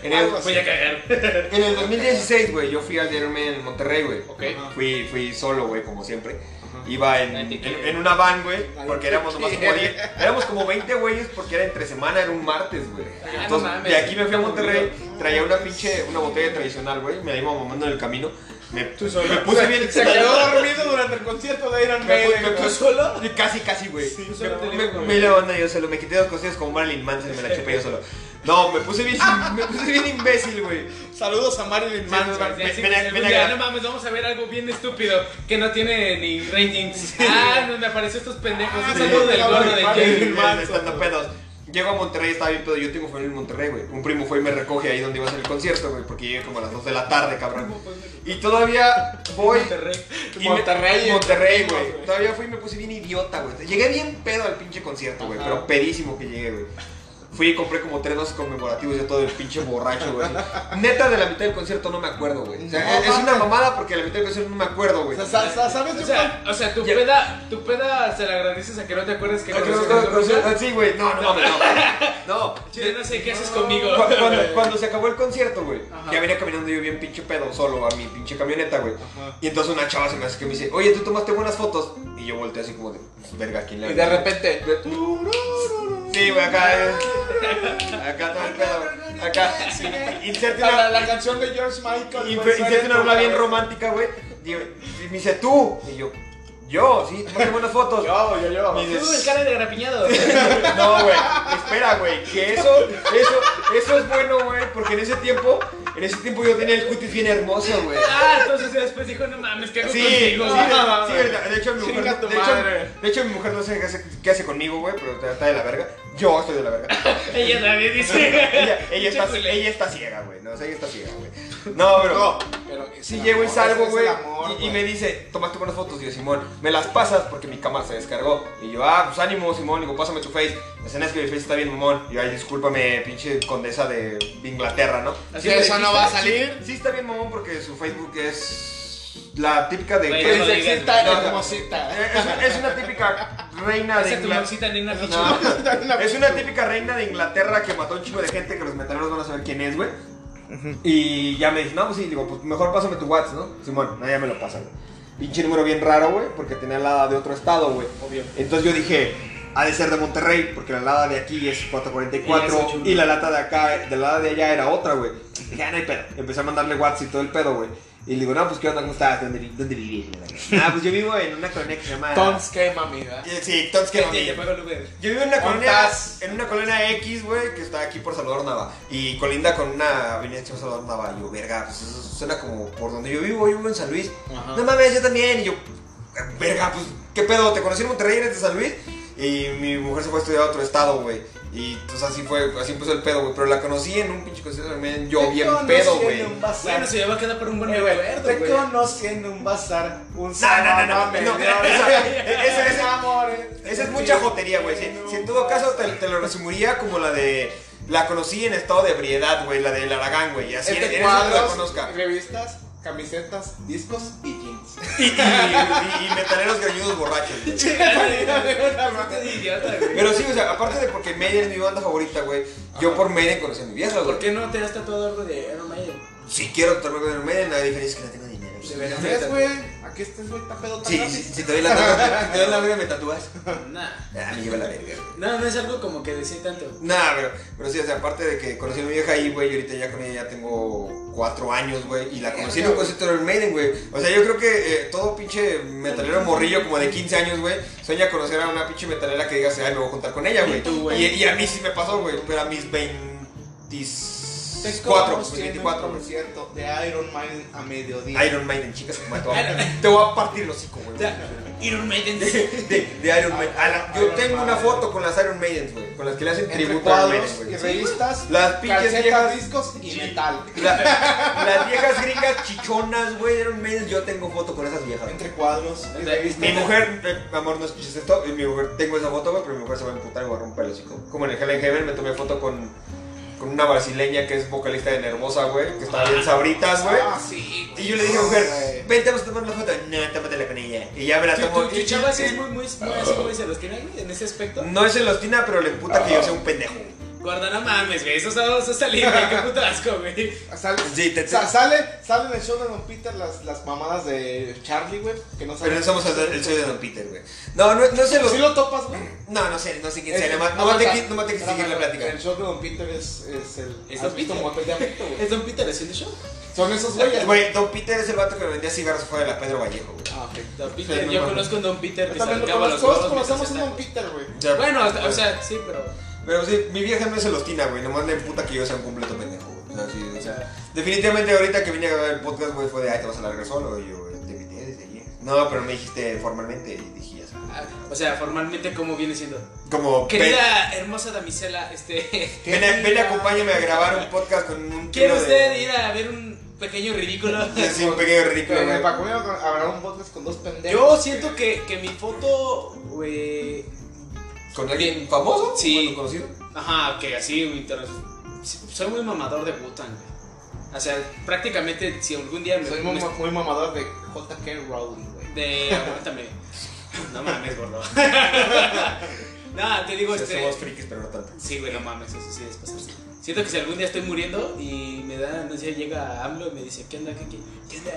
en, el, algo así. Voy a cagar. en el 2016, güey, yo fui al Iron Man en Monterrey, güey. Ok. Fui, fui solo, güey, como siempre. Iba en, Nadie te en- quiere. en una van, güey, Nadie porque te éramos nomás como quiere. 10. Éramos como 20 güeyes porque era entre semana, era un martes, güey. Ah, no Entonces, mames. de aquí me fui a Monterrey, traía una pinche, una botella tradicional, güey, me la iba mamando en el camino. Me, me puse bien Se quedó dormido durante el concierto de Iron Me, Maiden. me güey. puse solo? Casi, casi, güey. solo te me, digo, me- me la banda yo solo, me quité dos cosillas como Marilyn Manson y me la chupé yo solo. No, me puse bien, me puse bien imbécil, güey. Saludos a Marilyn Sí, Manson. güey. Ven- Así ven que a- algún ven a día, grabar. no mames, vamos a ver algo bien estúpido que no tiene ni ratings. Ah, no, me apareció estos pendejos. Ah, Un sí, saludo del claro, gordo de vale. Jay. Marilyn Manson. Estando pedos. Llego a Monterrey, estaba bien pedo. Yo tengo familia en Monterrey, güey. Un primo fue y me recoge ahí donde iba a ser el concierto, güey. Porque llegué como a las 2 de la tarde, cabrón. Y todavía voy. Monterrey. Y Monterrey. me- Monterrey, güey. Todavía fui y me puse bien idiota, güey. Llegué bien pedo al pinche concierto, güey. Pero pedísimo que llegué, güey. Fui y compré como tres dosis conmemorativos de todo el pinche borracho, güey. Neta, de la mitad del concierto no me acuerdo, güey. O sea, No, es- es una mames. mamada porque de la mitad del concierto no me acuerdo, O güey. sea, sa- sa- ¿Sabes O yo sea, o sea, tu Ya. peda, tu peda se la agradeces a que no te acuerdes que no te Ah, Sí, güey. No, no mames, no. No. Yo no sé qué haces conmigo. Cu- Cuando, cuando se acabó el concierto, güey, Ajá. ya venía caminando yo bien pinche pedo solo a mi pinche camioneta, güey. Ajá. Y entonces una chava se me hace que me dice, oye, tú tomaste buenas fotos. Y yo volteé así como de, "Pues, verga, ¿quién le Y hablé?" de repente. Sí, güey, acá. eh. Acá todo el pedo, güey. Acá. Inserte La, la- una. la canción de George Michael. y- güey, Inserte suena una rola en tu bien cabeza. romántica, güey. Y y me dice, tú. Y yo, yo, sí, tomaste buenas fotos. Yo, yo, yo. Me Tú, el dice, cara de grapiñado. No, güey, espera, güey, que eso, eso, eso es bueno, güey, porque en ese tiempo En ese tiempo yo tenía el cutis bien hermoso, güey. Ah, entonces ya después dijo, no mames, ¿qué hago Sí, sí, contigo? Ah, sí, de, de hecho mi mujer, Chinga tu de, hecho, madre. de hecho, mi mujer no sé qué hace, qué hace conmigo, güey, pero está está de la verga. Yo estoy de la verga. Ella también dice. Ella, ella está, ella está ciega, güey. No, o sea, ella está ciega, güey. No, pero Pero es si el llego y amor, salgo, es el güey, amor, y, y güey. me dice, tomaste buenas fotos, digo, Simón, me las pasas porque mi cámara se descargó. Y yo, ah, pues ánimo, Simón, digo, pásame tu face. La escena es que mi face está bien, mamón. Y yo, ay, discúlpame, pinche condesa de Inglaterra, ¿no? Sí, Así es, sí eso no está- va a Sí, sí está bien, mamón, porque su Facebook es la típica de... Güey, que- no lo digas, sexista, güey. no, no. Hermosita. Eh, es, es una típica reina de Esa tu Inglaterra. mamcita nena pinche. No. Es una típica reina de Inglaterra que mató a un chico de gente que los metaleros van a saber quién es, güey. Y ya me dice, no, pues sí, digo, pues mejor pásame tu WhatsApp, ¿no? Simón, no, ya me lo pasa, güey. Pinche número bien raro, güey, porque tenía la de otro estado, güey. Obvio. Entonces yo dije, ha de ser de Monterrey, porque la lada de aquí es Y es 444 8. y la lata de acá, de la lada de allá era otra, güey. Dije, ah, no hay pedo. Empecé a mandarle WhatsApp y todo el pedo, güey. Y le digo, no, pues qué onda, ¿cómo estás? ¿Dónde, vi- dónde vivís? Ah, pues yo vivo en una colonia que se llama. Tons quema, amiga. Eh, Sí, Tons, que Ella paga el Uber. yo vivo en una colonia, Hortas. en una colonia X, güey, que está aquí por Salvador Nava. Y colinda con una avenida que se llama Salvador Nava. Y yo, verga, pues eso suena como por donde yo vivo, yo vivo en San Luis. No mames, yo también. Y yo, verga, pues, ¿qué pedo? ¿Te conocí en Monterrey, eres de San Luis? Y mi mujer se fue a estudiar a otro estado, güey. Y entonces así fue, así empezó el pedo, güey. Pero la conocí en un pinche concierto también, yo bien pedo, güey. Bueno, se me va a quedar por un buen Eh, güey, recuerdo, Te güey. conocí en un bazar. Un No, no, no, no, sábado, no, me esa- dio- esa- esa- Amores. Esa es mucha jotería, güey. Si, si en todo caso te, te lo resumiría como la de. La conocí en estado de ebriedad, güey. La del Aragán, güey. Y así en, Este en eso la cuadros, conozca. revistas, camisetas, discos y jeans. Y, y, y- y metaleros greñudos borrachos, güey. Aparte de idiota, güey. Pero sí, o sea, aparte de porque Maiden es mi banda favorita, güey. Yo por Maiden conocí a mi vieja, güey. ¿Por qué no te das tatuado algo de Iron Maiden? Si quiero tomarme con Maiden, la diferencia es que no tengo dinero. güey. De verdad. ¿Ves, güey? Aquí estás, güey, está pedo tan Sí, gratis. si, si te doy la verga, si te doy la verga, me tatúas. Nah. Ah, me lleva la verga, güey. No, no es algo como que decir tanto. Nah, pero, pero sí, o sea, aparte de que conocí a mi vieja ahí, güey, y ahorita ya con ella ya tengo cuatro años, güey, y la conocí en un concierto de Iron Maiden, güey. O sea, yo creo que eh, todo pinche metalero morrillo como de 15 años, güey, sueña conocer a una pinche metalera que digas, ay, me voy a juntar con ella, güey. Y, y a mí sí me pasó, güey, pero a mis Te 24, mis en un 24, güey. concierto de Iron Maiden a mediodía. Iron Maiden, chicas, como te voy a- te voy a partir el hocico, güey. O sea, Iron Maiden. De, de- de Iron Maiden. A la- yo Iron tengo una Maiden. foto con las Iron Maidens, güey, con las que le hacen Entre tributo a Iron Maiden, cuadros y güey. revistas, Las pinches calcetas, viejas discos y metal. La- las viejas gringas chichonas, güey, Iron Maiden, yo tengo foto con esas viejas. güey. Entre cuadros y revistas. Mi mujer, eh, amor, no escuches esto, y mi mujer, tengo esa foto, güey, pero mi mujer se va a emputar y va a romper el hocico. Como en el Hell in Heaven me tomé foto con, con una brasileña que es vocalista de Nervosa, güey, que está bien sabritas, güey. Ah, sí, Y güey. yo le dije, mujer, Güey. vente, vamos a tomar una foto. No, tómatela con ella. Y ya me la Tu, tomo. tu, tu Y- chava sí y- es muy, muy, muy así como dice los que eran, güey, en ese aspecto. No es elostina, pero le puta que yo sea un pendejo. Guarda, no mames, güey. Eso está, eso está libre, qué puto asco, güey. Ah, Sale, Sí, te- sa- sale, sale en el show de Don Peter las, las mamadas de Charlie, güey. Que no Pero saben. no somos el, el sueño de Don Peter, güey. No, no, no es elostina. ¿Sí lo topas, güey? No, no sé, no sé quién Es- Eh, sea. Nomás, o nomás, te, sea, qui- nomás te quise seguir la El plática. show de Don Peter es, es el. Es ¿has Don visto Peter. Motel de Amito, güey? ¿Es Don Peter haciendo show? Son esos güeyes. Güey, Don Peter es el vato que me vendía cigarros fuera de la Pedro Vallejo, güey. Ah, ok. Don Sí, Peter, no yo mames. conozco a un Don Peter que se También lo arrancaba los conozco. Todos huevos mientras conocemos a hacía Don tacos. Peter, güey. O sea, Bueno, hasta- o sea, sí, pero. Pero sí, mi vieja no es celostina, güey. Nomás le puta que yo sea un completo pendejo, güey. O sea, sí, o sea, definitivamente ahorita que vine a grabar el podcast, güey, fue de, ay, te vas a largar solo. Y yo, te invité desde ayer. No, pero me dijiste formalmente y dije, ya sabes. ah, O sea, formalmente, ¿cómo viene siendo? Como, ven, Querida hermosa damisela, este. ven, a- ven, acompáñame a grabar un podcast con un ¿Quiere kilo de- usted ir a ver un pequeño ridículo? Sí, un pequeño ridículo, Que me güey. acompaña a grabar un podcast con dos pendejos. Yo siento que, que mi foto, güey. ¿Con alguien famoso? Sí. Bueno, conocido? Ajá, que así me interesa. Sí, Soy muy mamador de Butan, güey. O sea, prácticamente si algún día me. Soy me- muy, muy mamador de J.K. Rowling, güey. de. Aguántame. No mames, gordo. no, te digo, O sea, este. somos frikis, pero no tanto. Sí, güey, no mames, eso sí es pasarse. Siento que si algún día estoy muriendo y me da, no sé, llega AMLO y me dice, ¿qué onda? ¿Qué, qué,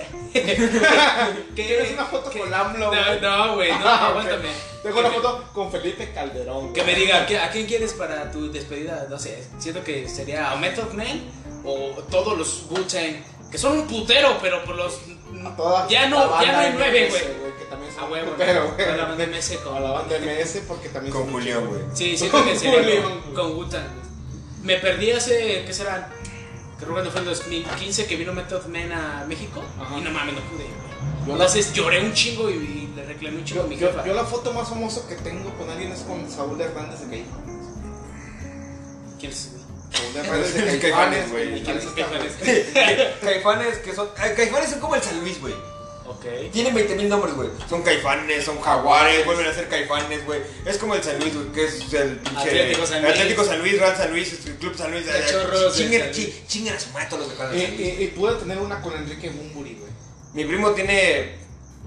qué onda? Tienes una foto qué- con AMLO, No, güey. no, güey, no, Ah, ok. aguántame. Tengo una foto con Felipe Calderón. Que me güey. diga, "¿Qué- ¿a quién quieres para tu despedida? No sé, siento que sería o Method Man o todos los wu que son un putero, pero por los... A toda ya la no, ya banda no hay nueve, MS, güey. Que también son A huevo, pero, ¿no? Con la banda MS con- A la banda MS porque también Con son Julián, güey. Sí, siento que sería Julián, con, güey. con Wu-Tang. Me perdí hace, ¿qué serán? que creo que fue en 2015 que vino Method Man a México Ajá. y no mames, no pude ir, Yo güey. la- Entonces lloré un chingo y, y le reclamé un chingo a Yo, mi yo- jefa. yo la foto más famosa que tengo con alguien es con Saúl Hernández de México. ¿Quién es ese güey? Saúl Hernández de Es que Caifanes, Caifanes, güey. güey. ¿Y quién es Está- ese Caifanes que son. ay, Caifanes son como el San Luis, güey. Ok. Tienen 20 mil nombres, güey. Son caifanes, son jaguares, vuelven a ser caifanes, güey. Es como el San Luis, güey, que es el pinche. Atlético San Luis. Atlético San Luis, Real San Luis, el Club San Luis. eh, Cachorros de Chinguen, San Luis. Eh, chi- chinguen a su mato los de Real Y, San Luis. y- y pude tener una con Enrique Bumburi, güey. Mi primo tiene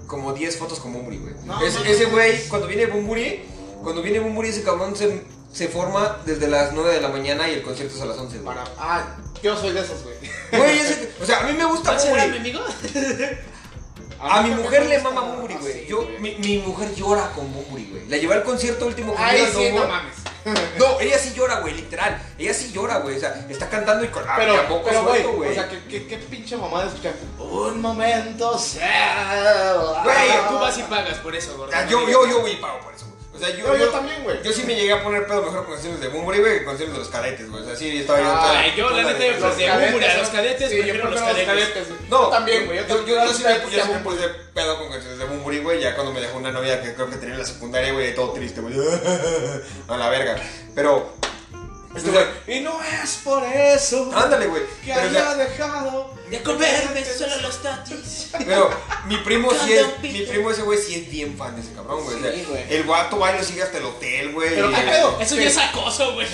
como 10 fotos con Bumburi, güey. No, Es- no, ese no. güey, cuando viene Bumburi, cuando viene Bumburi, ese cabrón se, se forma desde las 9 de la mañana y el concierto es a las 11, güey. Para. Ah, yo soy de esos, güey. Güey, ese- o sea, a mí me gusta ¿Cuál será mi Bumburi. amigo? A mi mí mujer le me gusta- mama Bumburi, güey. Ah, Yo, sí, mi, mi mujer llora con Bumburi, güey. La llevé al concierto último que Ay, fui al sí, Domo. no mames. No, ella sí llora, güey, literal. Ella sí llora, güey. O sea, está cantando y con la Pero, tampoco pero, güey, suelto, o güey. sea, ¿qué, qué, qué pinche mamada escuchar? Un momento, sea. Güey, Tú vas y pagas por eso, gordo. O Ah, sea, yo, yo, yo, güey, pago por eso. güey. O sea, yo, Yo, yo también, güey. Yo sí me llegué a poner pedo mejor con canciones de Bumburi, güey, que con canciones de los cadetes, güey. O sea, sí, estaba yo. Ay, yo, la toda- neta, toda- los de cadetes, Bumburi, a ¿no? los cadetes, Sí, yo prefiero los prefiero los cadetes. cadetes, güey. No, Yo también, güey. Yo, yo, yo sí me, yo sí me puse. puse pedo con canciones de Bumburi, güey. Ya cuando me dejó una novia que creo que tenía en la secundaria, güey, todo triste, güey. A la verga. Pero. Este güey, Y no es por eso Ándale, güey. que Pero, o sea, haya dejado. De comerme solo los tatis. Pero mi primo sí es, Canta un pito. mi primo ese güey sí es bien fan de ese cabrón, güey. O sea, Sí, güey. el guato va y lo sigue hasta el hotel, güey. Pero, Y- ¿qué pedo? Eso ya es acoso, güey.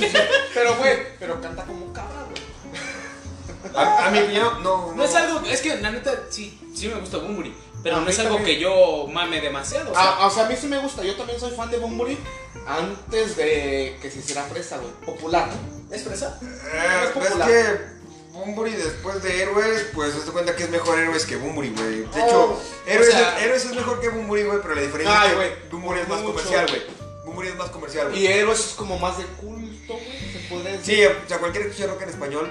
Pero, güey, pero canta como cabra, güey. A, a mi opinión, no, no. No es algo, es que la neta sí, sí me gusta Bumburi, pero A no mí es algo también. que yo mame demasiado. o sea, Ah, O sea, a mí sí me gusta. Yo también soy fan de Bumburi antes de que se hiciera fresa, güey. Popular. ¿Es fresa? Eh, es pues es popular. que Bumburi después de Héroes, pues se cuenta que es mejor Héroes que Bumburi, güey. De hecho, Oh, Héroes, o sea- es, Héroes es mejor que Bumburi, güey, pero la diferencia Ay, es güey, que Bumburi es más mucho. comercial, güey. Bumburi es más comercial, Y güey. Héroes es como más de culto, güey. Se podría decir. Sí, o sea, cualquier que escuche rock en español,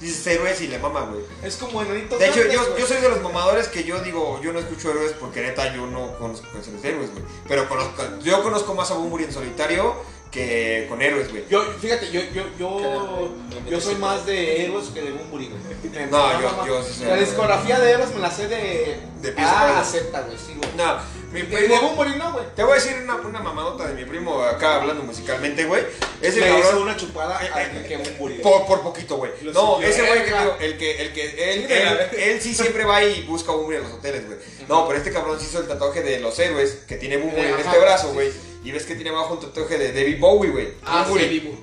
dices Héroes y le mama, güey. Es como enanitos. De hecho, verdes, yo, Pues güey. yo soy de los mamadores que yo digo, yo no escucho héroes porque neta yo no conozco canciones de héroes, güey. Pero conozco, yo conozco más a Bumburi en solitario que con héroes, güey. Yo, fíjate, yo, yo, yo, yo soy más de héroes que de Bumburi, güey. Me- No, me yo- mama. yo sí soy La de- discografía de héroes me la sé de. De pies a A cabeza. a Z, güey, sí, güey. No, mi De, de primo. Bumburi no, güey. Te voy a decir una, una mamadota de mi primo acá hablando musicalmente, güey. Ese Le hizo cabrón. una chupada a Enrique Bumburi. güey. Por, por poquito, güey. Lo No, subió. ese güey que Verga. digo, el que, el que, él, él, él sí siempre va y busca a Bumburi en los hoteles, güey. No, pero este cabrón se hizo el tatuaje de los héroes que tiene Bumburi en Ajá, este brazo, sí, güey. Y ves que tiene abajo un tatuaje de David Bowie, güey. Ah, sí, Bunbury. vivo.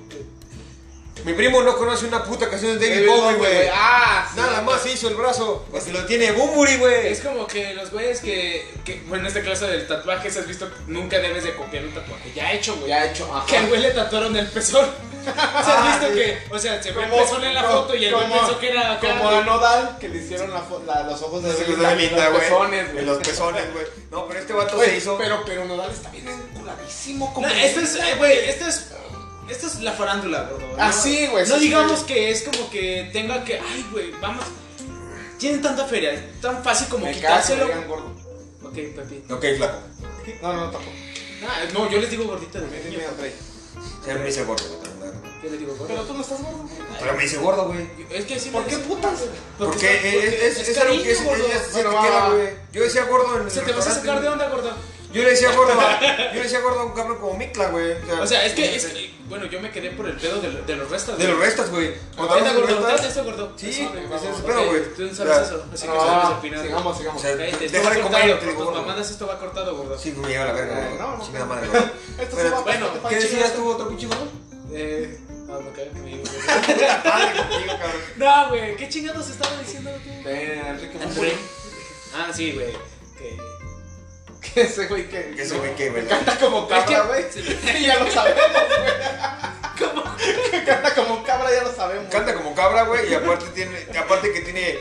Mi primo no conoce una puta canción de David David Bowie, Bowie, güey. güey. Ah, sí. Nada más hizo el brazo. Pues lo tiene Bumburi, güey. Es como que los güeyes que, que, bueno, esta clase del tatuaje, has visto, nunca debes de copiar un tatuaje. Ya hecho, güey. Ya he hecho. Ajá. Que al güey le tatuaron el pezón. ¿Sí ¿Has visto que, o sea, se ve el pezón en la como- foto y el güey como- pensó que era acá, Como a güey. Nodal, que le hicieron la fo- la- los ojos de Esa cosa Belinda, de Belinda, en los güey. pezones, güey. En los pezones, güey. No, pero este vato Güey, se hizo. Pero, pero Nodal está bien enculadísimo. como- No, esto es, eh, güey, esto es. Esto es la farándula, gordo. Ah, No- sí, güey, No sí, digamos sí. que es como que tenga que. Ay, güey, vamos. Tienen tanta feria, es tan fácil como Me caga que me quitárselo. digan gordo. Ok, papi. Ok, flaco. No, no, no, tampoco. Ah, no, yo les digo gordito de Me niño. dime otra vez. Ya me dice gordo, güey. Yo les digo gordo. Pero tú no estás gordo, güey. Pero me dice gordo, güey. Es que sí ¿Por me qué dicen- putas? Porque está- porque es, es, es algo que es, cariño, gordo. es- se Bueno, te va, queda, va. güey. Yo decía gordo en el Se te vas a restaurante, sacar de güey. onda, gordo. Yo le decía gordo a, yo le decía gordo a un cabrón como Mitla, güey. O sea, es que, es que- bueno, yo me quedé por el pedo de, de los restos. De los güey. restas, güey. Cuando ¿Qué tal, hablamos de gordo? ¿Qué tal restas- esto, gordo? Sí, Eso, ese vamos, es el pedo, ok, güey. Tú no O sea, sabes eso, así que No, sabes va, opinar. sigamos, sigamos. O sea, Cállate, esto deja va de cortado, comer. te por digo tus gordo. mamadas esto va cortado, gordo. Sí, me lleva la verga, güey. No, no. Sí me da madre, güey. Esto se Pero- va bueno, bastante ¿Qué mal, decías chicas. tú, otro pinche gordo? Eh, no, me cae que me digo gordo. Madre contigo, cabrón. No, güey, ¿qué chingados estaba diciendo tú? Ven, Enrique, André. Ah, sí, güey. Que... Que ese güey que. Que se me quede, güey. Canta como cabra, güey. Sí, ya lo sabemos, güey. Que canta como cabra, ya lo sabemos. Canta como cabra, güey, y aparte tiene, aparte que tiene,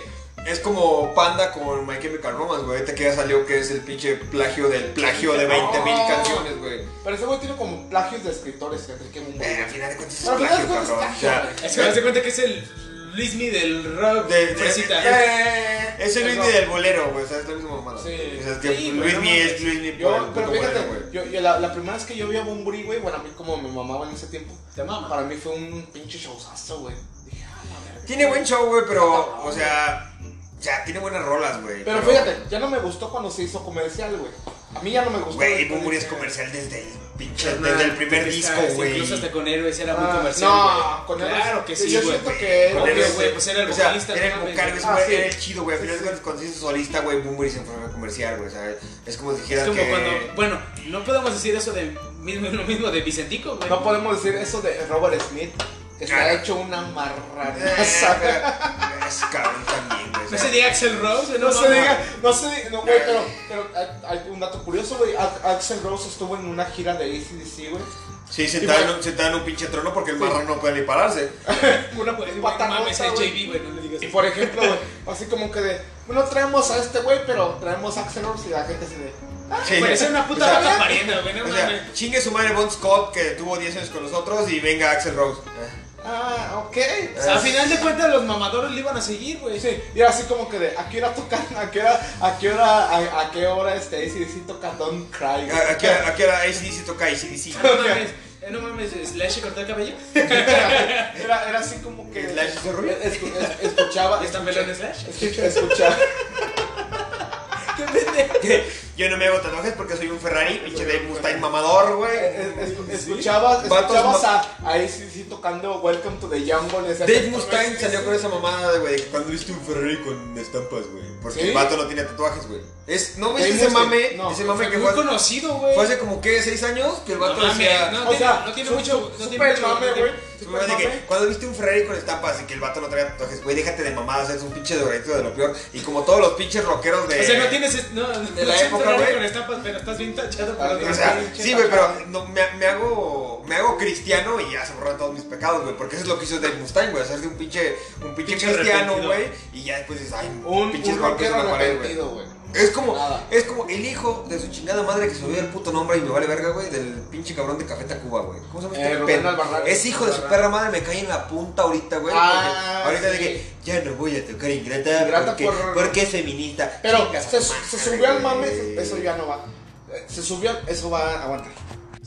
es como panda con My Chemical Romance, güey. Ahorita que ya salió que es el pinche plagio del plagio de 20 mil No. canciones, güey. Pero ese güey tiene como plagios de escritores, Enrique Mumbo. Eh, al final de cuentas es Pero al final de plagio, cuentas es cabrón. plagio, O sea, Es que me hace cuenta que es el Luismi del rock. De- de- fresita. Eh, es el Luis perdón. del bolero, güey, o sea, es la misma mamada. Sí. O sea, es que Sí, güey, Luis no Mi mames. es Luis Mi por el Yo, puto pero bolero, güey. fíjate, yo, yo la, la primera vez que yo vi a Bumburi, güey, bueno, a mí como me mamaba en ese tiempo, Te mama. para mí fue un pinche showzazo, güey. Dije, ah, la verga. Tiene buen show, güey, pero, o sea, o sea, tiene buenas rolas, güey. Pero fíjate, ya no me gustó cuando se hizo comercial, güey. A mí ya no me gustó. Güey, y Bumburi es comercial desde el pinche, Carnal, desde el primer te disco, fijas, güey. este, Incluso hasta con héroes era Ah, muy comercial. no, güey. con Héroes- Claro que sí, yo güey. siento que Con Héroes- héroes, güey, pues era el o sea, vocalista. era el ¿no? vocal, güey, Ah, güey, sí. era el chido, güey. Al final, cuando- cuando se hizo solista, güey, Bumburi se fue a comercial, güey. O sea, es como si Es dijeras como que... Eh, cuando. Bueno, no podemos decir eso de mismo, lo mismo de Vicentico, güey. No podemos decir eso de Robert Smith. Que se ha hecho una marranaza. Eh, Es cabrón también, güey. o No sea, se diga Axel Rose, No, se diga, no se diga, no, güey, pero, pero hay- hay un dato curioso, güey. Axel Rose estuvo en una gira de ACDC, güey. Sí, Y sentado, en bueno. un- sentado en un pinche trono porque el marrón no puede ni pararse. Una Güey, no patanota, mames, es güey. JB, güey, no le digas Y eso. por ejemplo, güey, así como que de, bueno, traemos a este güey, pero traemos a Axel Rose y la gente se de, "Ah, Sí. Parece una O puta sea, rata pariendo, güey, no O mames. sea, chingue su madre Bon Scott que tuvo 10 años con nosotros y venga Axel Rose. ah, ok. O sea, a final de cuentas los mamadores le iban a seguir, güey. Sí, y era así como que de, ¿a qué hora tocan? ¿A qué hora, a qué hora, a, a qué hora este ACDC toca Don't Cry? güey? Aquí era aquí era ACDC toca ACDC. No mames, eh, no mames, Slash se cortó el cabello. Era, era así como que... Slash hizo ruido. escu- es- escuchaba... ¿Y está pelón Slash? escucha- escuchaba... ¡Qué pendejo! Yo no me hago tatuajes porque soy un Ferrari, pinche de Mustang mamador, güey. Es- es- Escuchabas, Vatos escuchabas a, a ACDC tocando Welcome to the Jungle. ese- Dave Mustaine salió con esa mamada de, güey, de que cuando viste un Ferrari con estampas, güey. Porque ¿Sí? el vato no tiene tatuajes, güey. Es, ¿No viste Dave ese Mustaine, mame? no. ese mame que Muy fue, conocido, güey. fue hace como, ¿qué? ¿Seis años? Que el No vato mames, decía... no O tiene- sea, no tiene su- mucho. No tiene Super mucho. mame, güey. Su super mamá de mame. que, cuando viste un Ferrari con estampas y que el vato no traía tatuajes, güey, déjate de mamadas, es un pinche doradito de lo peor. Y como todos los pinches rockeros de. O sea, no tienes. No, no de la siento época, raro güey. con estampas, pero estás bien tachado. Ah, por bien. otro. o sea, sí, güey, pero no, me, me hago. Me hago cristiano y ya se borran todos mis pecados, güey. Porque eso es lo que hizo Dave Mustaine, güey. Hacerte un pinche, un pinche, Pinche cristiano, arrepentido. güey. Y ya después dices, ay, Un, pinches un golpes en rockero la pared, güey. arrepentido, güey. Es como, Nada. es como el hijo de su chingada madre que se olvidó el puto nombre y me vale verga, güey, del pinche cabrón de Café Tacuba, güey. ¿Cómo se llama Eh, este Rubén perro? Albarrán. Es hijo de su Albarrán. perra madre, me cae en la punta ahorita, güey. Ah, porque ahorita sí. de que ya no voy a tocar Ingrata, Ingrata porque, por- porque es feminista. Pero Chingas se, a tu madre, se subió al mame, güey. eso ya no va. Eh, Se subió, eso va a aguantar.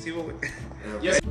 Sí, güey. Yo sé-